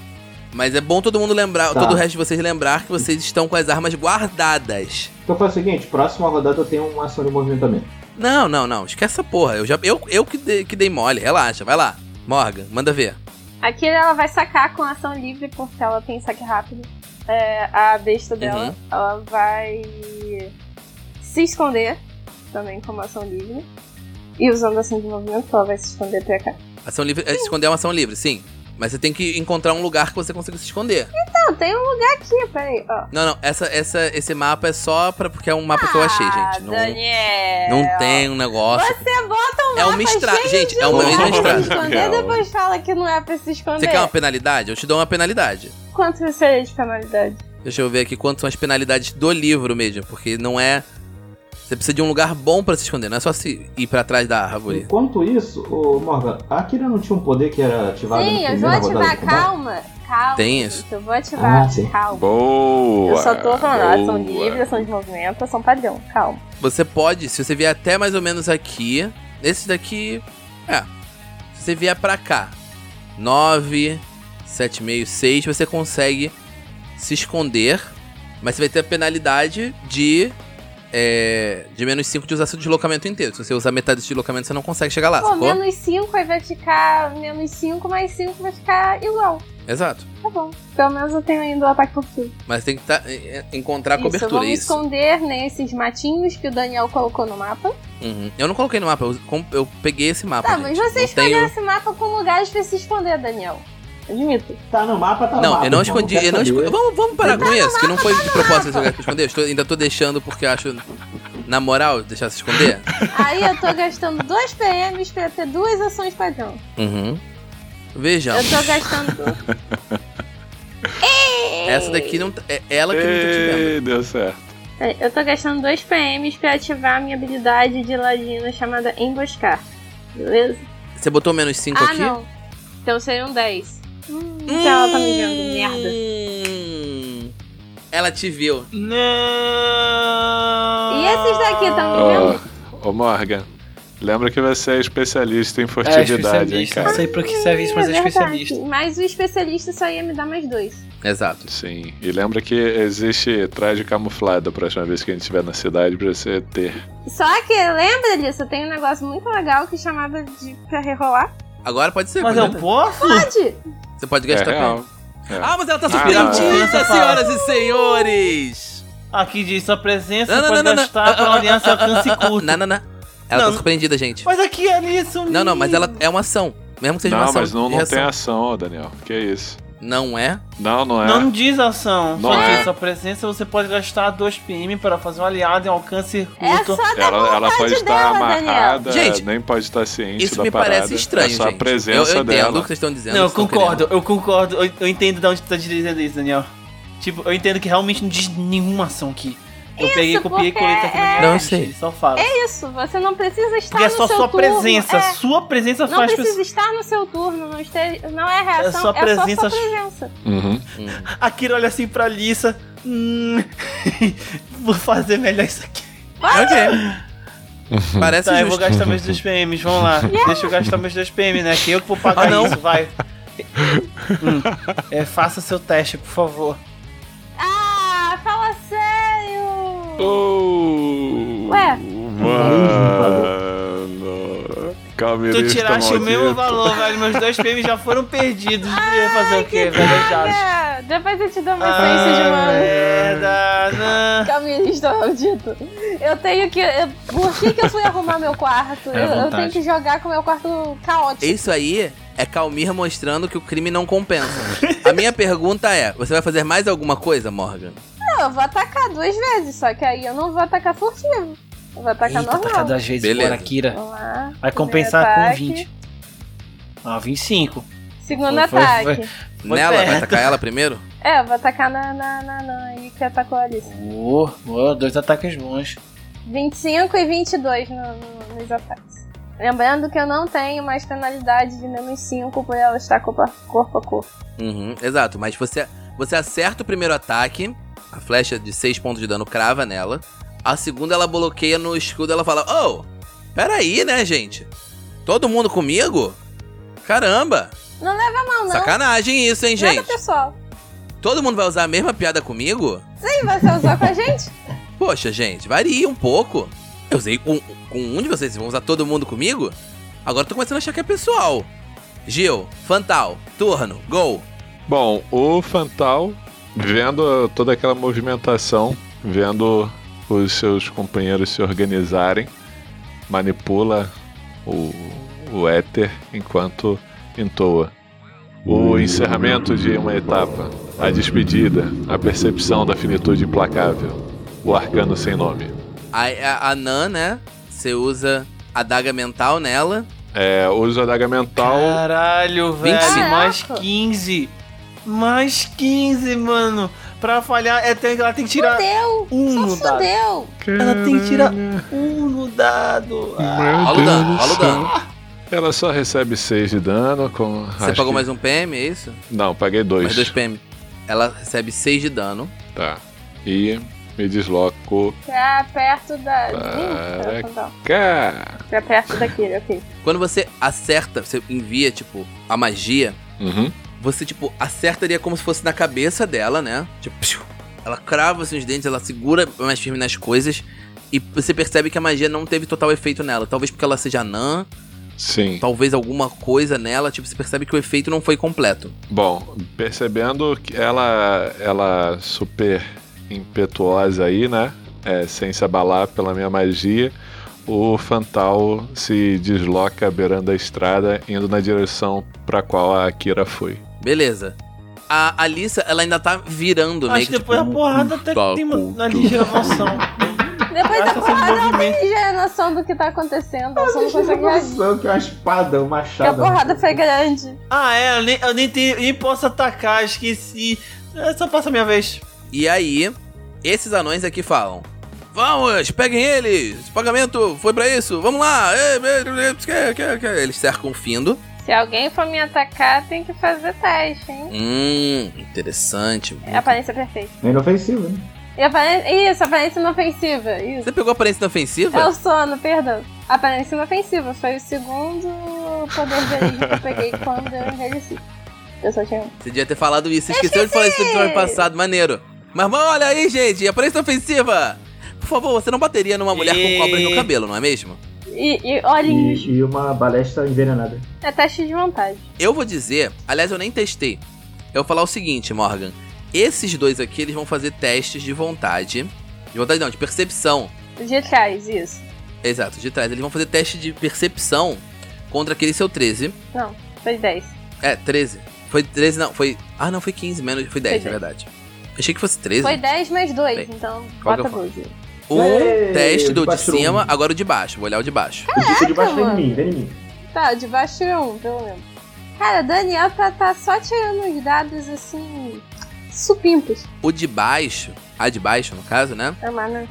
Speaker 2: Mas é bom todo mundo lembrar,
Speaker 7: Tá.
Speaker 2: todo o resto de vocês lembrar que vocês estão com as armas guardadas.
Speaker 7: Então faz o seguinte, próxima rodada eu tenho uma um ação de movimento também.
Speaker 2: Não, não, não. Esquece essa porra. Eu, já, eu, eu que, dei, que dei mole. Relaxa, vai lá. Morgan, manda ver.
Speaker 4: Aqui ela vai sacar com ação livre, porque ela tem saque rápido. É, a besta dela.
Speaker 2: Uhum.
Speaker 4: Ela vai se esconder, também com uma ação livre. E usando ação de movimento, ela vai se esconder pra cá.
Speaker 2: Ação livre. é, esconder é uma ação livre, sim. Mas você tem que encontrar um lugar que você consiga se esconder.
Speaker 4: Não, tem um lugar aqui, peraí. Ó.
Speaker 2: Não, não. Essa, essa, esse mapa é só pra, porque é um mapa que eu achei,
Speaker 4: Ah,
Speaker 2: gente. Não,
Speaker 4: Daniel.
Speaker 2: não tem um negócio.
Speaker 4: Você bota um
Speaker 2: É
Speaker 4: mapa
Speaker 2: uma estrada.
Speaker 4: cheio
Speaker 2: Gente,
Speaker 4: de
Speaker 2: é uma
Speaker 4: lugar
Speaker 2: mesma
Speaker 4: pra se
Speaker 2: estrada.
Speaker 4: esconder, depois fala que não é pra se esconder.
Speaker 2: Você quer uma penalidade? Eu te dou uma penalidade.
Speaker 4: Quanto você seria de penalidade?
Speaker 2: Deixa eu ver aqui quantas são as penalidades do livro mesmo, porque não é. Você precisa de um lugar bom pra se esconder, não é só se ir pra trás da árvore.
Speaker 7: Enquanto isso, ô Morgan, a Akira não tinha um poder que era ativado
Speaker 4: Sim,
Speaker 7: na
Speaker 4: eu vou
Speaker 7: primeira rodada
Speaker 4: ativar,
Speaker 7: do combate?
Speaker 4: calma. Calma.
Speaker 2: Tem
Speaker 4: gente,
Speaker 2: isso?
Speaker 4: Eu vou ativar,
Speaker 7: Ah, sim.
Speaker 4: calma.
Speaker 6: Boa!
Speaker 4: eu só tô falando, elas são
Speaker 6: boa.
Speaker 4: livres, são de movimento, são padrão, calma.
Speaker 2: Você pode, se você vier até mais ou menos aqui, esse daqui. É. Se você vier pra cá, 9, 7,5, 6, você consegue se esconder, mas você vai ter a penalidade de. É, de menos 5 de usar seu deslocamento inteiro. Se você usar metade desse deslocamento, você não consegue chegar lá,
Speaker 4: Pô,
Speaker 2: Ah, sacou?
Speaker 4: menos 5 aí vai ficar. Menos 5 mais 5 vai ficar igual.
Speaker 2: Exato.
Speaker 4: Tá bom. Pelo menos eu tenho ainda o ataque por tudo.
Speaker 2: Mas tem que tá- é, é, encontrar a
Speaker 4: Isso, eu vou
Speaker 2: cobertura,
Speaker 4: me
Speaker 2: isso.
Speaker 4: esconder nesses matinhos que o Daniel colocou no mapa.
Speaker 2: Uhum. Eu não coloquei no mapa, eu, com- eu peguei esse mapa.
Speaker 4: Tá,
Speaker 2: gente.
Speaker 4: mas você
Speaker 2: não
Speaker 4: escolheu
Speaker 2: tenho-
Speaker 4: esse mapa com lugares pra se esconder, Daniel. Admito.
Speaker 7: Tá no mapa, tá no
Speaker 2: Não,
Speaker 7: mapa.
Speaker 2: eu não
Speaker 7: irmão,
Speaker 2: escondi.
Speaker 7: quero
Speaker 2: Eu não
Speaker 7: saber.
Speaker 2: escondi. Vamos, vamos parar com isso, que não foi de propósito esse lugar que eu esconder. Eu estou- ainda tô deixando porque eu acho. Na moral, deixar se esconder?
Speaker 4: Aí eu tô gastando 2 PMs pra ter duas ações padrão.
Speaker 2: Uhum. Vejamos.
Speaker 4: Eu tô gastando. Ei!
Speaker 2: Essa daqui não. tá- É ela que não tá te vendo.
Speaker 6: Ei, deu certo.
Speaker 4: Peraí, Eu tô gastando 2 PMs pra ativar a minha habilidade de ladino chamada Emboscar. Beleza?
Speaker 2: Você botou menos 5
Speaker 4: ah,
Speaker 2: aqui?
Speaker 4: não. Então seriam 10. Hum, Então ela tá me vendo, merda.
Speaker 2: Hum. Ela te viu.
Speaker 5: Não!
Speaker 4: E esses daqui estão me vendo?
Speaker 6: Ô, ô, Morgan, lembra que você é especialista em
Speaker 5: É,
Speaker 6: furtividade, hein,
Speaker 5: especialista. Não
Speaker 6: né, cara?
Speaker 5: sei pra que serve isso, mas é
Speaker 4: verdade.
Speaker 5: especialista.
Speaker 4: Mas o especialista só ia me dar mais dois.
Speaker 2: Exato.
Speaker 6: Sim, e lembra que existe traje camuflado a próxima vez que a gente estiver na cidade pra você ter.
Speaker 4: Só que lembra disso, eu tenho um negócio muito legal que chamava de pra rerolar.
Speaker 2: Agora pode ser.
Speaker 5: Mas
Speaker 2: pode-
Speaker 5: eu posso?
Speaker 4: Pode!
Speaker 2: Você pode gastar
Speaker 6: é
Speaker 2: com ela.
Speaker 6: real. É.
Speaker 2: Ah, mas ela tá
Speaker 6: Ah, não.
Speaker 2: suspendida,
Speaker 5: Essa fala.
Speaker 2: senhoras e senhores!
Speaker 5: Aqui diz sua presença
Speaker 2: Não, não,
Speaker 5: pode
Speaker 2: não, não,
Speaker 5: gastar
Speaker 2: não.
Speaker 5: pra uma aliança alcance curto.
Speaker 2: Não, não, não. Ela
Speaker 5: Não.
Speaker 2: tá surpreendida, gente.
Speaker 5: Mas aqui é isso,
Speaker 2: Não, não, mas ela é uma ação. Mesmo que seja uma
Speaker 6: Não,
Speaker 2: ação.
Speaker 6: mas não,
Speaker 2: de
Speaker 6: não tem
Speaker 2: reação.
Speaker 6: ação, Daniel. Que isso?
Speaker 2: Não é?
Speaker 6: Não, não é.
Speaker 5: Não diz ação.
Speaker 6: Não
Speaker 5: Só que
Speaker 6: é.
Speaker 5: em sua presença você pode gastar 2 PM para fazer um aliado em alcance
Speaker 4: É
Speaker 5: curto.
Speaker 4: só da
Speaker 6: Ela, ela
Speaker 4: vontade
Speaker 6: pode estar
Speaker 4: dela,
Speaker 6: amarrada,
Speaker 2: Daniel. Gente,
Speaker 6: nem pode estar ciente
Speaker 2: Isso
Speaker 6: da
Speaker 2: me
Speaker 6: parada.
Speaker 2: parece estranho,
Speaker 6: é só
Speaker 2: gente.
Speaker 6: a presença
Speaker 2: eu, eu entendo o
Speaker 6: dela.
Speaker 2: que vocês estão dizendo.
Speaker 5: Não, eu
Speaker 2: vocês estão
Speaker 5: concordo, eu concordo. Eu, eu entendo de onde tu tá dirigindo isso, Daniel. Tipo, eu entendo que realmente não diz nenhuma ação aqui. Eu
Speaker 4: Isso,
Speaker 5: peguei, copiei e
Speaker 4: porque
Speaker 5: colei tá aqui na minha
Speaker 2: é- Não, eu
Speaker 5: lista,
Speaker 2: sei.
Speaker 5: ele Só fala.
Speaker 4: Isso, você não precisa estar
Speaker 5: porque é
Speaker 4: no
Speaker 5: só
Speaker 4: seu
Speaker 5: sua
Speaker 4: turno.
Speaker 5: presença.
Speaker 4: é.
Speaker 5: Sua presença
Speaker 4: Não
Speaker 5: faz
Speaker 4: precisa
Speaker 5: pessoas.
Speaker 4: estar no seu turno, não, este... não é reação,
Speaker 5: É só presença-
Speaker 4: só sua presença.
Speaker 6: Uhum.
Speaker 2: querendo. Hum.
Speaker 5: Akira olha assim pra Lissa. Hum, vou fazer melhor isso aqui.
Speaker 2: Ok. Parece
Speaker 5: Tá, eu vou
Speaker 2: justo.
Speaker 5: gastar meus 2 PMs, vamos lá. Deixa eu gastar meus 2 PM, né? Que eu que vou pagar
Speaker 2: Ah, não.
Speaker 5: isso, vai. Hum, é, faça seu teste, por favor.
Speaker 4: Ah, fala sério!
Speaker 6: Oh,
Speaker 4: Ué?
Speaker 6: Mano.
Speaker 5: Tu
Speaker 6: Calmirista
Speaker 2: tá
Speaker 5: tiraste o mesmo
Speaker 6: maldito.
Speaker 5: valor, velho. Meus 2 PMs já foram perdidos. Ia fazer o quê, velho? Já.
Speaker 4: É, depois eu te dou uma essência de
Speaker 5: Ah,
Speaker 4: mano.
Speaker 5: merda, não.
Speaker 4: Calvinista tá maldito. Eu tenho que. eu- por que, que eu fui arrumar meu quarto?
Speaker 5: É
Speaker 4: Eu- eu,
Speaker 5: vontade.
Speaker 4: tenho que jogar com meu quarto caótico.
Speaker 2: Isso aí é Calmir mostrando que o crime não compensa. A minha pergunta é: você vai fazer mais alguma coisa, Morgan?
Speaker 4: Não, eu vou atacar duas vezes, só que aí eu não vou atacar furtivo. Eu vou atacar
Speaker 5: Eita, tá
Speaker 4: normal.
Speaker 5: cada vez
Speaker 2: Beleza.
Speaker 5: fora, Kira.
Speaker 4: Vamos lá.
Speaker 5: Vai
Speaker 4: Primeiro
Speaker 5: compensar com
Speaker 4: ataque.
Speaker 5: 20. Ah, 25.
Speaker 4: Segundo
Speaker 5: Foi, foi,
Speaker 4: ataque.
Speaker 5: Foi
Speaker 2: Nela? Vai
Speaker 5: perto.
Speaker 2: atacar ela primeiro?
Speaker 4: É, eu vou atacar na, na, na, na aí que atacou a Alice.
Speaker 5: Boa, boa, dois ataques bons.
Speaker 4: 25 e 22 no, no, nos ataques. Lembrando que eu não tenho mais penalidade de menos 5 por ela estar corpo a corpo. a corpo.
Speaker 2: Uhum, exato, mas você, você acerta o primeiro ataque, a flecha de 6 pontos de dano crava nela. A segunda ela bloqueia no escudo ela fala: Oh, peraí, né, gente? Todo mundo comigo? Caramba!
Speaker 4: Não leva mal, não.
Speaker 2: Sacanagem isso, hein,
Speaker 4: Nada
Speaker 2: gente?
Speaker 4: pessoal.
Speaker 2: Todo mundo vai usar a mesma piada comigo?
Speaker 4: Sim, você usou com a gente?
Speaker 2: Poxa, gente, varia um pouco. Eu usei com, com um de vocês, vocês vão usar todo mundo comigo? Agora eu tô começando a achar que é pessoal. Gil, Fantal, turno, gol.
Speaker 6: Bom, o Fantal, vendo toda aquela movimentação, vendo os seus companheiros se organizarem, manipula o, o éter enquanto entoa. O encerramento de uma etapa, a despedida, a percepção da finitude implacável, o arcano sem nome.
Speaker 2: A, a, a Nan, né? Você usa a daga mental nela.
Speaker 6: É, uso da daga mental.
Speaker 5: Caralho, velho.
Speaker 2: 25.
Speaker 5: Mais
Speaker 4: Caraca.
Speaker 5: 15. Mais 15, mano. Pra falhar, é, tem, ela tem que tirar
Speaker 4: Fudeu!
Speaker 2: Hum,
Speaker 5: um
Speaker 4: Só
Speaker 5: no dado.
Speaker 4: fudeu!
Speaker 5: Ela tem que tirar um no dado. Ah,
Speaker 2: Rola o dano, rola o dano.
Speaker 6: Ela só recebe 6 de dano. Com,
Speaker 2: Você pagou mais um PM, é isso?
Speaker 6: Não, paguei
Speaker 2: Mais
Speaker 6: 2.
Speaker 2: dois PM. Ela recebe 6 de dano.
Speaker 6: Tá. E me desloco
Speaker 4: Pra É, perto da.
Speaker 6: Caraca.
Speaker 4: Ih, tá, tá,
Speaker 6: cá.
Speaker 4: tá. Pra perto daquele, ok.
Speaker 2: Quando você acerta, você envia, tipo, a magia,
Speaker 6: Uhum.
Speaker 2: você, tipo, acertaria como se fosse na cabeça dela, né? Tipo, psiu. ela crava assim, os dentes, ela segura mais firme nas coisas. E você percebe que a magia não teve total efeito nela. Talvez porque ela seja anã,
Speaker 6: Sim.
Speaker 2: talvez alguma coisa nela. Tipo, você percebe que o efeito não foi completo.
Speaker 6: Bom, percebendo que ela, ela super impetuosa aí, né? É, sem se abalar pela minha magia, o Fantal se desloca beirando a estrada, indo na direção pra qual a Akira foi.
Speaker 2: Beleza. A Alissa, ela ainda tá virando, né?
Speaker 5: acho que depois da porrada até
Speaker 2: tá
Speaker 5: que tem uma,
Speaker 2: culto.
Speaker 5: uma ligeira noção.
Speaker 4: Depois da
Speaker 5: Ela tá sem
Speaker 4: porrada, ela
Speaker 5: movimento.
Speaker 4: tem já a noção do que tá acontecendo. Ela só não
Speaker 7: Vocês
Speaker 2: Tá
Speaker 7: têm
Speaker 4: consegue reagir.
Speaker 7: noção que é uma espada, um
Speaker 4: Porque a
Speaker 7: machado.
Speaker 4: porrada foi grande.
Speaker 5: Ah, é, eu nem, eu nem, tenho, nem posso atacar, esqueci. É, só passa a minha vez.
Speaker 2: E aí, esses anões aqui falam: Vamos, peguem eles! Pagamento foi pra isso, vamos lá! é, Ei, ei, ei, que, que, que. Eles cercam o Findo.
Speaker 4: Se alguém for me atacar, tem que fazer teste, hein?
Speaker 2: Hum, interessante.
Speaker 4: É Aparência perfeita.
Speaker 7: É inofensivo, né?
Speaker 4: E apare... Isso, aparência inofensiva. Isso.
Speaker 2: Você pegou a aparência
Speaker 4: É o
Speaker 2: inofensiva?
Speaker 4: sono, perdão. Aparência inofensiva. Foi o segundo poder verídico que eu peguei quando eu envelheci. Eu só tinha um.
Speaker 2: Você devia ter falado isso, esqueceu de falar isso no episódio passado, maneiro. Mas mas olha aí, gente, aparência inofensiva! Por favor, você não bateria numa mulher
Speaker 5: E-
Speaker 2: com cobras no cabelo, não é mesmo?
Speaker 4: E, e olhinhos.
Speaker 7: E, e uma balestra envenenada.
Speaker 4: É teste de vontade.
Speaker 2: Eu vou dizer, aliás, eu nem testei. Eu vou falar o seguinte, Morgan. Esses dois aqui, eles vão fazer testes de vontade. De vontade não, de percepção.
Speaker 4: De trás, isso.
Speaker 2: Exato, de trás. Eles vão fazer teste de percepção contra aquele seu 13.
Speaker 4: Foi 10.
Speaker 2: É, 13. Foi 13, não, foi. Ah, não, foi 15, menos. Foi 10,
Speaker 4: Foi
Speaker 2: na verdade. Achei que fosse 13.
Speaker 4: Foi 10 mais 2,
Speaker 2: Bem,
Speaker 4: então
Speaker 2: qual que eu
Speaker 4: bota
Speaker 2: falo?
Speaker 4: 12.
Speaker 2: Um
Speaker 7: Ei,
Speaker 2: teste do de
Speaker 7: baixou um.
Speaker 2: cima, agora o de baixo. Vou olhar o de baixo.
Speaker 7: O tipo de baixo vem em
Speaker 4: mano.
Speaker 7: mim, vem em mim.
Speaker 4: Tá, de baixo é um, pelo menos. Cara, o Daniel tá, tá só tirando uns dados assim. supimpos.
Speaker 2: O de baixo, a de baixo, no caso, né?
Speaker 4: É uma, né?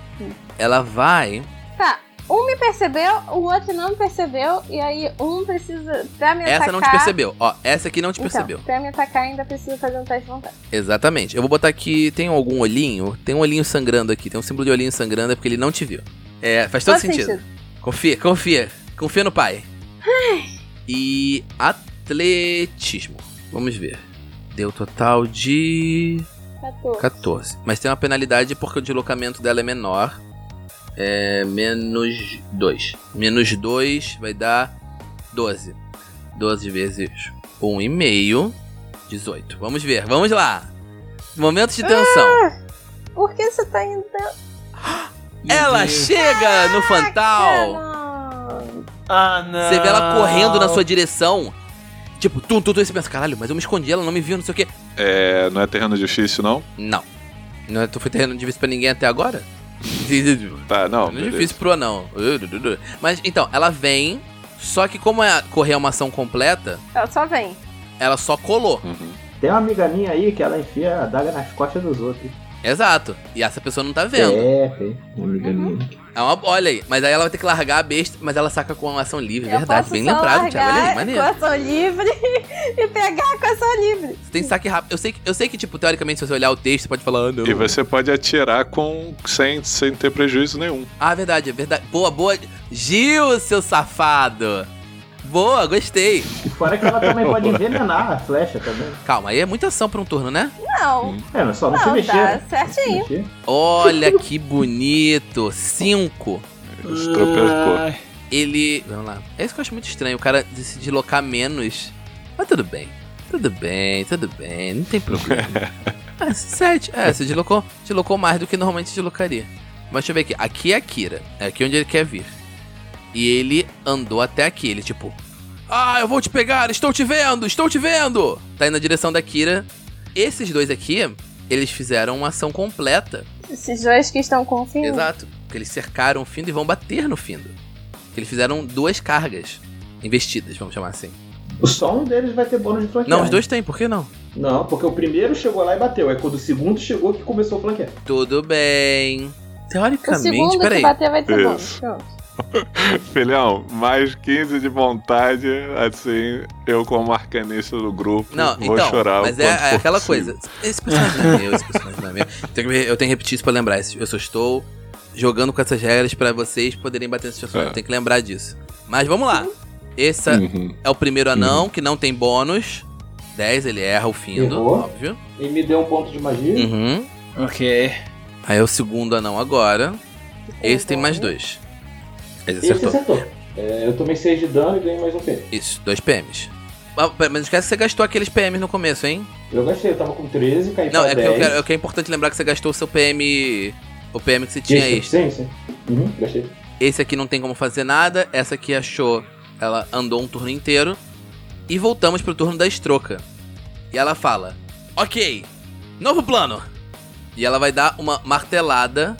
Speaker 2: Ela vai.
Speaker 4: Tá, um me percebeu, o outro não me percebeu, e aí um precisa. Pra me
Speaker 2: Essa
Speaker 4: atacar.
Speaker 2: não te percebeu. Ó, essa aqui não te percebeu.
Speaker 4: Então, pra me atacar ainda precisa fazer um teste de vontade.
Speaker 2: Exatamente. Eu vou botar aqui. Tem algum olhinho? Tem um olhinho sangrando aqui. Tem um símbolo de olhinho sangrando, é porque ele não te viu. É, faz todo
Speaker 4: Faz
Speaker 2: sentido. Confia, confia. Confia no pai. E atletismo. Vamos ver. Deu total de
Speaker 4: 14.
Speaker 2: 14. Mas tem uma penalidade porque o deslocamento dela é menor. É menos 2. Menos 2 vai dar 12. 12 vezes 1,5. 18. Vamos ver, vamos lá. Momentos de tensão.
Speaker 4: Por que você tá indo?
Speaker 2: Ela chega no Fantal.
Speaker 4: Ah, Não.
Speaker 5: Ah, não.
Speaker 2: Você vê ela correndo na sua direção. Tipo, tum, tum, tum. E você pensa, caralho, mas eu me escondi, ela não me viu, não sei o quê.
Speaker 6: É, não é terreno difícil, não?
Speaker 2: Não. Não é, tu foi terreno difícil pra ninguém até agora?
Speaker 6: Tá, não.
Speaker 2: Não é
Speaker 6: beleza.
Speaker 2: difícil pro anão. Uh, Mas então, ela vem, só que como é correr uma ação completa,
Speaker 4: Ela só vem.
Speaker 2: ela só colou.
Speaker 6: Uhum.
Speaker 7: Tem uma amiga minha aí que ela enfia a daga nas costas dos outros.
Speaker 2: Exato. E essa pessoa não tá vendo.
Speaker 7: É, tem. Uma amiga
Speaker 4: Uhum.
Speaker 7: minha.
Speaker 2: É uma, olha aí, mas aí ela vai ter que largar a besta, mas ela saca com uma ação livre,
Speaker 4: Eu
Speaker 2: É verdade.
Speaker 4: posso
Speaker 2: Bem
Speaker 4: só
Speaker 2: lembrado, Thiago. Olha aí,
Speaker 4: largar com
Speaker 2: maneiro.
Speaker 4: ação livre e pegar com ação livre.
Speaker 2: Você tem saque rápido. Eu sei, que, eu sei que, tipo, teoricamente, se você olhar o texto, você pode falar, ah, não.
Speaker 6: E você pode atirar com sem, sem ter prejuízo nenhum.
Speaker 2: Ah, verdade, é verdade. Boa, boa. Gil, seu safado. Boa, gostei.
Speaker 7: E fora que ela também pode envenenar a flecha também.
Speaker 2: Calma, aí é muita ação pra um turno, né?
Speaker 4: Não, tá
Speaker 7: É, mas só não, se
Speaker 4: não,
Speaker 7: mexer.
Speaker 4: tá
Speaker 7: né?
Speaker 4: certinho.
Speaker 7: Mexer.
Speaker 2: Olha que bonito. Cinco.
Speaker 6: Estropeou.
Speaker 5: Ai,
Speaker 2: Ele. Vamos lá. É isso que eu acho muito estranho. O cara disse deslocar menos. Mas tudo bem. Tudo bem, tudo bem. Não tem problema. é, sete. É, você deslocou, deslocou mais do que normalmente se deslocaria. Mas deixa eu ver aqui. Aqui é a Kira. É aqui onde ele quer vir. E ele andou até aqui. Ele, tipo. Ah, eu vou te pegar! Estou te vendo! Estou te vendo! Tá indo na direção da Kira. Esses dois aqui, eles fizeram uma ação completa.
Speaker 4: Esses dois que estão com o fim.
Speaker 2: Exato. Porque eles cercaram o Findo e vão bater no Findo. Porque eles fizeram duas cargas investidas, vamos chamar assim.
Speaker 7: Só um deles vai ter bônus de flanquear.
Speaker 2: Não, os dois têm, por que não?
Speaker 7: Não, porque o primeiro chegou lá e bateu. É quando o segundo chegou que começou a flanquear.
Speaker 2: Tudo bem.
Speaker 4: O
Speaker 2: Teoricamente,
Speaker 4: segundo que
Speaker 2: peraí.
Speaker 4: bater vai ter bônus.
Speaker 6: Isso.
Speaker 4: Pronto.
Speaker 6: Filhão, mais 15 de vontade, assim, eu como arcanista do grupo
Speaker 2: Não,
Speaker 6: vou
Speaker 2: então,
Speaker 6: chorar. um o
Speaker 2: mas é,
Speaker 6: quanto
Speaker 2: é
Speaker 6: for
Speaker 2: aquela
Speaker 6: possível.
Speaker 2: coisa. Esse personagem não é meu, esse personagem não é meu. Tenho que- eu tenho que repetir isso pra lembrar. Eu só estou jogando com essas regras pra vocês poderem bater nesse personagem.
Speaker 6: É.
Speaker 2: Eu tenho que lembrar disso. Mas vamos lá. Esse
Speaker 6: Uhum.
Speaker 2: é o primeiro anão, que não tem bônus. 10, ele erra o Findo,
Speaker 7: Errou.
Speaker 2: óbvio.
Speaker 7: E me deu um ponto de magia.
Speaker 2: Uhum.
Speaker 5: ok.
Speaker 2: Aí é o segundo anão agora. Esse tem mais
Speaker 4: bom.
Speaker 2: dois. Esse
Speaker 7: Esse
Speaker 2: acertou.
Speaker 7: acertou. É, eu tomei 6 de dano e ganhei mais um P.
Speaker 2: Isso, dois PMs. Ah, pera, Mas não esquece que você gastou aqueles PMs no começo, hein?
Speaker 7: Eu gastei, eu tava com 13, caí
Speaker 2: Não, é
Speaker 7: pra
Speaker 2: que,
Speaker 7: 10.
Speaker 2: eu quero- é que é importante lembrar que você gastou o seu PM. O PM que você tinha
Speaker 7: Isso,
Speaker 2: extra.
Speaker 7: Sim, sim. Uhum, gastei.
Speaker 2: Esse aqui não tem como fazer nada. Essa aqui achou. Ela andou um turno inteiro. E voltamos pro turno da estroca. E ela fala: Ok, novo plano. E ela vai dar uma martelada.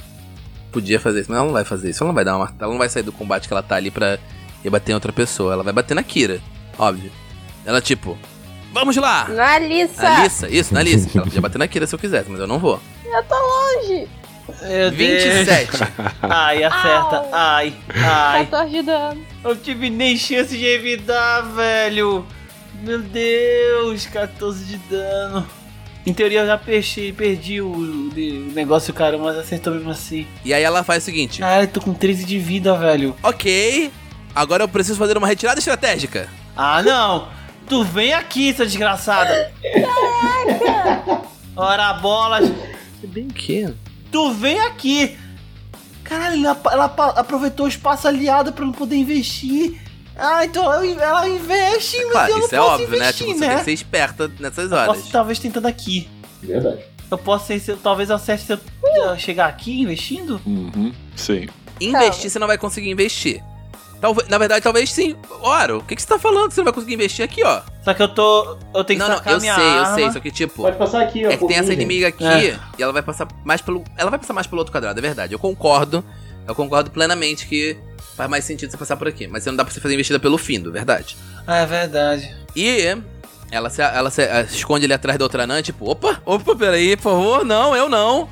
Speaker 2: Podia fazer isso, mas ela não vai fazer isso. Ela não vai dar uma martelada. Ela não vai sair do combate que ela tá ali pra ir bater em outra pessoa. Ela vai bater na Kira, óbvio. Ela tipo: Vamos lá!
Speaker 4: Na Alissa!
Speaker 2: Na Alissa, isso, na Alissa. Ela podia bater na Kira se eu quisesse, mas eu não vou.
Speaker 4: Longe!
Speaker 5: Meu Deus.
Speaker 2: 27.
Speaker 5: Ai, acerta.
Speaker 4: Au.
Speaker 5: Ai, ai.
Speaker 4: 14 de dano.
Speaker 5: Eu não tive nem chance de evitar, velho. Meu Deus, 14 de dano. Em teoria eu já perdi, perdi o, de- o negócio, cara, mas acertou mesmo assim.
Speaker 2: E aí ela faz o seguinte:
Speaker 5: Cara, eu tô com 13 de vida, velho.
Speaker 2: Ok, agora eu preciso fazer uma retirada estratégica.
Speaker 5: Ah, não! Tu vem aqui, sua desgraçada! Caraca! Ora bolas!
Speaker 2: Se bem que.
Speaker 5: Tu vem aqui! Caralho, ela, ela pa- aproveitou o espaço aliado pra não poder investir. Ah, então ela, ela investe, mas eu
Speaker 2: Claro,
Speaker 5: não
Speaker 2: isso é
Speaker 5: posso
Speaker 2: óbvio, né?
Speaker 5: investir,
Speaker 2: Tipo, você
Speaker 5: né?
Speaker 2: tem que ser esperta nessas horas.
Speaker 5: Posso tá- talvez tentando aqui.
Speaker 7: Verdade.
Speaker 5: Eu posso ser, se eu- talvez eu acerte se eu eu chegar aqui investindo?
Speaker 6: Uhum. Sim.
Speaker 5: tá.
Speaker 2: Investir, você não vai conseguir investir. Talvez, na verdade, talvez sim. Ora, o que, que você tá falando que você não vai conseguir investir aqui, ó?
Speaker 5: Só que eu tô. Eu tenho que
Speaker 2: não, não,
Speaker 5: sacar
Speaker 2: eu sei,
Speaker 5: minha
Speaker 2: eu
Speaker 5: arma.
Speaker 2: sei. Só que, tipo,
Speaker 7: Pode passar aqui, ó.
Speaker 2: é que
Speaker 7: por
Speaker 2: tem essa
Speaker 7: mim, gente.
Speaker 2: inimiga aqui
Speaker 5: É.
Speaker 2: e ela vai passar mais pelo. Ela vai passar mais pelo outro quadrado, é verdade. Eu concordo. Eu concordo plenamente que faz mais sentido você passar por aqui. Mas você não dá pra você fazer investida pelo fim, verdade.
Speaker 5: Ah, é verdade.
Speaker 2: E ela se, ela se- ela se esconde ali atrás da outra anã, tipo, opa, opa, peraí, por favor, não, eu não.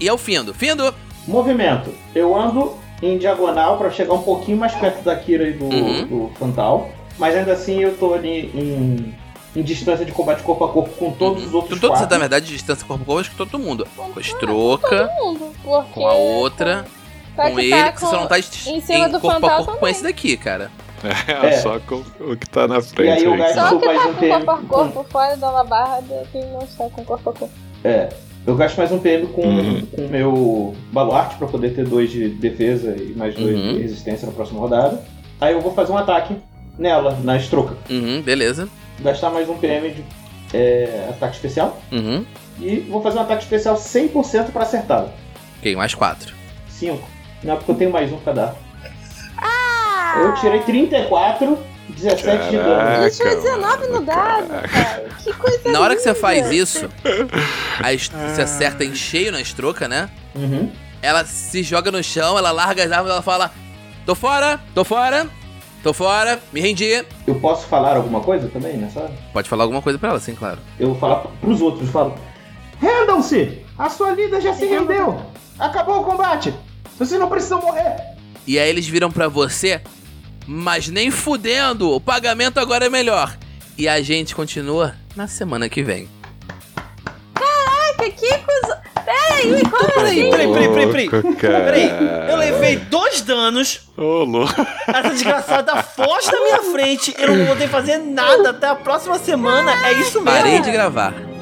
Speaker 2: E é o Findo. Findo,
Speaker 7: Movimento. Eu ando em diagonal pra chegar um pouquinho mais perto da Kira e do,
Speaker 2: Uhum.
Speaker 7: do Fantal. Mas ainda assim eu tô ali em, em distância de combate corpo a corpo com todos os outros
Speaker 2: Uhum. Com todos,
Speaker 7: quatro.
Speaker 2: na verdade, de distância corpo a corpo, acho que todo mundo. Com a estroca,
Speaker 4: Todo mundo. Porque
Speaker 2: com a outra,
Speaker 4: só
Speaker 2: com
Speaker 4: que
Speaker 2: ele, que
Speaker 4: tá com-
Speaker 2: você só não tá em
Speaker 4: cima do
Speaker 2: corpo a
Speaker 4: Fantasma
Speaker 2: corpo com
Speaker 4: também.
Speaker 2: esse daqui, cara.
Speaker 6: É,
Speaker 7: É.
Speaker 6: só com o que tá na
Speaker 7: E
Speaker 6: frente.
Speaker 7: aí eu
Speaker 6: aí,
Speaker 7: gasto
Speaker 6: só.
Speaker 4: Só que
Speaker 7: mais
Speaker 4: tá
Speaker 7: um PM.
Speaker 4: com corpo a corpo fora da alabarda, quem não está com corpo a corpo.
Speaker 7: É. Eu gasto mais um PM com
Speaker 6: Uhum.
Speaker 7: com o meu baluarte pra poder ter dois de defesa e mais dois
Speaker 2: Uhum.
Speaker 7: de resistência na próxima rodada. Aí eu vou fazer um ataque nela, na estroca.
Speaker 2: Uhum, beleza.
Speaker 7: Gastar mais um PM de é, ataque especial.
Speaker 2: Uhum.
Speaker 7: E vou fazer um ataque especial 100% pra acertá-la.
Speaker 2: Ok, mais quatro.
Speaker 7: 5. Não, porque eu tenho mais um pra dar. Eu tirei 34, 17 de dano.
Speaker 6: Caraca,
Speaker 4: Gente, mas 19 no dado,
Speaker 6: caraca.
Speaker 4: cara. Que coisa
Speaker 2: Na hora que você
Speaker 4: linda.
Speaker 2: faz isso, a est- você acerta em cheio na estroca, né?
Speaker 7: Uhum.
Speaker 2: Ela se joga no chão, ela larga as armas, ela fala: Tô fora, tô fora, tô fora, me rendi.
Speaker 7: Eu posso falar alguma coisa também nessa hora?
Speaker 2: Pode falar alguma coisa pra ela, sim, claro.
Speaker 7: Eu vou falar pros outros, eu falo. Rendam-se! A sua líder já se rendeu! Acabou o combate! Vocês não precisam morrer!
Speaker 2: E aí eles viram pra você, mas nem fudendo, o pagamento agora é melhor. E a gente continua na semana que vem.
Speaker 4: Caraca, que coisa. Peraí, como assim?
Speaker 5: Peraí, peraí, peraí, peraí.
Speaker 6: Louco, cara.
Speaker 5: Peraí, eu levei dois danos,
Speaker 6: Ô, louco.
Speaker 5: essa desgraçada foge da minha frente, eu não vou poder fazer nada até a próxima semana, é isso mesmo?
Speaker 2: Parei de gravar.